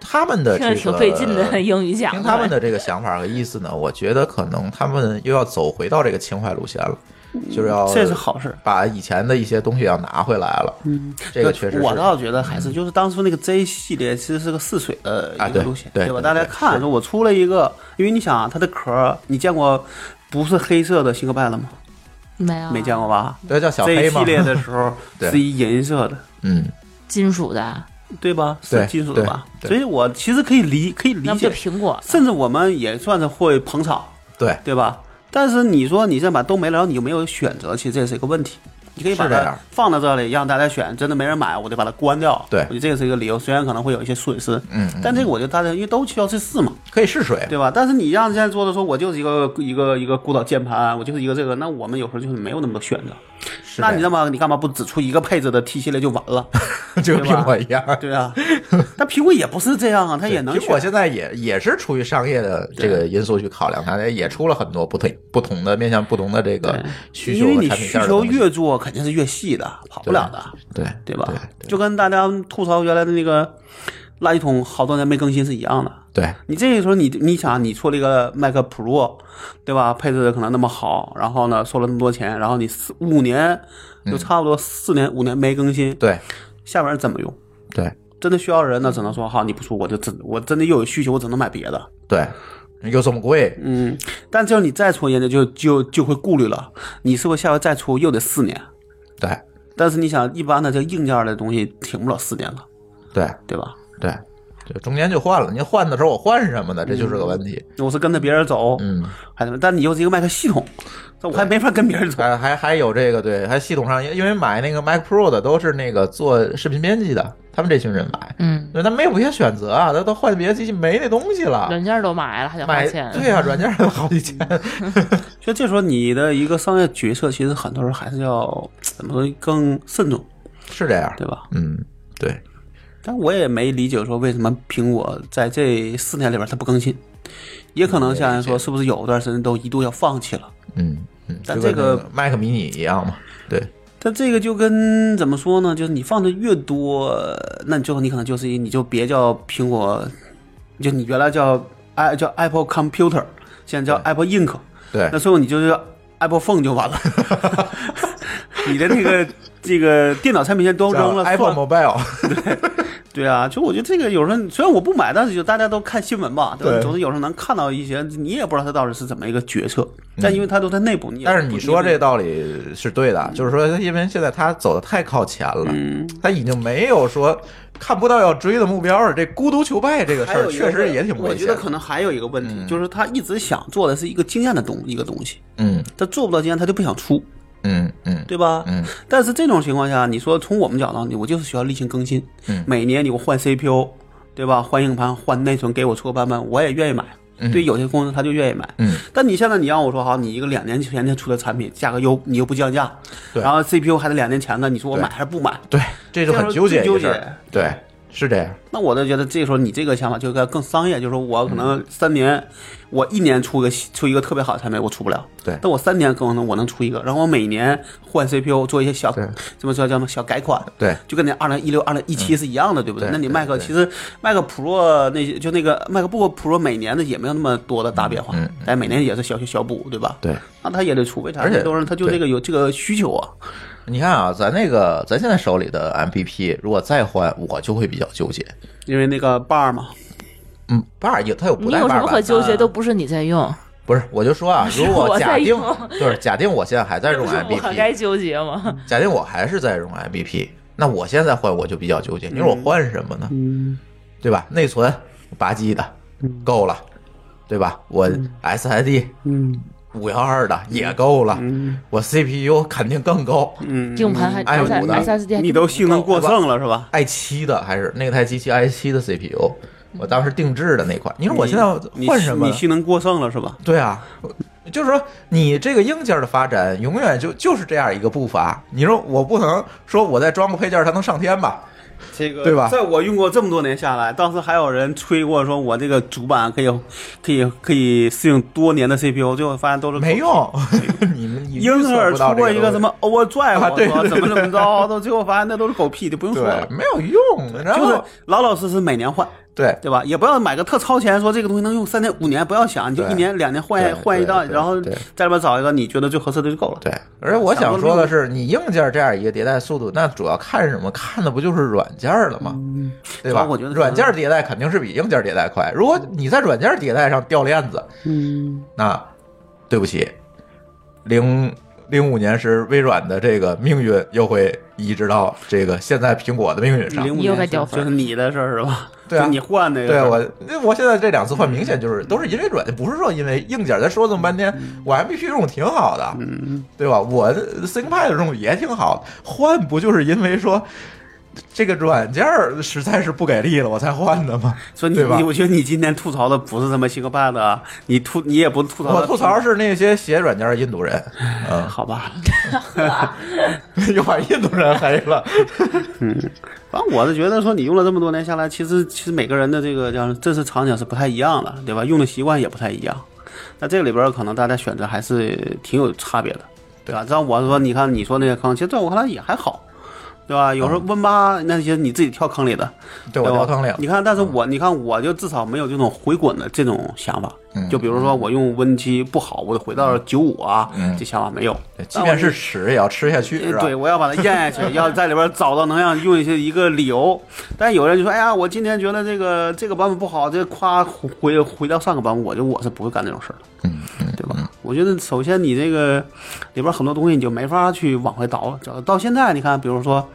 S3: 他们的
S6: 听着
S3: 这
S6: 挺
S3: 个
S6: 费劲的英语讲的，
S3: 听他们的这个想法和意思呢，我觉得可能他们又要走回到这个情怀路线了。就是要
S5: 嗯这是好事。
S3: 把以前的一些东西要拿回来了。嗯，这个确实是嗯
S5: 我倒觉得还是就是当初那个 J 系列其实是个试水的
S3: 啊
S5: 一
S3: 对
S5: 个路线，
S3: 对
S5: 吧？
S3: 对
S5: 大家
S3: 对
S5: 看，
S3: 是
S5: 说我出了一个，因为你想啊，它的壳儿你见过不是黑色的新科拜了吗？
S6: 没有啊
S5: 没见过吧？
S3: 对叫小
S5: 这
S3: 黑
S5: 一
S3: 嘛
S5: 系，列的时候
S3: 对
S5: 是一银色的，
S3: 嗯，
S6: 金属的，
S5: 对吧？是
S3: 对
S5: 金属的吧？
S3: 对
S5: 所以我其实可以理可以理
S6: 那不就
S5: 解，
S6: 苹果？
S5: 甚至我们也算是会捧场，
S3: 对，
S5: 对吧？但是你说你现在把都没了，然后你就没有选择，其实这也是一个问题。你可以把
S3: 是这
S5: 它
S3: 样
S5: 放到这里，让大家选，真的没人买，我得把它关掉。
S3: 对
S5: 我觉得这个是一个理由，虽然可能会有一些损失，
S3: 嗯嗯
S5: 但这个我觉得大家因为都需要去试嘛，
S3: 可以试水，
S5: 对吧？但是你让现在做的说，我就是一个一个一个孤岛键盘，我就是一个这个，那我们有时候就是没有那么多选择。
S3: 是
S5: 那你
S3: 这
S5: 那么你干嘛不只出一个配置的 T 系列就 完了？
S3: 样就跟
S5: 对吧
S3: 苹果一样。
S5: 对啊，但苹果也不是这样啊，它也能
S3: 苹果
S5: 选。
S3: 现在也也是出于商业的这个因素去考量，它也出了很多不同不同的面向不同的这个需
S5: 因
S3: 求
S5: 为
S3: 和
S5: 你
S3: 产品
S5: 需
S3: 线的
S5: 求
S3: 东西
S5: 越做，肯定是越细的，跑不了的。
S3: 对
S5: 对吧？
S3: 对
S5: 就跟大家吐槽原来的那个垃圾桶好多年没更新是一样的。
S3: 对
S5: 你这个时候你你想，你出了一个 Mac Pro，对吧？配置可能那么好，然后呢收了那么多钱，然后你四五年就差不多四年五年没更新，
S3: 对
S5: 下边人怎么用？
S3: 对
S5: 真的需要人呢，只能说好，你不出我就真我真的又有需求，我只能买别的。
S3: 对对，又这么贵，
S5: 嗯，但就是你再出，人家就就就会顾虑了，你是不是下回再出又得四年？
S3: 对
S5: 但是你想，一般的这硬件的东西挺不了四年了，
S3: 对
S5: 对吧？
S3: 对，就中间就换了。您换的时候我换什么呢？这就是个问题。
S5: 我是跟着别人走，
S3: 嗯，
S5: 还怎么？但你又是一个麦克系统，那我还没法跟别人走。
S3: 还还还有这个对，还系统上，因为买那个 Mac Pro 的都是那个做视频编辑的，他们这群人买，
S6: 嗯，
S3: 对，他没有别的选择啊，他都换别的机器没那东西了。
S6: 软件都买了还得花
S3: 买
S6: 钱，嗯
S3: 对啊，软件儿好几千，
S5: 所以这时候你的一个商业决策，其实很多时候还是要怎么说更慎重，
S3: 是这样，
S5: 对吧？
S3: 嗯，对，
S5: 但我也没理解说为什么苹果在这四年里边它不更新，也可能像人说是不是有段时间都一度要放弃了。
S3: 嗯嗯，
S5: 但
S3: 就跟
S5: 这个
S3: 那 Mac mini 一样嘛，对，
S5: 但这个就跟怎么说呢？就是你放的越多，那你最后你可能就是一，你就别叫苹果，就你原来叫 i 叫 Apple Computer，现在叫 Apple Ink，
S3: 对
S5: 那，最后你就是 Apple Phone 就完了。 你的 那个这个电脑产品线都扔了
S3: 叫 iPhone
S5: 算
S3: Mobile，
S5: 对啊，就我觉得这个有时候虽然我不买，但是就大家都看新闻吧，对吧？
S3: 对
S5: 总是有时候能看到一些，你也不知道它到底是怎么一个决策，但因为它都在内部，你也
S3: 嗯但是你说这个
S5: 个，
S3: 道理是对的，就是说，因为现在它走的太靠前了，
S5: 嗯
S3: 它已经没有说看不到要追的目标了。这孤独求败这个事
S5: 还有
S3: 儿，
S5: 一
S3: 确
S5: 个
S3: 实也挺
S5: 我
S3: 危
S5: 觉
S3: 险
S5: 得
S3: 的。
S5: 可能还有一个问题，就是他一直想做的是一个经验的东一个东西，
S3: 嗯
S5: 他做不到经验，他就不想出，
S3: 嗯嗯，
S5: 对吧？
S3: 嗯。
S5: 但是这种情况下，你说从我们角度，我就是需要例行更新，
S3: 嗯
S5: 每年你给我换 CPU，对吧？换硬盘，换内存，给我出个版本，我也愿意买。对于有些公司他就愿意买，
S3: 嗯，
S5: 但你现在你让我说好，你一个两年前才出的产品，价格又你又不降价，
S3: 对
S5: 然后 CPU 还是两年前的，你说我
S3: 对
S5: 买还是不买？
S3: 对，这就很纠结一
S5: 这样
S3: 个事
S5: 说最纠
S3: 儿
S5: 结。
S3: 对，是这样。
S5: 那我就觉得这时候你这个想法就该更商业，就是说我可能
S3: 嗯
S5: 三年，我一年出个出一个特别好的产品，我出不了。
S3: 对
S5: 但我三年可能我能出一个，然后我每年换 CPU 做一些小
S3: 对
S5: 怎么说叫什么小改款。
S3: 对嗯
S5: 就跟那二零一六、二零一七是一样的，对不对？
S3: 对
S5: 那你
S3: 对
S5: 麦克
S3: 对
S5: 其实麦克 Pro 那些就那个麦克 Book Pro 每年的也没有那么多的大变化，
S3: 嗯嗯嗯
S5: 但每年也是小修小补，对吧？，
S3: 对，
S5: 那他也得出，为啥？
S3: 而且
S5: 很多人他就
S3: 对
S5: 这个有这个需求啊。
S3: 你看啊，咱那个咱现在手里的 MPP，如果再换，我就会比较纠结。
S5: 因为那个 bar 嘛，
S3: 嗯，把也它有不
S6: 你
S3: 带
S6: 有
S3: 把
S6: 什么可
S3: 版的。
S6: 纠结？都不是你在用，
S3: 不是，我就说啊，如
S6: 我
S3: 果
S6: 在
S3: 假定
S6: 用
S3: 就是假定我现在还在
S6: 不
S3: 用
S6: 是我
S3: MPP，
S6: 该纠结吗？
S3: 假定我还是在用 MBP，那我现在换我就比较纠结，你说我换什么呢？
S6: 嗯
S3: 对吧？内存八 G 的够了，对吧？我 SSD
S5: 嗯
S3: 五幺二的也够了，我 CPU 肯定更够。
S5: 嗯，
S6: 硬盘还
S3: 哎我
S6: S
S3: 的
S6: S S D
S5: 你都性能过剩了是吧？
S3: i 7的还是那台机器 i 7的 CPU，我当时定制的那款。你说我现在
S5: 嗯你
S3: 换什么
S5: 你
S3: 呢？
S5: 性能过剩了是吧？
S3: 对啊，就是说你这个硬件的发展永远就就是这样一个步伐。你说我不能说我再装个配件它能上天吧？
S5: 这个
S3: 对吧
S5: 在我用过这么多年下来，当时还有人吹过说我这个主板可以可以可以适应多年的 CPU，最后发现都是
S3: 没。用，你们你
S5: 英特尔出过一个什
S3: 么？
S5: 么 Overdrive，、
S3: 啊对
S5: 我
S3: 对
S5: 说怎么怎么着，到最后发现那都是狗屁，就不用说
S3: 对
S5: 了，。
S3: 没有用。然
S5: 就是
S3: 后
S5: 老老实实每年换，
S3: 对，
S5: 对吧？也不要买个特超前，说这个东西能用三年五年，不要想，你就
S3: 对
S5: 一年两年换
S3: 对
S5: 换一
S3: 对
S5: 道，
S3: 对
S5: 然后
S3: 对
S5: 在里边找一个你觉得最合适的就够了。
S3: 对，而且我想说的是，你硬件这样一个迭代速度，那主要看什么？看的不就是软件了吗？对吧
S5: 嗯主要？我觉得可能
S3: 软件迭代肯定是比硬件迭代快。如果你在软件迭代上掉链子，
S5: 嗯，
S3: 那对不起，零零五年时微软的这个命运又会移植到这个现在苹果的命运上。
S5: 零五
S6: 又该
S5: 年
S6: 掉
S5: 就
S6: 分儿
S5: 是你的事儿是吧？
S3: 对啊
S5: 就你换的。
S3: 对我，我现在这两次换明显就是都是因为软件，不是说因为硬件。咱说这么半天，
S5: 嗯
S3: 我 MP 用挺好的，对吧？我 ThinkPad 用也挺好，换不就是因为说这个软件儿实在是不给力了，我才换的吗？
S5: 所以你
S3: 对吧
S5: 你，我觉得你今天吐槽的不是他妈 ThinkPad，啊你吐你也不吐槽。
S3: 我吐槽是那些写软件的印度人，嗯，
S5: 好吧，
S3: 又把印度人黑 了。
S5: 反正我是觉得说，你用了这么多年下来，其实其实每个人的这个叫正式场景是不太一样的，对吧？用的习惯也不太一样。那这个里边儿可能大家选择还是挺有差别的，对吧？让我说，你看你说那个坑，其实在我看来也还好，对吧？有时
S3: 嗯
S5: 候 Win 八那些你自己跳坑里的，
S3: 对我
S5: 吧
S3: 掉坑里了
S5: 你，看，但是我你看我就至少没有这种回滚的这种想法。
S3: 嗯
S5: 就比如说我用 Win 七不好，我得回到九五啊，这想法没有。
S3: 对即便是屎也要吃下去，嗯
S5: 呃
S3: 是吧？嗯
S5: 对，我要把它咽下去，要在里边找到能让用一些一个理由。但有人就说：“哎呀，我今天觉得这个这个版本不好，这夸回回到上个版本，我就我是不会干这种事儿的，
S3: 嗯
S5: 对吧？我觉得首先你这个里边很多东西你就没法去往回倒了。找到现在你看，比如说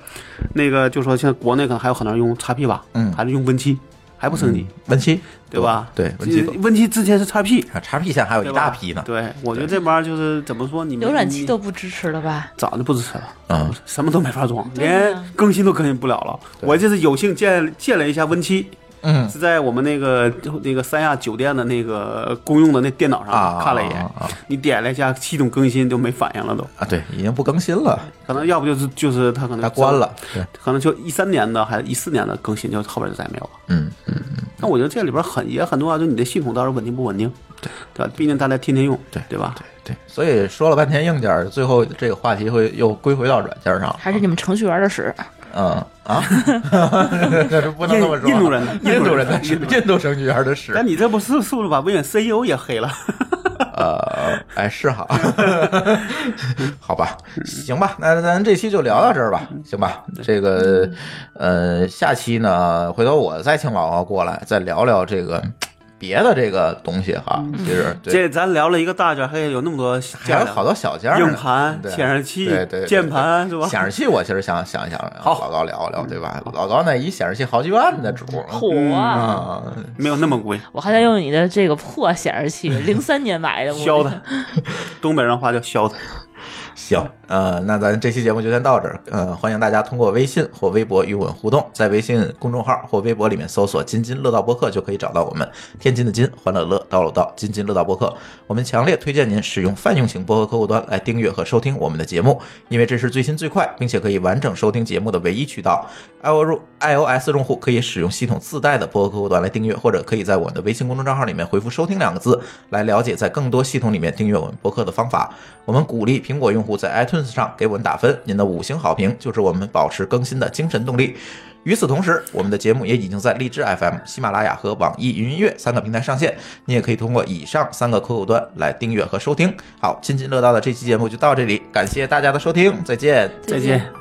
S5: 那个，就说现在国内可能还有很多人用 XP 吧，
S3: 嗯
S5: 还是用 Win 七，还不升级，
S3: 文七
S5: 对吧？
S3: 对，文七不。
S5: Win 七之前是 XP，
S3: 啊，叉 P 线还有一
S5: 对吧
S3: 大批呢，
S5: 对，我觉得这帮儿就是怎么说，你们
S6: 浏览器都不支持了吧？
S5: 早就不支持了，
S3: 嗯，
S5: 什么都没法装，
S6: 对啊呀
S5: 连更新都更新不了了。我这次有幸见见了一下 Win 七，
S3: 嗯
S5: 是在我们那个那个三亚酒店的那个公用的那电脑上
S3: 啊
S5: 看了一眼
S3: 啊啊啊，
S5: 你点了一下，系统更新就没反应了都，
S3: 啊，对，已经不更新了，
S5: 可能要不就是就是它可能
S3: 它关了，，对，
S5: 可能就一三年的还是一四年的更新，就后边就再也没有了。
S3: 嗯，
S5: 那我觉得这里边很也很重要，就是你的系统到时候稳定不稳定，对对吧？毕竟大家天天用，对对吧？
S3: 对，所以说了半天硬件儿，最后这个话题会又归回到软件儿上了，
S6: 还是你们程序员的屎？
S3: 嗯啊， 那是不能这么说，
S5: 印印度人
S3: 印度人的
S5: 印度人
S3: 印度程序员的事
S5: 但，你这不是是不是把微软 CEO E 也黑了？
S3: 呃，哎，是哈， 好吧，行吧，那咱这期就聊到这儿吧，行吧，这个，呃，下期呢，回头我再请老王过来，再聊聊这个别的这个东西哈，
S5: 嗯
S3: 其实对
S5: 这咱聊了一个大件儿，还有那么多
S3: 还有
S5: 件儿呢，
S3: 好多小件儿呢，
S5: 硬盘
S3: 对
S5: 显示器
S3: 对对对
S5: 键盘是吧
S3: 显示器我其实想想想
S5: 好
S3: 老高聊一聊，对吧？老高那一显示器好几万的主儿
S6: 火、
S3: 啊，
S5: 没有那么贵，
S6: 我还在用你的这个破显示器，零三年买的，我
S5: 削它。东北人话叫削它。
S3: 行，呃，那咱这期节目就先到这儿，呃，欢迎大家通过微信或微博与我们互动，在微信公众号或微博里面搜索“津津乐道播客”就可以找到我们，天津的津，欢乐乐，道路道，津津乐道播客。我们强烈推荐您使用泛用型播客客户端来订阅和收听我们的节目，因为这是最新最快，并且可以完整收听节目的唯一渠道。iOS iOS 用户可以使用系统自带的播客客户端来订阅，或者可以在我们的微信公众账号里面回复“收听”两个字，来了解在更多系统里面订阅我们播客的方法。我们鼓励苹果用户在 iTunes 上给我们打分，您的五星好评就是我们保持更新的精神动力。与此同时，我们的节目也已经在荔枝 FM、喜马拉雅和网易云音乐三个平台上线，你也可以通过以上三个客户端来订阅和收听。好，津津乐道的这期节目就到这里，感谢大家的收听，再见。
S5: 再见。